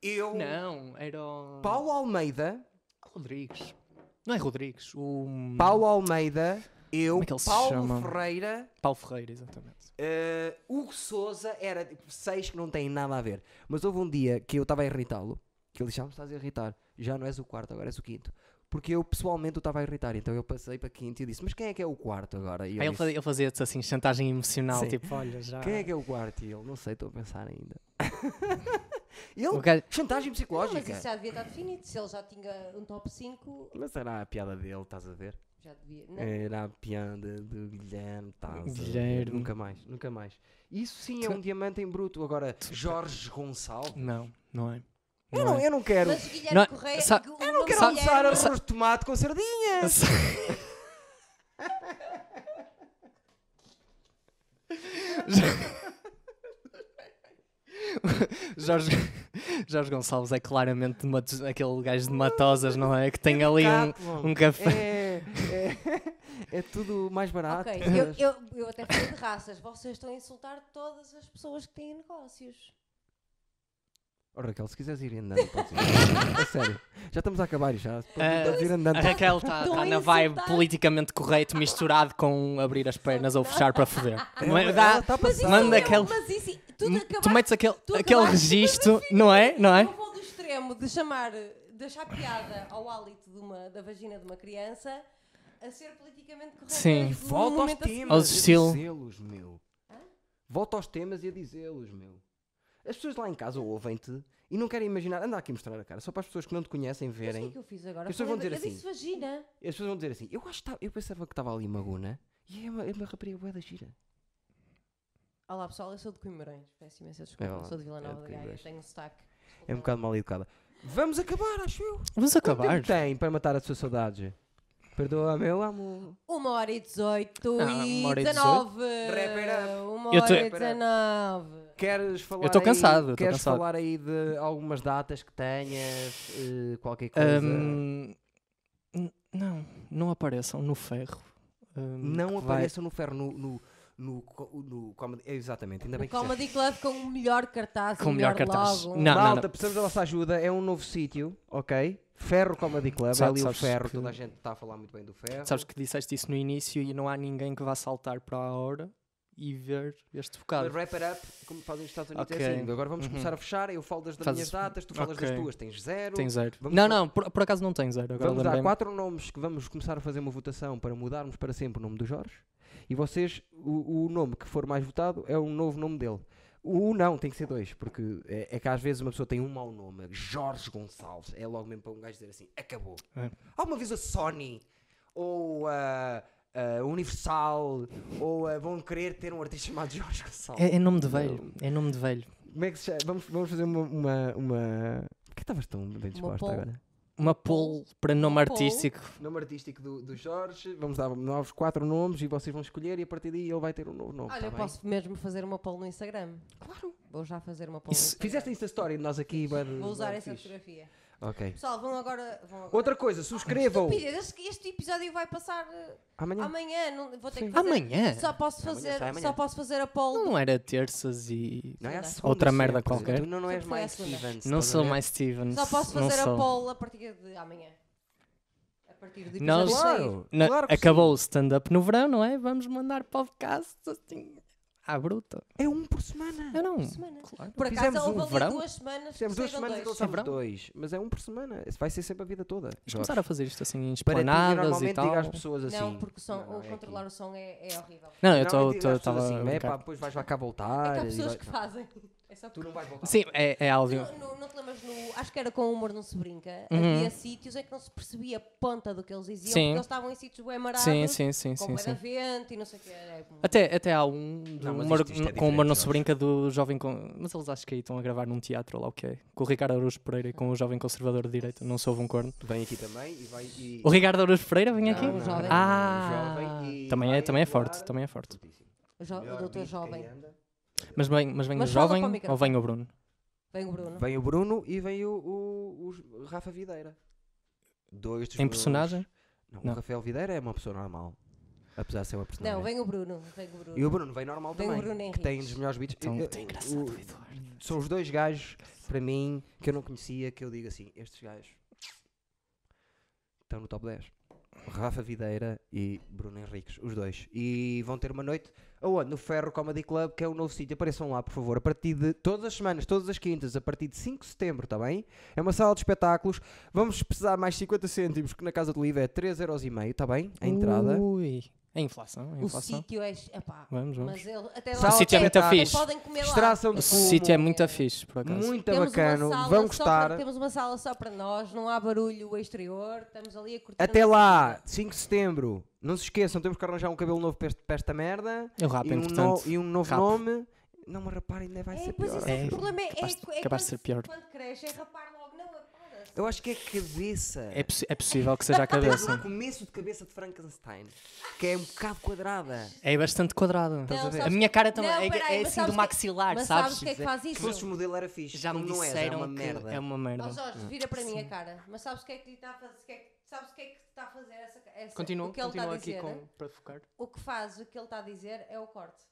[SPEAKER 1] eu,
[SPEAKER 2] Não, era o.
[SPEAKER 1] Paulo Almeida.
[SPEAKER 2] Rodrigues. Não é Rodrigues. O.
[SPEAKER 1] Paulo Almeida, eu,
[SPEAKER 2] Como é que ele se
[SPEAKER 1] Paulo
[SPEAKER 2] chama?
[SPEAKER 1] Ferreira,
[SPEAKER 2] Paulo Ferreira, exatamente.
[SPEAKER 1] eh, Hugo Souza, era tipo seis que não têm nada a ver. Mas houve um dia que eu estava a irritá-lo, que ele disse, já me estás a irritar, já não és o quarto, agora és o quinto. Porque eu pessoalmente o estava a irritar, então eu passei para quinto e disse, mas quem é que é o quarto agora? E
[SPEAKER 2] Aí
[SPEAKER 1] ele
[SPEAKER 2] ele
[SPEAKER 1] disse,
[SPEAKER 2] fazia- ele fazia-te assim, chantagem emocional.
[SPEAKER 1] Sim.
[SPEAKER 2] Tipo, olha, já.
[SPEAKER 1] quem é que é o quarto? E ele, não sei, estou a pensar ainda. E
[SPEAKER 2] O
[SPEAKER 1] ele,
[SPEAKER 2] gajo-
[SPEAKER 1] chantagem
[SPEAKER 3] Não, mas isso
[SPEAKER 1] psicológica.
[SPEAKER 3] já devia estar definido. Se ele já tinha um top 5,
[SPEAKER 1] Mas era a piada dele, estás a ver?
[SPEAKER 3] já devia. Não.
[SPEAKER 1] Era a piada do Guilherme Tazza.
[SPEAKER 2] Guilherme.
[SPEAKER 1] Nunca mais, nunca mais. Isso sim é
[SPEAKER 2] Tu-
[SPEAKER 1] um diamante em bruto. Agora, Jorge Gonçalves.
[SPEAKER 2] Não, não é.
[SPEAKER 1] Eu não, eu não quero.
[SPEAKER 3] Mas Guilherme
[SPEAKER 2] Não,
[SPEAKER 3] Correia.
[SPEAKER 2] sa-
[SPEAKER 3] Gu-
[SPEAKER 1] Eu não quero
[SPEAKER 3] Guilherme-
[SPEAKER 1] almoçar arroz de tomate com sardinha.
[SPEAKER 2] Jorge, Jorge Gonçalves é claramente de Matos- aquele gajo de matosas, não é? Que tem ali
[SPEAKER 1] Decathlon.
[SPEAKER 2] um, um café.
[SPEAKER 1] É, é, é tudo mais barato.
[SPEAKER 3] Ok, eu, eu, eu até falei de raças. Vocês estão a insultar todas as pessoas que têm negócios.
[SPEAKER 1] Oh, Raquel, se quiseres ir andando, podes ir. A sério. Já estamos a acabar e já. Podes ir andando.
[SPEAKER 2] A Raquel está
[SPEAKER 3] Estão a
[SPEAKER 2] na vibe
[SPEAKER 3] insultar.
[SPEAKER 2] politicamente correto misturado com abrir as pernas ou fechar para foder. Não é?
[SPEAKER 1] Ela-
[SPEAKER 2] Dá-
[SPEAKER 1] ela tá a
[SPEAKER 3] Mas isso,
[SPEAKER 1] passar.
[SPEAKER 2] Manda
[SPEAKER 3] é-
[SPEAKER 2] aquele-
[SPEAKER 3] mas isso tu
[SPEAKER 1] é
[SPEAKER 2] tu
[SPEAKER 3] acabaste
[SPEAKER 2] metes aquele,
[SPEAKER 3] tu
[SPEAKER 2] aquele
[SPEAKER 3] acabaste de
[SPEAKER 2] registro, não é? Não é?
[SPEAKER 3] Eu vou do extremo de chamar, de achar piada ao hálito de uma, da vagina de uma criança a ser politicamente correto.
[SPEAKER 2] Sim.
[SPEAKER 3] num
[SPEAKER 1] Volta aos
[SPEAKER 3] momento assim.
[SPEAKER 1] temas.
[SPEAKER 2] Aos
[SPEAKER 1] a
[SPEAKER 2] estilo.
[SPEAKER 1] Dizê-los, meu. Volta aos temas e a dizê-los, meu. As pessoas lá em casa ouvem-te e não querem imaginar. Anda aqui mostrar a cara, só para as pessoas que não te conhecem
[SPEAKER 3] Mas o que é
[SPEAKER 1] verem.
[SPEAKER 3] que eu fiz agora?
[SPEAKER 1] As pessoas vão
[SPEAKER 3] Falei-
[SPEAKER 1] dizer assim.
[SPEAKER 3] eu disse vagina.
[SPEAKER 1] As pessoas vão dizer assim: Eu, acho que tá- eu pensava que estava ali uma guna e é uma, é uma rapariga boa da gira.
[SPEAKER 3] Olá pessoal, eu sou de Coimbrões. Peço imensa
[SPEAKER 1] É,
[SPEAKER 3] desculpa.
[SPEAKER 1] olá.
[SPEAKER 3] sou de Vila
[SPEAKER 1] É
[SPEAKER 3] Nova
[SPEAKER 1] de
[SPEAKER 3] de Gaia.
[SPEAKER 1] Coimbrões.
[SPEAKER 3] Tenho um sotaque.
[SPEAKER 1] É um bocado mal educada. Vamos acabar, acho eu.
[SPEAKER 2] Vamos
[SPEAKER 1] Quanto
[SPEAKER 2] acabar.
[SPEAKER 1] tempo tem para matar a sua saudade? Perdoa, meu amor.
[SPEAKER 3] Uma hora e 18
[SPEAKER 2] Ah,
[SPEAKER 3] e
[SPEAKER 2] uma hora e
[SPEAKER 3] 19.
[SPEAKER 1] Wrap it
[SPEAKER 3] Uma
[SPEAKER 2] Eu
[SPEAKER 3] hora
[SPEAKER 2] tô-
[SPEAKER 3] e 19.
[SPEAKER 1] Queres falar
[SPEAKER 2] Eu tô
[SPEAKER 1] aí-
[SPEAKER 2] cansado, eu tô
[SPEAKER 1] Queres
[SPEAKER 2] cansado.
[SPEAKER 1] falar aí de algumas datas que tenhas? eh, qualquer coisa?
[SPEAKER 2] Hum, n- não, não apareçam no ferro. Hum,
[SPEAKER 1] Não
[SPEAKER 2] que vai-
[SPEAKER 1] apareçam no ferro no, no, no, co- no comedy. é, Exatamente, ainda bem
[SPEAKER 3] No
[SPEAKER 1] que disseste.
[SPEAKER 3] Comedy Club com o melhor cartaz.
[SPEAKER 2] Com
[SPEAKER 3] e
[SPEAKER 2] o melhor cartaz.
[SPEAKER 3] logo.
[SPEAKER 2] Não,
[SPEAKER 1] Malta, precisamos da vossa ajuda. É um novo sítio, ok? Ferro Comedy Club, é
[SPEAKER 2] Sabe-
[SPEAKER 1] ali o
[SPEAKER 2] sabes
[SPEAKER 1] ferro.
[SPEAKER 2] que-
[SPEAKER 1] Toda a gente está a falar muito bem do ferro.
[SPEAKER 2] Sabes que disseste isso no início e não há ninguém que vá saltar para a hora e ver este
[SPEAKER 1] Mas
[SPEAKER 2] bocado.
[SPEAKER 1] wrap it up, como fazem os Estados Unidos,
[SPEAKER 2] Ok. Uhum.
[SPEAKER 1] é assim. Agora vamos começar a fechar. Eu falo das, das
[SPEAKER 2] Fazes-
[SPEAKER 1] minhas datas, tu falas das
[SPEAKER 2] ok.
[SPEAKER 1] tuas, tens zero.
[SPEAKER 2] Tem zero.
[SPEAKER 1] um- Vamos
[SPEAKER 2] não,
[SPEAKER 1] fa-
[SPEAKER 2] não, por, por
[SPEAKER 1] Então
[SPEAKER 2] acaso não tem zero. Agora
[SPEAKER 1] Vamos dar
[SPEAKER 2] lembrei-me.
[SPEAKER 1] quatro nomes que vamos começar a fazer uma votação para mudarmos para sempre o nome do Jorge. E vocês, o, o nome que for mais votado é o novo nome dele. O não, tem que ser dois, porque é, é que às vezes uma pessoa tem um mau nome. Jorge Gonçalves. É logo mesmo para um gajo dizer assim: acabou.
[SPEAKER 2] É.
[SPEAKER 1] Alguma vez a Sony ou a, a Universal ou a vão querer ter um artista chamado Jorge Gonçalves.
[SPEAKER 2] É, é nome de velho. É nome de velho.
[SPEAKER 1] Como é que se chama? Vamos, vamos fazer uma. uma, uma... Por que estavas tão bem disposta
[SPEAKER 3] poll.
[SPEAKER 1] agora?
[SPEAKER 2] Uma pole para nome
[SPEAKER 3] Uma pole.
[SPEAKER 2] artístico.
[SPEAKER 1] Nome artístico do, do Jorge, vamos dar novos quatro nomes e vocês vão escolher e a partir daí ele vai ter um novo nome.
[SPEAKER 3] Olha,
[SPEAKER 1] tá
[SPEAKER 3] eu
[SPEAKER 1] bem?
[SPEAKER 3] posso mesmo fazer uma poll no Instagram.
[SPEAKER 1] Claro.
[SPEAKER 3] Vou já fazer uma poll no
[SPEAKER 2] Isso-
[SPEAKER 3] Instagram.
[SPEAKER 1] Fizeste esta story de nós aqui, bué de-
[SPEAKER 3] Vou usar
[SPEAKER 1] bué de
[SPEAKER 3] essa
[SPEAKER 1] Hum, fixe.
[SPEAKER 3] fotografia.
[SPEAKER 1] Ok.
[SPEAKER 3] Pessoal, vão agora. Vão agora.
[SPEAKER 1] Outra coisa, subscrevam.
[SPEAKER 3] Estúpidas, este- este episódio vai passar eh,
[SPEAKER 1] Amanhã.
[SPEAKER 3] amanhã. não- vou ter que fazer.
[SPEAKER 2] Amanhã?
[SPEAKER 3] Só posso
[SPEAKER 1] Amanhã,
[SPEAKER 3] fazer,
[SPEAKER 1] sai amanhã.
[SPEAKER 3] só posso fazer a poll.
[SPEAKER 2] Não era terças e.
[SPEAKER 1] Não é à
[SPEAKER 3] Segunda.
[SPEAKER 1] segunda,
[SPEAKER 2] Outra
[SPEAKER 1] sim,
[SPEAKER 2] merda
[SPEAKER 1] é por isso.
[SPEAKER 2] qualquer.
[SPEAKER 1] Tu não, não és
[SPEAKER 3] Sempre foi à
[SPEAKER 1] mais
[SPEAKER 3] segunda.
[SPEAKER 1] Stevens.
[SPEAKER 2] Não
[SPEAKER 1] estás a
[SPEAKER 2] sou
[SPEAKER 1] ver?
[SPEAKER 2] mais Steven.
[SPEAKER 3] Só posso
[SPEAKER 2] não
[SPEAKER 3] fazer a
[SPEAKER 2] sou.
[SPEAKER 3] poll a partir de amanhã. A partir de
[SPEAKER 2] Nós-
[SPEAKER 1] Claro,
[SPEAKER 2] Na-
[SPEAKER 1] claro que
[SPEAKER 2] acabou o stand-up no verão, não é? Vamos mandar podcasts assim. À bruta.
[SPEAKER 1] sim. É um por semana.
[SPEAKER 2] Eu não.
[SPEAKER 3] Semana.
[SPEAKER 2] Claro.
[SPEAKER 3] Por
[SPEAKER 1] Fizemos
[SPEAKER 3] acaso,
[SPEAKER 1] um
[SPEAKER 3] houve ali
[SPEAKER 2] verão?
[SPEAKER 3] duas semanas. que
[SPEAKER 1] Fizemos duas
[SPEAKER 3] saíram
[SPEAKER 1] semanas e
[SPEAKER 3] dois.
[SPEAKER 2] É
[SPEAKER 1] lançámos
[SPEAKER 2] verão.
[SPEAKER 1] dois, mas é um por semana. Isso vai ser sempre a vida toda.
[SPEAKER 2] Vamos começar a fazer isto assim em
[SPEAKER 1] Para ti, eu
[SPEAKER 2] esplanadas e
[SPEAKER 1] normalmente
[SPEAKER 2] tal.
[SPEAKER 1] digo às pessoas assim.
[SPEAKER 3] Não, porque o som-
[SPEAKER 1] Não, não,
[SPEAKER 3] o
[SPEAKER 1] é
[SPEAKER 3] controlar
[SPEAKER 1] aqui.
[SPEAKER 3] o som é, é horrível.
[SPEAKER 2] Não,
[SPEAKER 1] Normalmente
[SPEAKER 2] eu
[SPEAKER 1] digo às pessoas
[SPEAKER 2] estava.
[SPEAKER 1] assim, é pá, depois vais lá cá
[SPEAKER 3] É
[SPEAKER 1] voltar.
[SPEAKER 3] que há
[SPEAKER 1] e
[SPEAKER 3] pessoas
[SPEAKER 1] vai-
[SPEAKER 3] que fazem. É só
[SPEAKER 1] Tu não vais voltar.
[SPEAKER 2] Sim, é, é áudio.
[SPEAKER 3] Não, não- não te lembras, no, acho que era com o humor não se brinca.
[SPEAKER 1] Uhum.
[SPEAKER 3] Havia sítios em que não se percebia a ponta do que eles diziam,
[SPEAKER 2] Sim.
[SPEAKER 3] porque eles estavam em sítios bem marados,
[SPEAKER 2] Sim, sim, sim,
[SPEAKER 3] com
[SPEAKER 2] sim,
[SPEAKER 3] bué de
[SPEAKER 2] sim.
[SPEAKER 3] vento e não sei o que. É,
[SPEAKER 2] Até, até há um do
[SPEAKER 1] Não, mas
[SPEAKER 2] humor-
[SPEAKER 1] isto- isto é
[SPEAKER 2] com o humor
[SPEAKER 1] diferente,
[SPEAKER 2] não se
[SPEAKER 1] Jorge.
[SPEAKER 2] brinca do jovem. Con... Mas eles acho que aí estão a gravar num teatro ou lá o que é. Com o Ricardo Araújo Pereira e com o jovem conservador de direita. Não soube um corno.
[SPEAKER 1] Vem aqui também e vai. E...
[SPEAKER 2] O Ricardo Araújo Pereira vem
[SPEAKER 1] Não,
[SPEAKER 2] aqui?
[SPEAKER 1] não,
[SPEAKER 3] um jovem. Um
[SPEAKER 2] Ah,
[SPEAKER 1] jovem e
[SPEAKER 2] também, é,
[SPEAKER 1] vai
[SPEAKER 2] também é forte,
[SPEAKER 1] atuar.
[SPEAKER 2] também é forte.
[SPEAKER 3] Jo- o
[SPEAKER 1] Melhor é?
[SPEAKER 3] doutor
[SPEAKER 1] bicho que aí
[SPEAKER 3] jovem.
[SPEAKER 1] anda.
[SPEAKER 2] Mas vem, mas vem
[SPEAKER 3] Mas
[SPEAKER 2] o
[SPEAKER 3] fala para
[SPEAKER 2] jovem
[SPEAKER 3] o
[SPEAKER 2] ou
[SPEAKER 3] microfone.
[SPEAKER 2] vem o Bruno? É
[SPEAKER 3] Vem o Bruno.
[SPEAKER 1] Vem o Bruno e vem o, o- o Rafa Videira. Dois dos
[SPEAKER 2] Em
[SPEAKER 1] meus-
[SPEAKER 2] personagem?
[SPEAKER 1] Não,
[SPEAKER 2] Não.
[SPEAKER 1] o Rafael Videira é uma pessoa normal. Apesar de ser uma personagem.
[SPEAKER 3] Não, vem o Bruno. Vem o Bruno.
[SPEAKER 1] E o Bruno vem normal
[SPEAKER 3] Vem o
[SPEAKER 1] também.
[SPEAKER 3] Bruno
[SPEAKER 1] que tem
[SPEAKER 3] Henriques.
[SPEAKER 1] dos melhores beats.
[SPEAKER 2] Então,
[SPEAKER 1] Eu- eu-
[SPEAKER 2] é engraçado,
[SPEAKER 1] o-
[SPEAKER 2] o Eduardo.
[SPEAKER 1] são os dois gajos, para mim, que eu não conhecia, que eu digo assim: estes gajos estão no top 10. Rafa Videira e Bruno Henriques, os dois. E vão ter uma noite aonde? No Ferro Comedy Club, que é o novo sítio. Apareçam lá, por favor. A partir de todas as semanas, todas as quintas, a partir de 5 de setembro, está bem? É uma sala de espetáculos. Vamos pesar mais 50 cêntimos, que na Casa do Livro é 3,5€, está bem? A
[SPEAKER 3] Uh.
[SPEAKER 1] entrada.
[SPEAKER 2] Ui. É inflação, é
[SPEAKER 3] O
[SPEAKER 2] inflação.
[SPEAKER 3] sítio é. Epá,
[SPEAKER 2] Vamos, vamos.
[SPEAKER 3] mas ele, até
[SPEAKER 1] O
[SPEAKER 3] lá
[SPEAKER 1] sítio é
[SPEAKER 3] até-
[SPEAKER 1] muito
[SPEAKER 3] até
[SPEAKER 2] fixe.
[SPEAKER 3] podem comer lá.
[SPEAKER 1] Distração de
[SPEAKER 2] O
[SPEAKER 1] fumo.
[SPEAKER 2] sítio é muito fixe, por acaso.
[SPEAKER 1] assim Muito
[SPEAKER 3] Temos uma
[SPEAKER 1] bacano,
[SPEAKER 3] sala
[SPEAKER 1] vão
[SPEAKER 3] só
[SPEAKER 1] gostar.
[SPEAKER 3] Para, temos uma sala só para nós, não há barulho exterior, estamos ali a curtir. a
[SPEAKER 1] Até
[SPEAKER 3] nossa
[SPEAKER 1] lá,
[SPEAKER 3] vida.
[SPEAKER 1] 5 de setembro. Não se esqueçam, temos que arranjar um cabelo novo para este- para esta merda.
[SPEAKER 2] Eu rapo,
[SPEAKER 1] e, um
[SPEAKER 2] entretanto.
[SPEAKER 1] no- e um novo
[SPEAKER 2] Rapo.
[SPEAKER 1] nome. Não me rapar ainda vai
[SPEAKER 3] É,
[SPEAKER 1] ser
[SPEAKER 3] pois
[SPEAKER 1] pior.
[SPEAKER 3] isso é,
[SPEAKER 2] É,
[SPEAKER 3] o problema. É,
[SPEAKER 2] capaz de-
[SPEAKER 3] é
[SPEAKER 2] capaz de
[SPEAKER 3] quando
[SPEAKER 2] ser
[SPEAKER 3] se-
[SPEAKER 2] pior.
[SPEAKER 3] Quando cresce, é rapar logo. Não, para.
[SPEAKER 1] Eu acho que é cabeça.
[SPEAKER 2] É, possi- é possível que seja a
[SPEAKER 1] Tens lá
[SPEAKER 2] cabeça.
[SPEAKER 1] começo de cabeça de Frankenstein. Que é um bocado quadrada.
[SPEAKER 2] É bastante quadrada.
[SPEAKER 1] a ver?
[SPEAKER 2] A
[SPEAKER 3] sabes-
[SPEAKER 2] minha cara também
[SPEAKER 3] Não,
[SPEAKER 2] é,
[SPEAKER 3] peraí,
[SPEAKER 2] é
[SPEAKER 3] mas
[SPEAKER 2] assim
[SPEAKER 3] sabes
[SPEAKER 2] do
[SPEAKER 3] que-
[SPEAKER 2] maxilar,
[SPEAKER 3] mas
[SPEAKER 2] sabes?
[SPEAKER 3] sabes o que é que faz
[SPEAKER 1] Se
[SPEAKER 3] isso?
[SPEAKER 1] fosses modelo era fixe.
[SPEAKER 2] Já me
[SPEAKER 1] Como não és, é
[SPEAKER 2] disseram
[SPEAKER 1] uma
[SPEAKER 2] que
[SPEAKER 1] merda.
[SPEAKER 2] é uma
[SPEAKER 3] Ó
[SPEAKER 2] merda.
[SPEAKER 3] Jorge, vira para mim a cara. Mas sabes o que é que lhe está a fazer? Que é que- sabes o que é que está a fazer essa, essa
[SPEAKER 2] Continua,
[SPEAKER 3] o que ele
[SPEAKER 2] continua
[SPEAKER 3] está a
[SPEAKER 2] aqui
[SPEAKER 3] dizer? né?
[SPEAKER 2] com, para focar.
[SPEAKER 3] O que faz, o que ele está a dizer é o corte.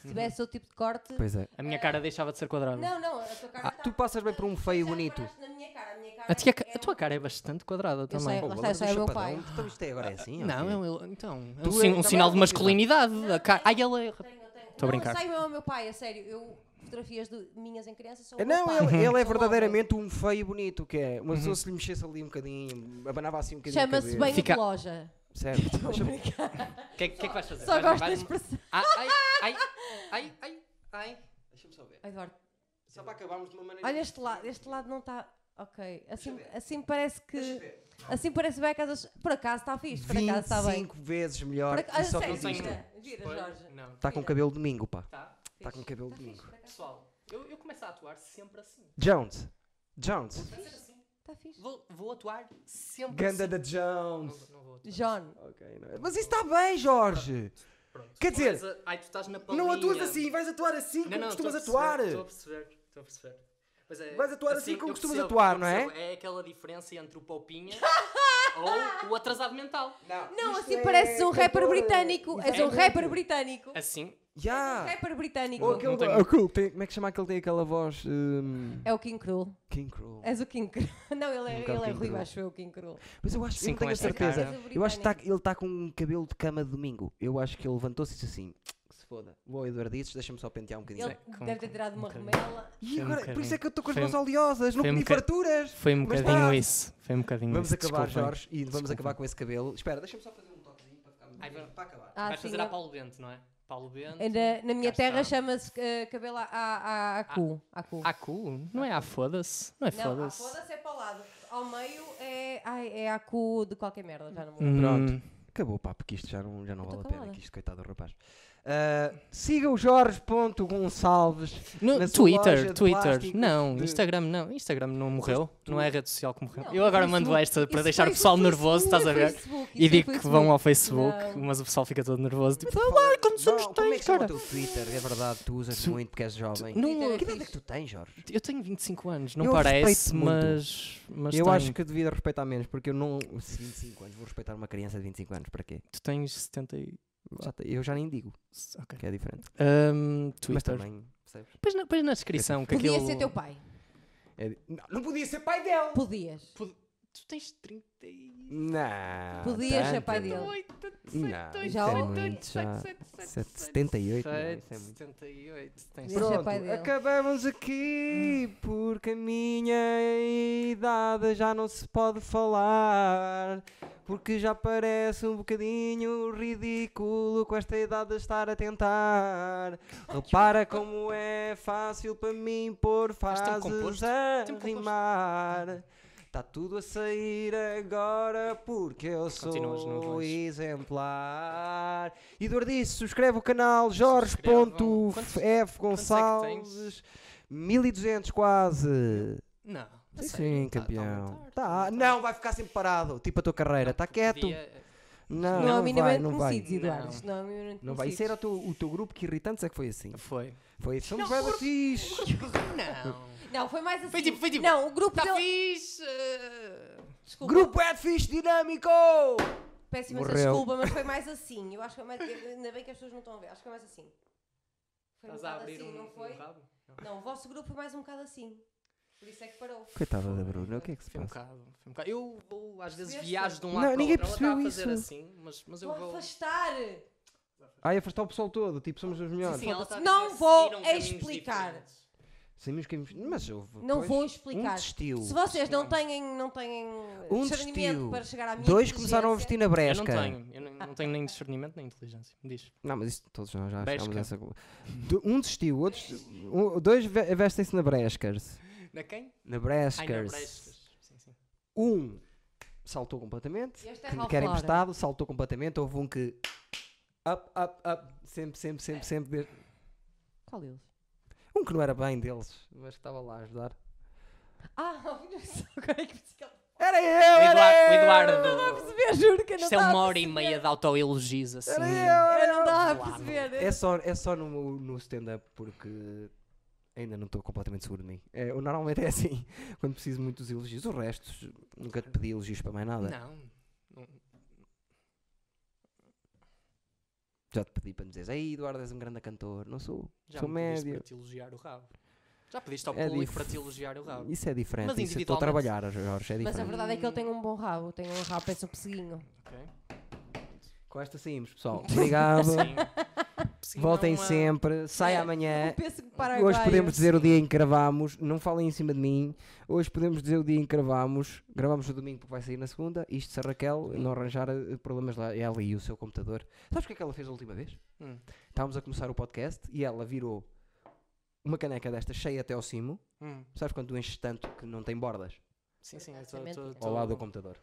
[SPEAKER 3] Se
[SPEAKER 2] Uhum.
[SPEAKER 3] tivesse outro tipo de corte.
[SPEAKER 1] Pois é.
[SPEAKER 2] A minha cara deixava de ser quadrada.
[SPEAKER 3] Não, não, a tua cara está.
[SPEAKER 1] Tu passas bem por um feio
[SPEAKER 3] Já
[SPEAKER 1] bonito.
[SPEAKER 3] reparaste Na minha cara, a minha cara.
[SPEAKER 2] A, tia-
[SPEAKER 3] é
[SPEAKER 2] a tua cara é bastante quadrada
[SPEAKER 3] Eu
[SPEAKER 2] também.
[SPEAKER 3] sei,
[SPEAKER 1] Pô,
[SPEAKER 3] lá
[SPEAKER 1] Balão,
[SPEAKER 3] está, só é o meu
[SPEAKER 1] deixa
[SPEAKER 3] pai.
[SPEAKER 1] padrão. Então isto é agora é assim? ou
[SPEAKER 2] Não,
[SPEAKER 1] quê?
[SPEAKER 2] é um ele- então, é um,
[SPEAKER 1] Tu
[SPEAKER 2] sin-
[SPEAKER 1] é-
[SPEAKER 2] um
[SPEAKER 1] também
[SPEAKER 2] sinal
[SPEAKER 1] é
[SPEAKER 2] de
[SPEAKER 1] uma
[SPEAKER 2] masculinidade.
[SPEAKER 3] Não,
[SPEAKER 2] a cara.
[SPEAKER 3] tenho-
[SPEAKER 2] Ai, ela é.
[SPEAKER 3] Tenho, eu tenho.
[SPEAKER 2] Tô a
[SPEAKER 3] não,
[SPEAKER 2] brincar.
[SPEAKER 3] eu saio ao meu pai, a sério. Eu fotografias de minhas em criança são. o meu
[SPEAKER 1] Não,
[SPEAKER 3] pai.
[SPEAKER 1] ele,
[SPEAKER 3] Sou
[SPEAKER 1] ele é
[SPEAKER 3] homem.
[SPEAKER 1] verdadeiramente um feio bonito, que é
[SPEAKER 2] Uhum.
[SPEAKER 1] uma pessoa se lhe mexesse ali um bocadinho, abanava assim um bocadinho. o
[SPEAKER 3] Chama-se
[SPEAKER 1] cabelo.
[SPEAKER 3] bem
[SPEAKER 2] Fica-
[SPEAKER 3] de loja.
[SPEAKER 1] Certo.
[SPEAKER 2] O que, é- que é que vais fazer?
[SPEAKER 3] Só
[SPEAKER 2] Vais-
[SPEAKER 3] gosto da
[SPEAKER 2] vais-
[SPEAKER 3] expressão.
[SPEAKER 2] Ah, Ai, ai, ai, ai, ai.
[SPEAKER 1] Deixa-me só ver.
[SPEAKER 3] Ai, Eduardo,
[SPEAKER 1] Só para acabarmos de uma maneira.
[SPEAKER 3] Olha este lado, este lado não está. Ok. Assim,
[SPEAKER 1] Deixa eu
[SPEAKER 3] assim parece
[SPEAKER 1] Deixa
[SPEAKER 3] que. Assim parece bem a casa. Por acaso está fixe, por acaso está bem.
[SPEAKER 1] 25 vezes melhor.
[SPEAKER 3] Por
[SPEAKER 1] e
[SPEAKER 3] acaso,
[SPEAKER 1] só
[SPEAKER 3] sério,
[SPEAKER 1] fez
[SPEAKER 2] não
[SPEAKER 1] isto.
[SPEAKER 2] tenho-
[SPEAKER 3] gira, gira, Jorge.
[SPEAKER 2] Não.
[SPEAKER 1] Está com
[SPEAKER 3] Vira.
[SPEAKER 1] cabelo de domingo, pá.
[SPEAKER 2] Tá.
[SPEAKER 1] Está com cabelo de domingo.
[SPEAKER 2] Pessoal, eu, eu começo a atuar sempre assim.
[SPEAKER 1] Jones. Jones.
[SPEAKER 2] Vai ser assim.
[SPEAKER 3] Está fixe.
[SPEAKER 2] Vou, vou atuar sempre
[SPEAKER 1] Ganda
[SPEAKER 2] assim.
[SPEAKER 1] da Jones.
[SPEAKER 2] Não, não vou atuar.
[SPEAKER 3] John,
[SPEAKER 1] Ok, não é- um Mas isso está bem, Jorge.
[SPEAKER 2] Pronto.
[SPEAKER 1] Quer dizer,
[SPEAKER 2] Mas, ah, ai, tu estás na palinha.
[SPEAKER 1] Não atuas assim, vais atuar assim como costumas
[SPEAKER 2] estou a
[SPEAKER 1] atuar.
[SPEAKER 2] perceber, Estou a perceber, estou a perceber. Mas é,
[SPEAKER 1] Vais atuar assim como
[SPEAKER 2] eu
[SPEAKER 1] costumas
[SPEAKER 2] percebo,
[SPEAKER 1] atuar,
[SPEAKER 2] eu
[SPEAKER 1] não é?
[SPEAKER 2] percebo. É aquela diferença entre o paupinha ou o atrasado mental.
[SPEAKER 3] não,
[SPEAKER 1] isto
[SPEAKER 3] assim
[SPEAKER 1] é
[SPEAKER 3] pareces um rapper
[SPEAKER 1] cantora.
[SPEAKER 3] britânico.
[SPEAKER 2] é
[SPEAKER 3] És um
[SPEAKER 1] Exatamente.
[SPEAKER 3] rapper britânico. um
[SPEAKER 2] Assim,
[SPEAKER 1] Já.
[SPEAKER 3] Rapper britânico.
[SPEAKER 1] Ah. Ou aquele.
[SPEAKER 2] Não tenho-
[SPEAKER 1] oh, cool, tem- Como é que chama aquele que tem aquela voz. hum,
[SPEAKER 3] É o King Cruel.
[SPEAKER 1] King Cruel.
[SPEAKER 3] És o King Cruel. Não, ele é,
[SPEAKER 1] Nunca o
[SPEAKER 3] ele é
[SPEAKER 1] King
[SPEAKER 3] ruim,
[SPEAKER 1] Cruel.
[SPEAKER 3] acho eu, o King Cruel. é
[SPEAKER 1] Mas eu acho que
[SPEAKER 2] Sim,
[SPEAKER 1] não
[SPEAKER 2] com
[SPEAKER 1] tenho a
[SPEAKER 2] esta
[SPEAKER 1] certeza.
[SPEAKER 2] cara.
[SPEAKER 1] Eu acho que tá- ele está com um cabelo de cama de domingo. Eu acho que ele levantou-se e disse assim: "Que se foda. Vou ao Eduardices, deixa-me só pentear um bocadinho.
[SPEAKER 3] Ele
[SPEAKER 2] Sim, com-
[SPEAKER 3] deve ter tirado uma
[SPEAKER 2] com-
[SPEAKER 3] remela.
[SPEAKER 1] E
[SPEAKER 2] Foi um
[SPEAKER 1] agora, por isso é
[SPEAKER 2] bocadinho.
[SPEAKER 1] que eu estou com as
[SPEAKER 2] Foi um-
[SPEAKER 1] mãos oleosas, não
[SPEAKER 2] foi um
[SPEAKER 1] pedi
[SPEAKER 2] boca-
[SPEAKER 1] farturas.
[SPEAKER 2] foi um
[SPEAKER 1] Mas
[SPEAKER 2] bocadinho
[SPEAKER 1] vá.
[SPEAKER 2] isso. Foi um bocadinho
[SPEAKER 1] Vamos
[SPEAKER 2] isso.
[SPEAKER 1] acabar,
[SPEAKER 2] desculpem.
[SPEAKER 1] Jorge, e vamos
[SPEAKER 2] Desculpem.
[SPEAKER 1] acabar com esse cabelo. Espera, deixa-me só fazer um toquezinho para ficar
[SPEAKER 2] Ai, vai-
[SPEAKER 1] Para acabar.
[SPEAKER 3] Ah,
[SPEAKER 2] vais
[SPEAKER 3] sim,
[SPEAKER 2] fazer a
[SPEAKER 3] eu-
[SPEAKER 2] Paulo Bento, não é? Paulo Bento.
[SPEAKER 3] Na, na minha
[SPEAKER 2] Cá
[SPEAKER 3] terra
[SPEAKER 2] está.
[SPEAKER 3] chama-se eh, cabelo à- à
[SPEAKER 2] Ah.
[SPEAKER 3] à- à cu. À cu.
[SPEAKER 2] A cu? Não é a foda-se? Não é
[SPEAKER 3] Não, a
[SPEAKER 2] foda-se?
[SPEAKER 3] foda-se é para o lado. Ao meio é, ai, é a cu de qualquer merda, já não me lembro.
[SPEAKER 1] Pronto.
[SPEAKER 2] Hum,
[SPEAKER 1] Acabou, pá, porque isto já não, já não
[SPEAKER 3] Eu tô
[SPEAKER 1] vale a pena.
[SPEAKER 3] calada.
[SPEAKER 1] Que isto, coitado do rapaz. Ah, siga o Jorge.gonçalves.
[SPEAKER 2] No
[SPEAKER 1] Na sua loja
[SPEAKER 2] Twitter,
[SPEAKER 1] de
[SPEAKER 2] Twitter.
[SPEAKER 1] plásticos
[SPEAKER 2] Não,
[SPEAKER 1] de-
[SPEAKER 2] Instagram não. Instagram não morreu. Não é a rede social que morreu.
[SPEAKER 3] Não,
[SPEAKER 2] Eu agora
[SPEAKER 3] Facebook.
[SPEAKER 2] mando esta para
[SPEAKER 3] Isso
[SPEAKER 2] deixar o
[SPEAKER 3] foi-
[SPEAKER 2] pessoal
[SPEAKER 3] isso foi
[SPEAKER 2] nervoso, estás a ver? E
[SPEAKER 3] Facebook, isso foi
[SPEAKER 2] digo que
[SPEAKER 3] Facebook.
[SPEAKER 2] vão ao Facebook,
[SPEAKER 3] Não.
[SPEAKER 2] mas o pessoal fica todo nervoso. Tipo,
[SPEAKER 1] Fala-
[SPEAKER 2] ah, como somos
[SPEAKER 1] Não, como é que
[SPEAKER 2] tens,
[SPEAKER 1] chama o
[SPEAKER 2] cara?
[SPEAKER 1] teu Twitter? É verdade, tu usas muito porque és jovem.
[SPEAKER 2] Não,
[SPEAKER 1] Que idade é que tu tens, Jorge?
[SPEAKER 2] eu tenho 25 anos, não
[SPEAKER 1] Eu
[SPEAKER 2] parece,
[SPEAKER 1] respeito muito.
[SPEAKER 2] mas, mas
[SPEAKER 1] eu
[SPEAKER 2] tenho.
[SPEAKER 1] acho que devia respeitar menos, porque eu não. se 25 anos, vou respeitar uma criança de 25 anos, para quê?
[SPEAKER 2] tu tens 70 e...
[SPEAKER 1] Já te- eu já nem digo,
[SPEAKER 2] Ok.
[SPEAKER 1] que é diferente.
[SPEAKER 2] Ahm,
[SPEAKER 1] Mas
[SPEAKER 2] Twitter.
[SPEAKER 1] também, percebes?
[SPEAKER 2] Depois na, depois na descrição que
[SPEAKER 3] Podia
[SPEAKER 2] aquilo...
[SPEAKER 3] ser teu pai.
[SPEAKER 1] É di- não, não podia ser pai dele!
[SPEAKER 3] Podias.
[SPEAKER 2] Tu tens 30 e... Ah,
[SPEAKER 1] Não!
[SPEAKER 3] Podias
[SPEAKER 2] tá,
[SPEAKER 3] ser
[SPEAKER 1] tanto
[SPEAKER 3] pai
[SPEAKER 1] não.
[SPEAKER 3] dele.
[SPEAKER 1] Não,
[SPEAKER 3] Já
[SPEAKER 1] isso é
[SPEAKER 3] houve?
[SPEAKER 1] muito, já. Sete- 78, não, isso é muito.
[SPEAKER 2] 78,
[SPEAKER 3] Esse é
[SPEAKER 1] Pronto,
[SPEAKER 3] pai dele.
[SPEAKER 1] acabamos aqui porque a minha idade já não se pode falar. Porque já parece um bocadinho ridículo com esta idade a estar a tentar. Repara como é fácil para mim pôr
[SPEAKER 2] tempo
[SPEAKER 1] frases
[SPEAKER 2] composto?
[SPEAKER 1] a
[SPEAKER 2] Tempo composto.
[SPEAKER 1] rimar. Está tudo a sair agora porque eu
[SPEAKER 2] Continuas, não
[SPEAKER 1] sou
[SPEAKER 2] vais.
[SPEAKER 1] exemplar. E dor disso, subscreve o canal
[SPEAKER 2] Subscrevam. Quantos-
[SPEAKER 1] Jorge.f
[SPEAKER 2] quantos é que tens?
[SPEAKER 1] Gonçalves. 1200 quase.
[SPEAKER 2] Não. não
[SPEAKER 1] Sim,
[SPEAKER 2] sei,
[SPEAKER 1] sim,
[SPEAKER 2] tá- tá
[SPEAKER 1] campeão.
[SPEAKER 2] aumentar,
[SPEAKER 1] Tá,
[SPEAKER 2] aumentar.
[SPEAKER 1] não, vai ficar sempre parado. Tipo a tua carreira, está quieto.
[SPEAKER 2] Podia-
[SPEAKER 1] Não,
[SPEAKER 3] Não, há
[SPEAKER 1] não, vai,
[SPEAKER 3] minimamente
[SPEAKER 1] não vai.
[SPEAKER 3] conhecidos, Eduardo.
[SPEAKER 2] Não.
[SPEAKER 3] Isto Não há minimamente
[SPEAKER 1] Não vai. Isso era
[SPEAKER 3] conhecidos.
[SPEAKER 1] o teu, o teu grupo que irritantes é que foi assim.
[SPEAKER 2] Foi.
[SPEAKER 1] Foi Somos
[SPEAKER 2] Não,
[SPEAKER 1] Brothers
[SPEAKER 2] por-
[SPEAKER 1] fixe.
[SPEAKER 2] Não.
[SPEAKER 3] Não, foi mais assim.
[SPEAKER 2] Foi tipo- foi tipo,
[SPEAKER 3] Não, o grupo
[SPEAKER 2] Está
[SPEAKER 3] dele...
[SPEAKER 2] fixe. eh,
[SPEAKER 3] Desculpa,
[SPEAKER 1] Grupo é de fixe dinâmico!
[SPEAKER 3] peço imensa
[SPEAKER 1] Morreu.
[SPEAKER 3] desculpa, mas foi mais assim. Eu acho que foi mais... Ainda bem que as pessoas não estão a ver. Acho que foi mais assim. Foi um
[SPEAKER 2] Estás a
[SPEAKER 3] bocado
[SPEAKER 2] abrir
[SPEAKER 3] assim,
[SPEAKER 2] um,
[SPEAKER 3] não foi?
[SPEAKER 2] um rabo? Não.
[SPEAKER 3] Não, o vosso grupo foi mais um bocado assim. Por isso é que parou.
[SPEAKER 1] Coitada da Bruna, o que é que se
[SPEAKER 2] Foi um
[SPEAKER 1] passa?
[SPEAKER 2] bocado. Foi um bocado. Eu vou, às vezes
[SPEAKER 3] Percebeste?
[SPEAKER 2] viajo de um
[SPEAKER 1] Não,
[SPEAKER 2] lado para o
[SPEAKER 1] ninguém
[SPEAKER 2] outro. Ela está a
[SPEAKER 1] percebeu
[SPEAKER 2] fazer
[SPEAKER 1] isso.
[SPEAKER 2] assim, mas, mas eu
[SPEAKER 3] Vou
[SPEAKER 2] vou...
[SPEAKER 3] afastar.
[SPEAKER 1] Ai, afastar o pessoal todo, tipo, somos os melhores.
[SPEAKER 2] Sim, ela está a assim,
[SPEAKER 3] Não
[SPEAKER 2] dizer,
[SPEAKER 3] vou
[SPEAKER 2] seguiram caminhos
[SPEAKER 3] explicar.
[SPEAKER 2] diferentes.
[SPEAKER 1] Sabemos que Mas houve.
[SPEAKER 3] Não
[SPEAKER 1] pois,
[SPEAKER 3] vou explicar.
[SPEAKER 1] Um desistiu.
[SPEAKER 3] Se vocês não têm, não têm eh,
[SPEAKER 1] Um
[SPEAKER 3] discernimento
[SPEAKER 1] desistiu.
[SPEAKER 3] para chegar à minha
[SPEAKER 1] Dois começaram a
[SPEAKER 3] inteligência-
[SPEAKER 1] vestir na
[SPEAKER 2] Eu não
[SPEAKER 1] bresca.
[SPEAKER 2] tenho. Eu não, não tenho nem discernimento nem inteligência. Me diz.
[SPEAKER 1] Não, mas isso todos nós já
[SPEAKER 2] Bresca.
[SPEAKER 1] achámos essa. co- Do- Um desistiu, outros. um- dois ve- vestem-se na Breskers.
[SPEAKER 2] Na quem?
[SPEAKER 1] Na
[SPEAKER 2] Ai, na
[SPEAKER 1] Breskers.
[SPEAKER 2] Brescas. Sim, sim.
[SPEAKER 1] Um saltou completamente.
[SPEAKER 3] Este é
[SPEAKER 1] Que
[SPEAKER 3] Ralph
[SPEAKER 1] quer
[SPEAKER 3] Lauren.
[SPEAKER 1] emprestado, saltou completamente. Houve um que. Up, up, up. Sempre, sempre, sempre, sempre. desde-
[SPEAKER 3] Qual deles?
[SPEAKER 1] Um que não era bem deles, mas que estava lá a ajudar.
[SPEAKER 3] Ah, olha só, agora é que pensei que ele-
[SPEAKER 1] Era eu!
[SPEAKER 2] O
[SPEAKER 1] Era eu!
[SPEAKER 2] Eduardo.
[SPEAKER 3] Não estava a perceber, juro que eu não
[SPEAKER 2] Isto é
[SPEAKER 3] estava a
[SPEAKER 2] uma hora e
[SPEAKER 3] perceber.
[SPEAKER 2] meia de autoelogios assim.
[SPEAKER 1] Era eu!
[SPEAKER 3] Eu não
[SPEAKER 2] Vá,
[SPEAKER 3] estava a
[SPEAKER 2] meu.
[SPEAKER 3] perceber.
[SPEAKER 1] É só, é só no, no stand-up porque ainda não estou completamente seguro de mim. É, eu normalmente é assim, quando preciso muito dos elogios. O resto, nunca te pedi elogios para mais nada.
[SPEAKER 2] Não. Não.
[SPEAKER 1] Já te pedi para me dizeres, ei Eduardo, és um grande cantor. Não sou,
[SPEAKER 2] Já
[SPEAKER 1] sou
[SPEAKER 2] me pediste
[SPEAKER 1] médio.
[SPEAKER 2] para te elogiar o rabo. Já pediste ao
[SPEAKER 1] É
[SPEAKER 2] público
[SPEAKER 1] dif-
[SPEAKER 2] para te elogiar o rabo.
[SPEAKER 1] Isso é diferente.
[SPEAKER 2] Mas
[SPEAKER 1] isso eu estou a
[SPEAKER 2] individualmente-
[SPEAKER 1] trabalhar, Jorge, é
[SPEAKER 3] Mas a
[SPEAKER 1] diferente.
[SPEAKER 3] verdade é que ele tem um bom rabo. Tem um rabo, parece um pesseguinho.
[SPEAKER 2] Ok?
[SPEAKER 1] Com esta saímos, pessoal. Obrigado.
[SPEAKER 2] Sim,
[SPEAKER 1] Voltem
[SPEAKER 2] não, ah,
[SPEAKER 1] sempre. Sai amanhã.
[SPEAKER 3] Penso que
[SPEAKER 1] É, Hoje podemos dizer o
[SPEAKER 2] sim.
[SPEAKER 1] dia em que gravámos. Não falem em cima de mim. Hoje podemos dizer o dia em que gravámos. Gravámos no domingo porque vai sair na segunda. Isto se a Raquel não arranjar eh, problemas lá, ela e o seu computador. Sabes o que é que ela fez a última vez?
[SPEAKER 2] Hum.
[SPEAKER 1] Estávamos a começar o podcast e ela virou uma caneca desta cheia até ao cimo.
[SPEAKER 2] hum,
[SPEAKER 1] Sabes quando tu enches tanto que não tem bordas?
[SPEAKER 2] Sim, sim, eu
[SPEAKER 3] Exatamente.
[SPEAKER 2] estou.
[SPEAKER 1] Ao lado do computador.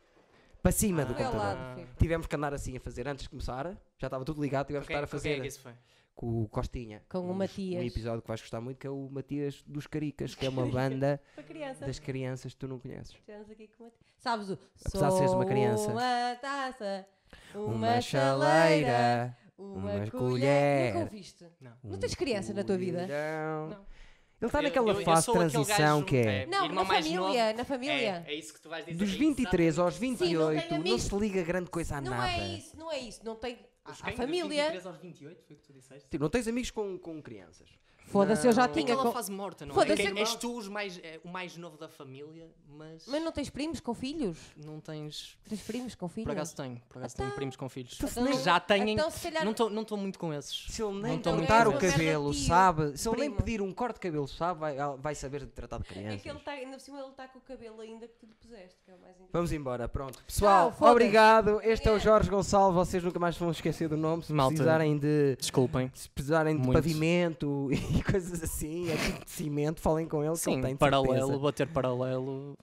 [SPEAKER 1] Para cima do
[SPEAKER 3] Foi É Ah, ao
[SPEAKER 1] computador.
[SPEAKER 3] lado, foi.
[SPEAKER 1] Tivemos que andar assim a fazer antes de começar. Já estava tudo ligado. Tivemos que estar a fazer
[SPEAKER 2] é que isso foi?
[SPEAKER 1] com o Costinha.
[SPEAKER 3] Com o
[SPEAKER 1] um dos-
[SPEAKER 3] Matias.
[SPEAKER 1] Um episódio que vais gostar muito que é o Matias dos Caricas, que é uma banda
[SPEAKER 3] Para criança.
[SPEAKER 1] das crianças que tu não conheces.
[SPEAKER 3] Tivemos aqui com uma... Sabes o...
[SPEAKER 1] Apesar de seres uma criança.
[SPEAKER 3] uma taça, uma,
[SPEAKER 1] Uma
[SPEAKER 3] chaleira,
[SPEAKER 1] chaleira,
[SPEAKER 3] uma,
[SPEAKER 1] uma
[SPEAKER 3] colher. Nunca
[SPEAKER 1] colher.
[SPEAKER 3] ouviste?
[SPEAKER 2] Não.
[SPEAKER 3] Não tens criança na tua vida?
[SPEAKER 1] colhão.
[SPEAKER 2] Não.
[SPEAKER 1] Ele está
[SPEAKER 2] Eu-
[SPEAKER 1] naquela
[SPEAKER 2] eu- eu
[SPEAKER 1] fase de
[SPEAKER 2] sou aquele
[SPEAKER 1] transição
[SPEAKER 2] gajo,
[SPEAKER 1] que é.
[SPEAKER 2] é,
[SPEAKER 3] Não,
[SPEAKER 2] Irmão
[SPEAKER 3] na
[SPEAKER 2] mais
[SPEAKER 3] família, na
[SPEAKER 2] É,
[SPEAKER 3] família.
[SPEAKER 2] é isso que tu vais dizer.
[SPEAKER 1] Dos
[SPEAKER 2] é
[SPEAKER 1] 23 aos
[SPEAKER 2] exatamente-
[SPEAKER 3] Sim, não tem
[SPEAKER 1] 28 não,
[SPEAKER 3] amigos.
[SPEAKER 1] se liga grande coisa a
[SPEAKER 3] Não
[SPEAKER 1] Ah, nada.
[SPEAKER 3] é isso, não é isso. Não tem...
[SPEAKER 2] Dos
[SPEAKER 3] Há
[SPEAKER 2] quem?
[SPEAKER 3] família.
[SPEAKER 2] Dos 23 aos 28, foi o que tu disseste?
[SPEAKER 1] Tipo, não tens amigos com, com crianças.
[SPEAKER 3] Foda-se, eu já
[SPEAKER 1] Não.
[SPEAKER 2] É que
[SPEAKER 3] tinha.
[SPEAKER 2] ela
[SPEAKER 3] co-
[SPEAKER 2] faz morta, não é?
[SPEAKER 3] Foda-se,
[SPEAKER 2] Que
[SPEAKER 3] eu-
[SPEAKER 2] és tu os mais, é, o mais novo da família, mas,
[SPEAKER 3] Mas não tens primos com filhos?
[SPEAKER 2] não tens.
[SPEAKER 3] Três primos com filhos?
[SPEAKER 2] Por acaso tenho, por acaso tenho primos com filhos.
[SPEAKER 3] Então-
[SPEAKER 2] Mas já têm.
[SPEAKER 3] Então, se calhar-
[SPEAKER 2] Não estou não tô muito com esses.
[SPEAKER 1] Se ele nem
[SPEAKER 2] Não tô muito
[SPEAKER 1] cortar
[SPEAKER 2] com
[SPEAKER 1] o
[SPEAKER 2] esses.
[SPEAKER 1] cabelo,
[SPEAKER 3] é Tio,
[SPEAKER 1] sabe? Se ele nem
[SPEAKER 3] primo.
[SPEAKER 1] pedir um corte de cabelo, sabe? Vai, ela vai saber de tratar de
[SPEAKER 3] É que ele
[SPEAKER 1] crianças.
[SPEAKER 3] está, ainda por cima ele está com o cabelo ainda que tu lhe puseste, que é o mais engraçado.
[SPEAKER 1] Vamos embora, pronto. Pessoal,
[SPEAKER 3] foda-se.
[SPEAKER 1] obrigado. Este é o
[SPEAKER 3] Yeah.
[SPEAKER 1] Jorge Gonçalves. Vocês nunca mais vão esquecer do nome. Se
[SPEAKER 2] Malta.
[SPEAKER 1] precisarem de,
[SPEAKER 2] Desculpem.
[SPEAKER 1] se precisarem de
[SPEAKER 2] Muito.
[SPEAKER 1] pavimento e coisas assim, é tipo de cimento, falem com ele. que ele
[SPEAKER 2] Sim,
[SPEAKER 1] tem de
[SPEAKER 2] paralelo,
[SPEAKER 1] certeza.
[SPEAKER 2] bater paralelo.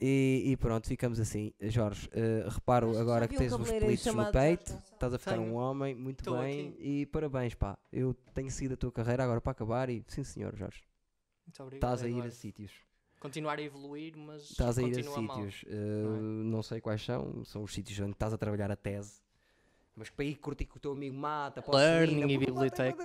[SPEAKER 1] E, e pronto, ficamos assim. Jorge, eh, reparo
[SPEAKER 3] Mas
[SPEAKER 1] agora
[SPEAKER 3] já
[SPEAKER 1] que
[SPEAKER 3] vi um
[SPEAKER 1] tens os
[SPEAKER 3] cabeleireiro
[SPEAKER 1] pelitos no
[SPEAKER 3] chamado Jorge
[SPEAKER 1] peito.
[SPEAKER 3] Gonçalves.
[SPEAKER 1] Estás a ficar um
[SPEAKER 2] Tenho.
[SPEAKER 1] homem, muito
[SPEAKER 2] Tô
[SPEAKER 1] bem.
[SPEAKER 2] aqui.
[SPEAKER 1] E parabéns, pá. Eu tenho seguido a tua carreira agora para acabar. E sim, senhor, Jorge,
[SPEAKER 2] Muito obrigado.
[SPEAKER 1] estás a ir
[SPEAKER 2] Eduardo.
[SPEAKER 1] a sítios.
[SPEAKER 2] Continuar a evoluir, mas.
[SPEAKER 1] Estás a ir a
[SPEAKER 2] continua mal.
[SPEAKER 1] sítios. eh, não sei quais são, são os sítios onde estás a trabalhar a tese. Mas para ir curtir com o teu amigo mata, pode
[SPEAKER 2] Learning e biblioteca.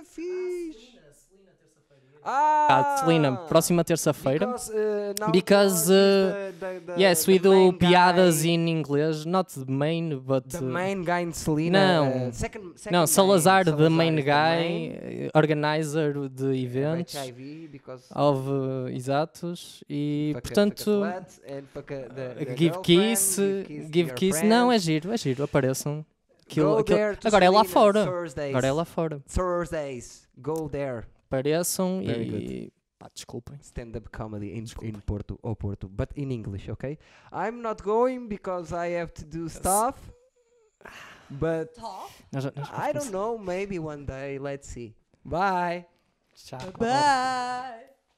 [SPEAKER 1] Ah,
[SPEAKER 2] Ah, Celina, próxima terça-feira.
[SPEAKER 1] Because, eh, now
[SPEAKER 2] Because, eh,
[SPEAKER 1] Jorge is the- the- the-
[SPEAKER 2] Yes, we
[SPEAKER 1] the main
[SPEAKER 2] do
[SPEAKER 1] guy.
[SPEAKER 2] piadas in inglês. Not the main, but.
[SPEAKER 1] The
[SPEAKER 2] uh,
[SPEAKER 1] main guy in Selena.
[SPEAKER 2] Não.
[SPEAKER 1] uh, second, second
[SPEAKER 2] Não,
[SPEAKER 1] main,
[SPEAKER 2] Salazar, the main
[SPEAKER 1] is the
[SPEAKER 2] guy,
[SPEAKER 1] main
[SPEAKER 2] eh, organizer de
[SPEAKER 1] of
[SPEAKER 2] eventos.
[SPEAKER 1] HIV because
[SPEAKER 2] Houve uh, exatos e
[SPEAKER 1] fuck a-
[SPEAKER 2] portanto
[SPEAKER 1] fuck a slut and fuck a- the- the
[SPEAKER 2] give kiss, eh,
[SPEAKER 1] girlfriend,
[SPEAKER 2] give
[SPEAKER 1] to
[SPEAKER 2] kiss,
[SPEAKER 1] your
[SPEAKER 2] não é
[SPEAKER 1] friends.
[SPEAKER 2] giro, é giro, apareçam. Aquilo-
[SPEAKER 1] Go
[SPEAKER 2] aquilo-
[SPEAKER 1] there to
[SPEAKER 2] Agora é lá
[SPEAKER 1] Selena,
[SPEAKER 2] fora,
[SPEAKER 1] Thursdays.
[SPEAKER 2] agora é lá fora.
[SPEAKER 1] Thursdays. Go there.
[SPEAKER 2] Apareçam
[SPEAKER 1] Very
[SPEAKER 2] e pá, desculpem.
[SPEAKER 1] Stand-up comedy in, in
[SPEAKER 2] Desculpem.
[SPEAKER 1] Porto ou Porto, but in English, okay? I'm not going because I have to do stuff. But
[SPEAKER 3] Top.
[SPEAKER 2] Nós- nós-
[SPEAKER 1] I don't know, maybe one day, let's see. Bye.
[SPEAKER 2] Tchau.
[SPEAKER 3] Bye.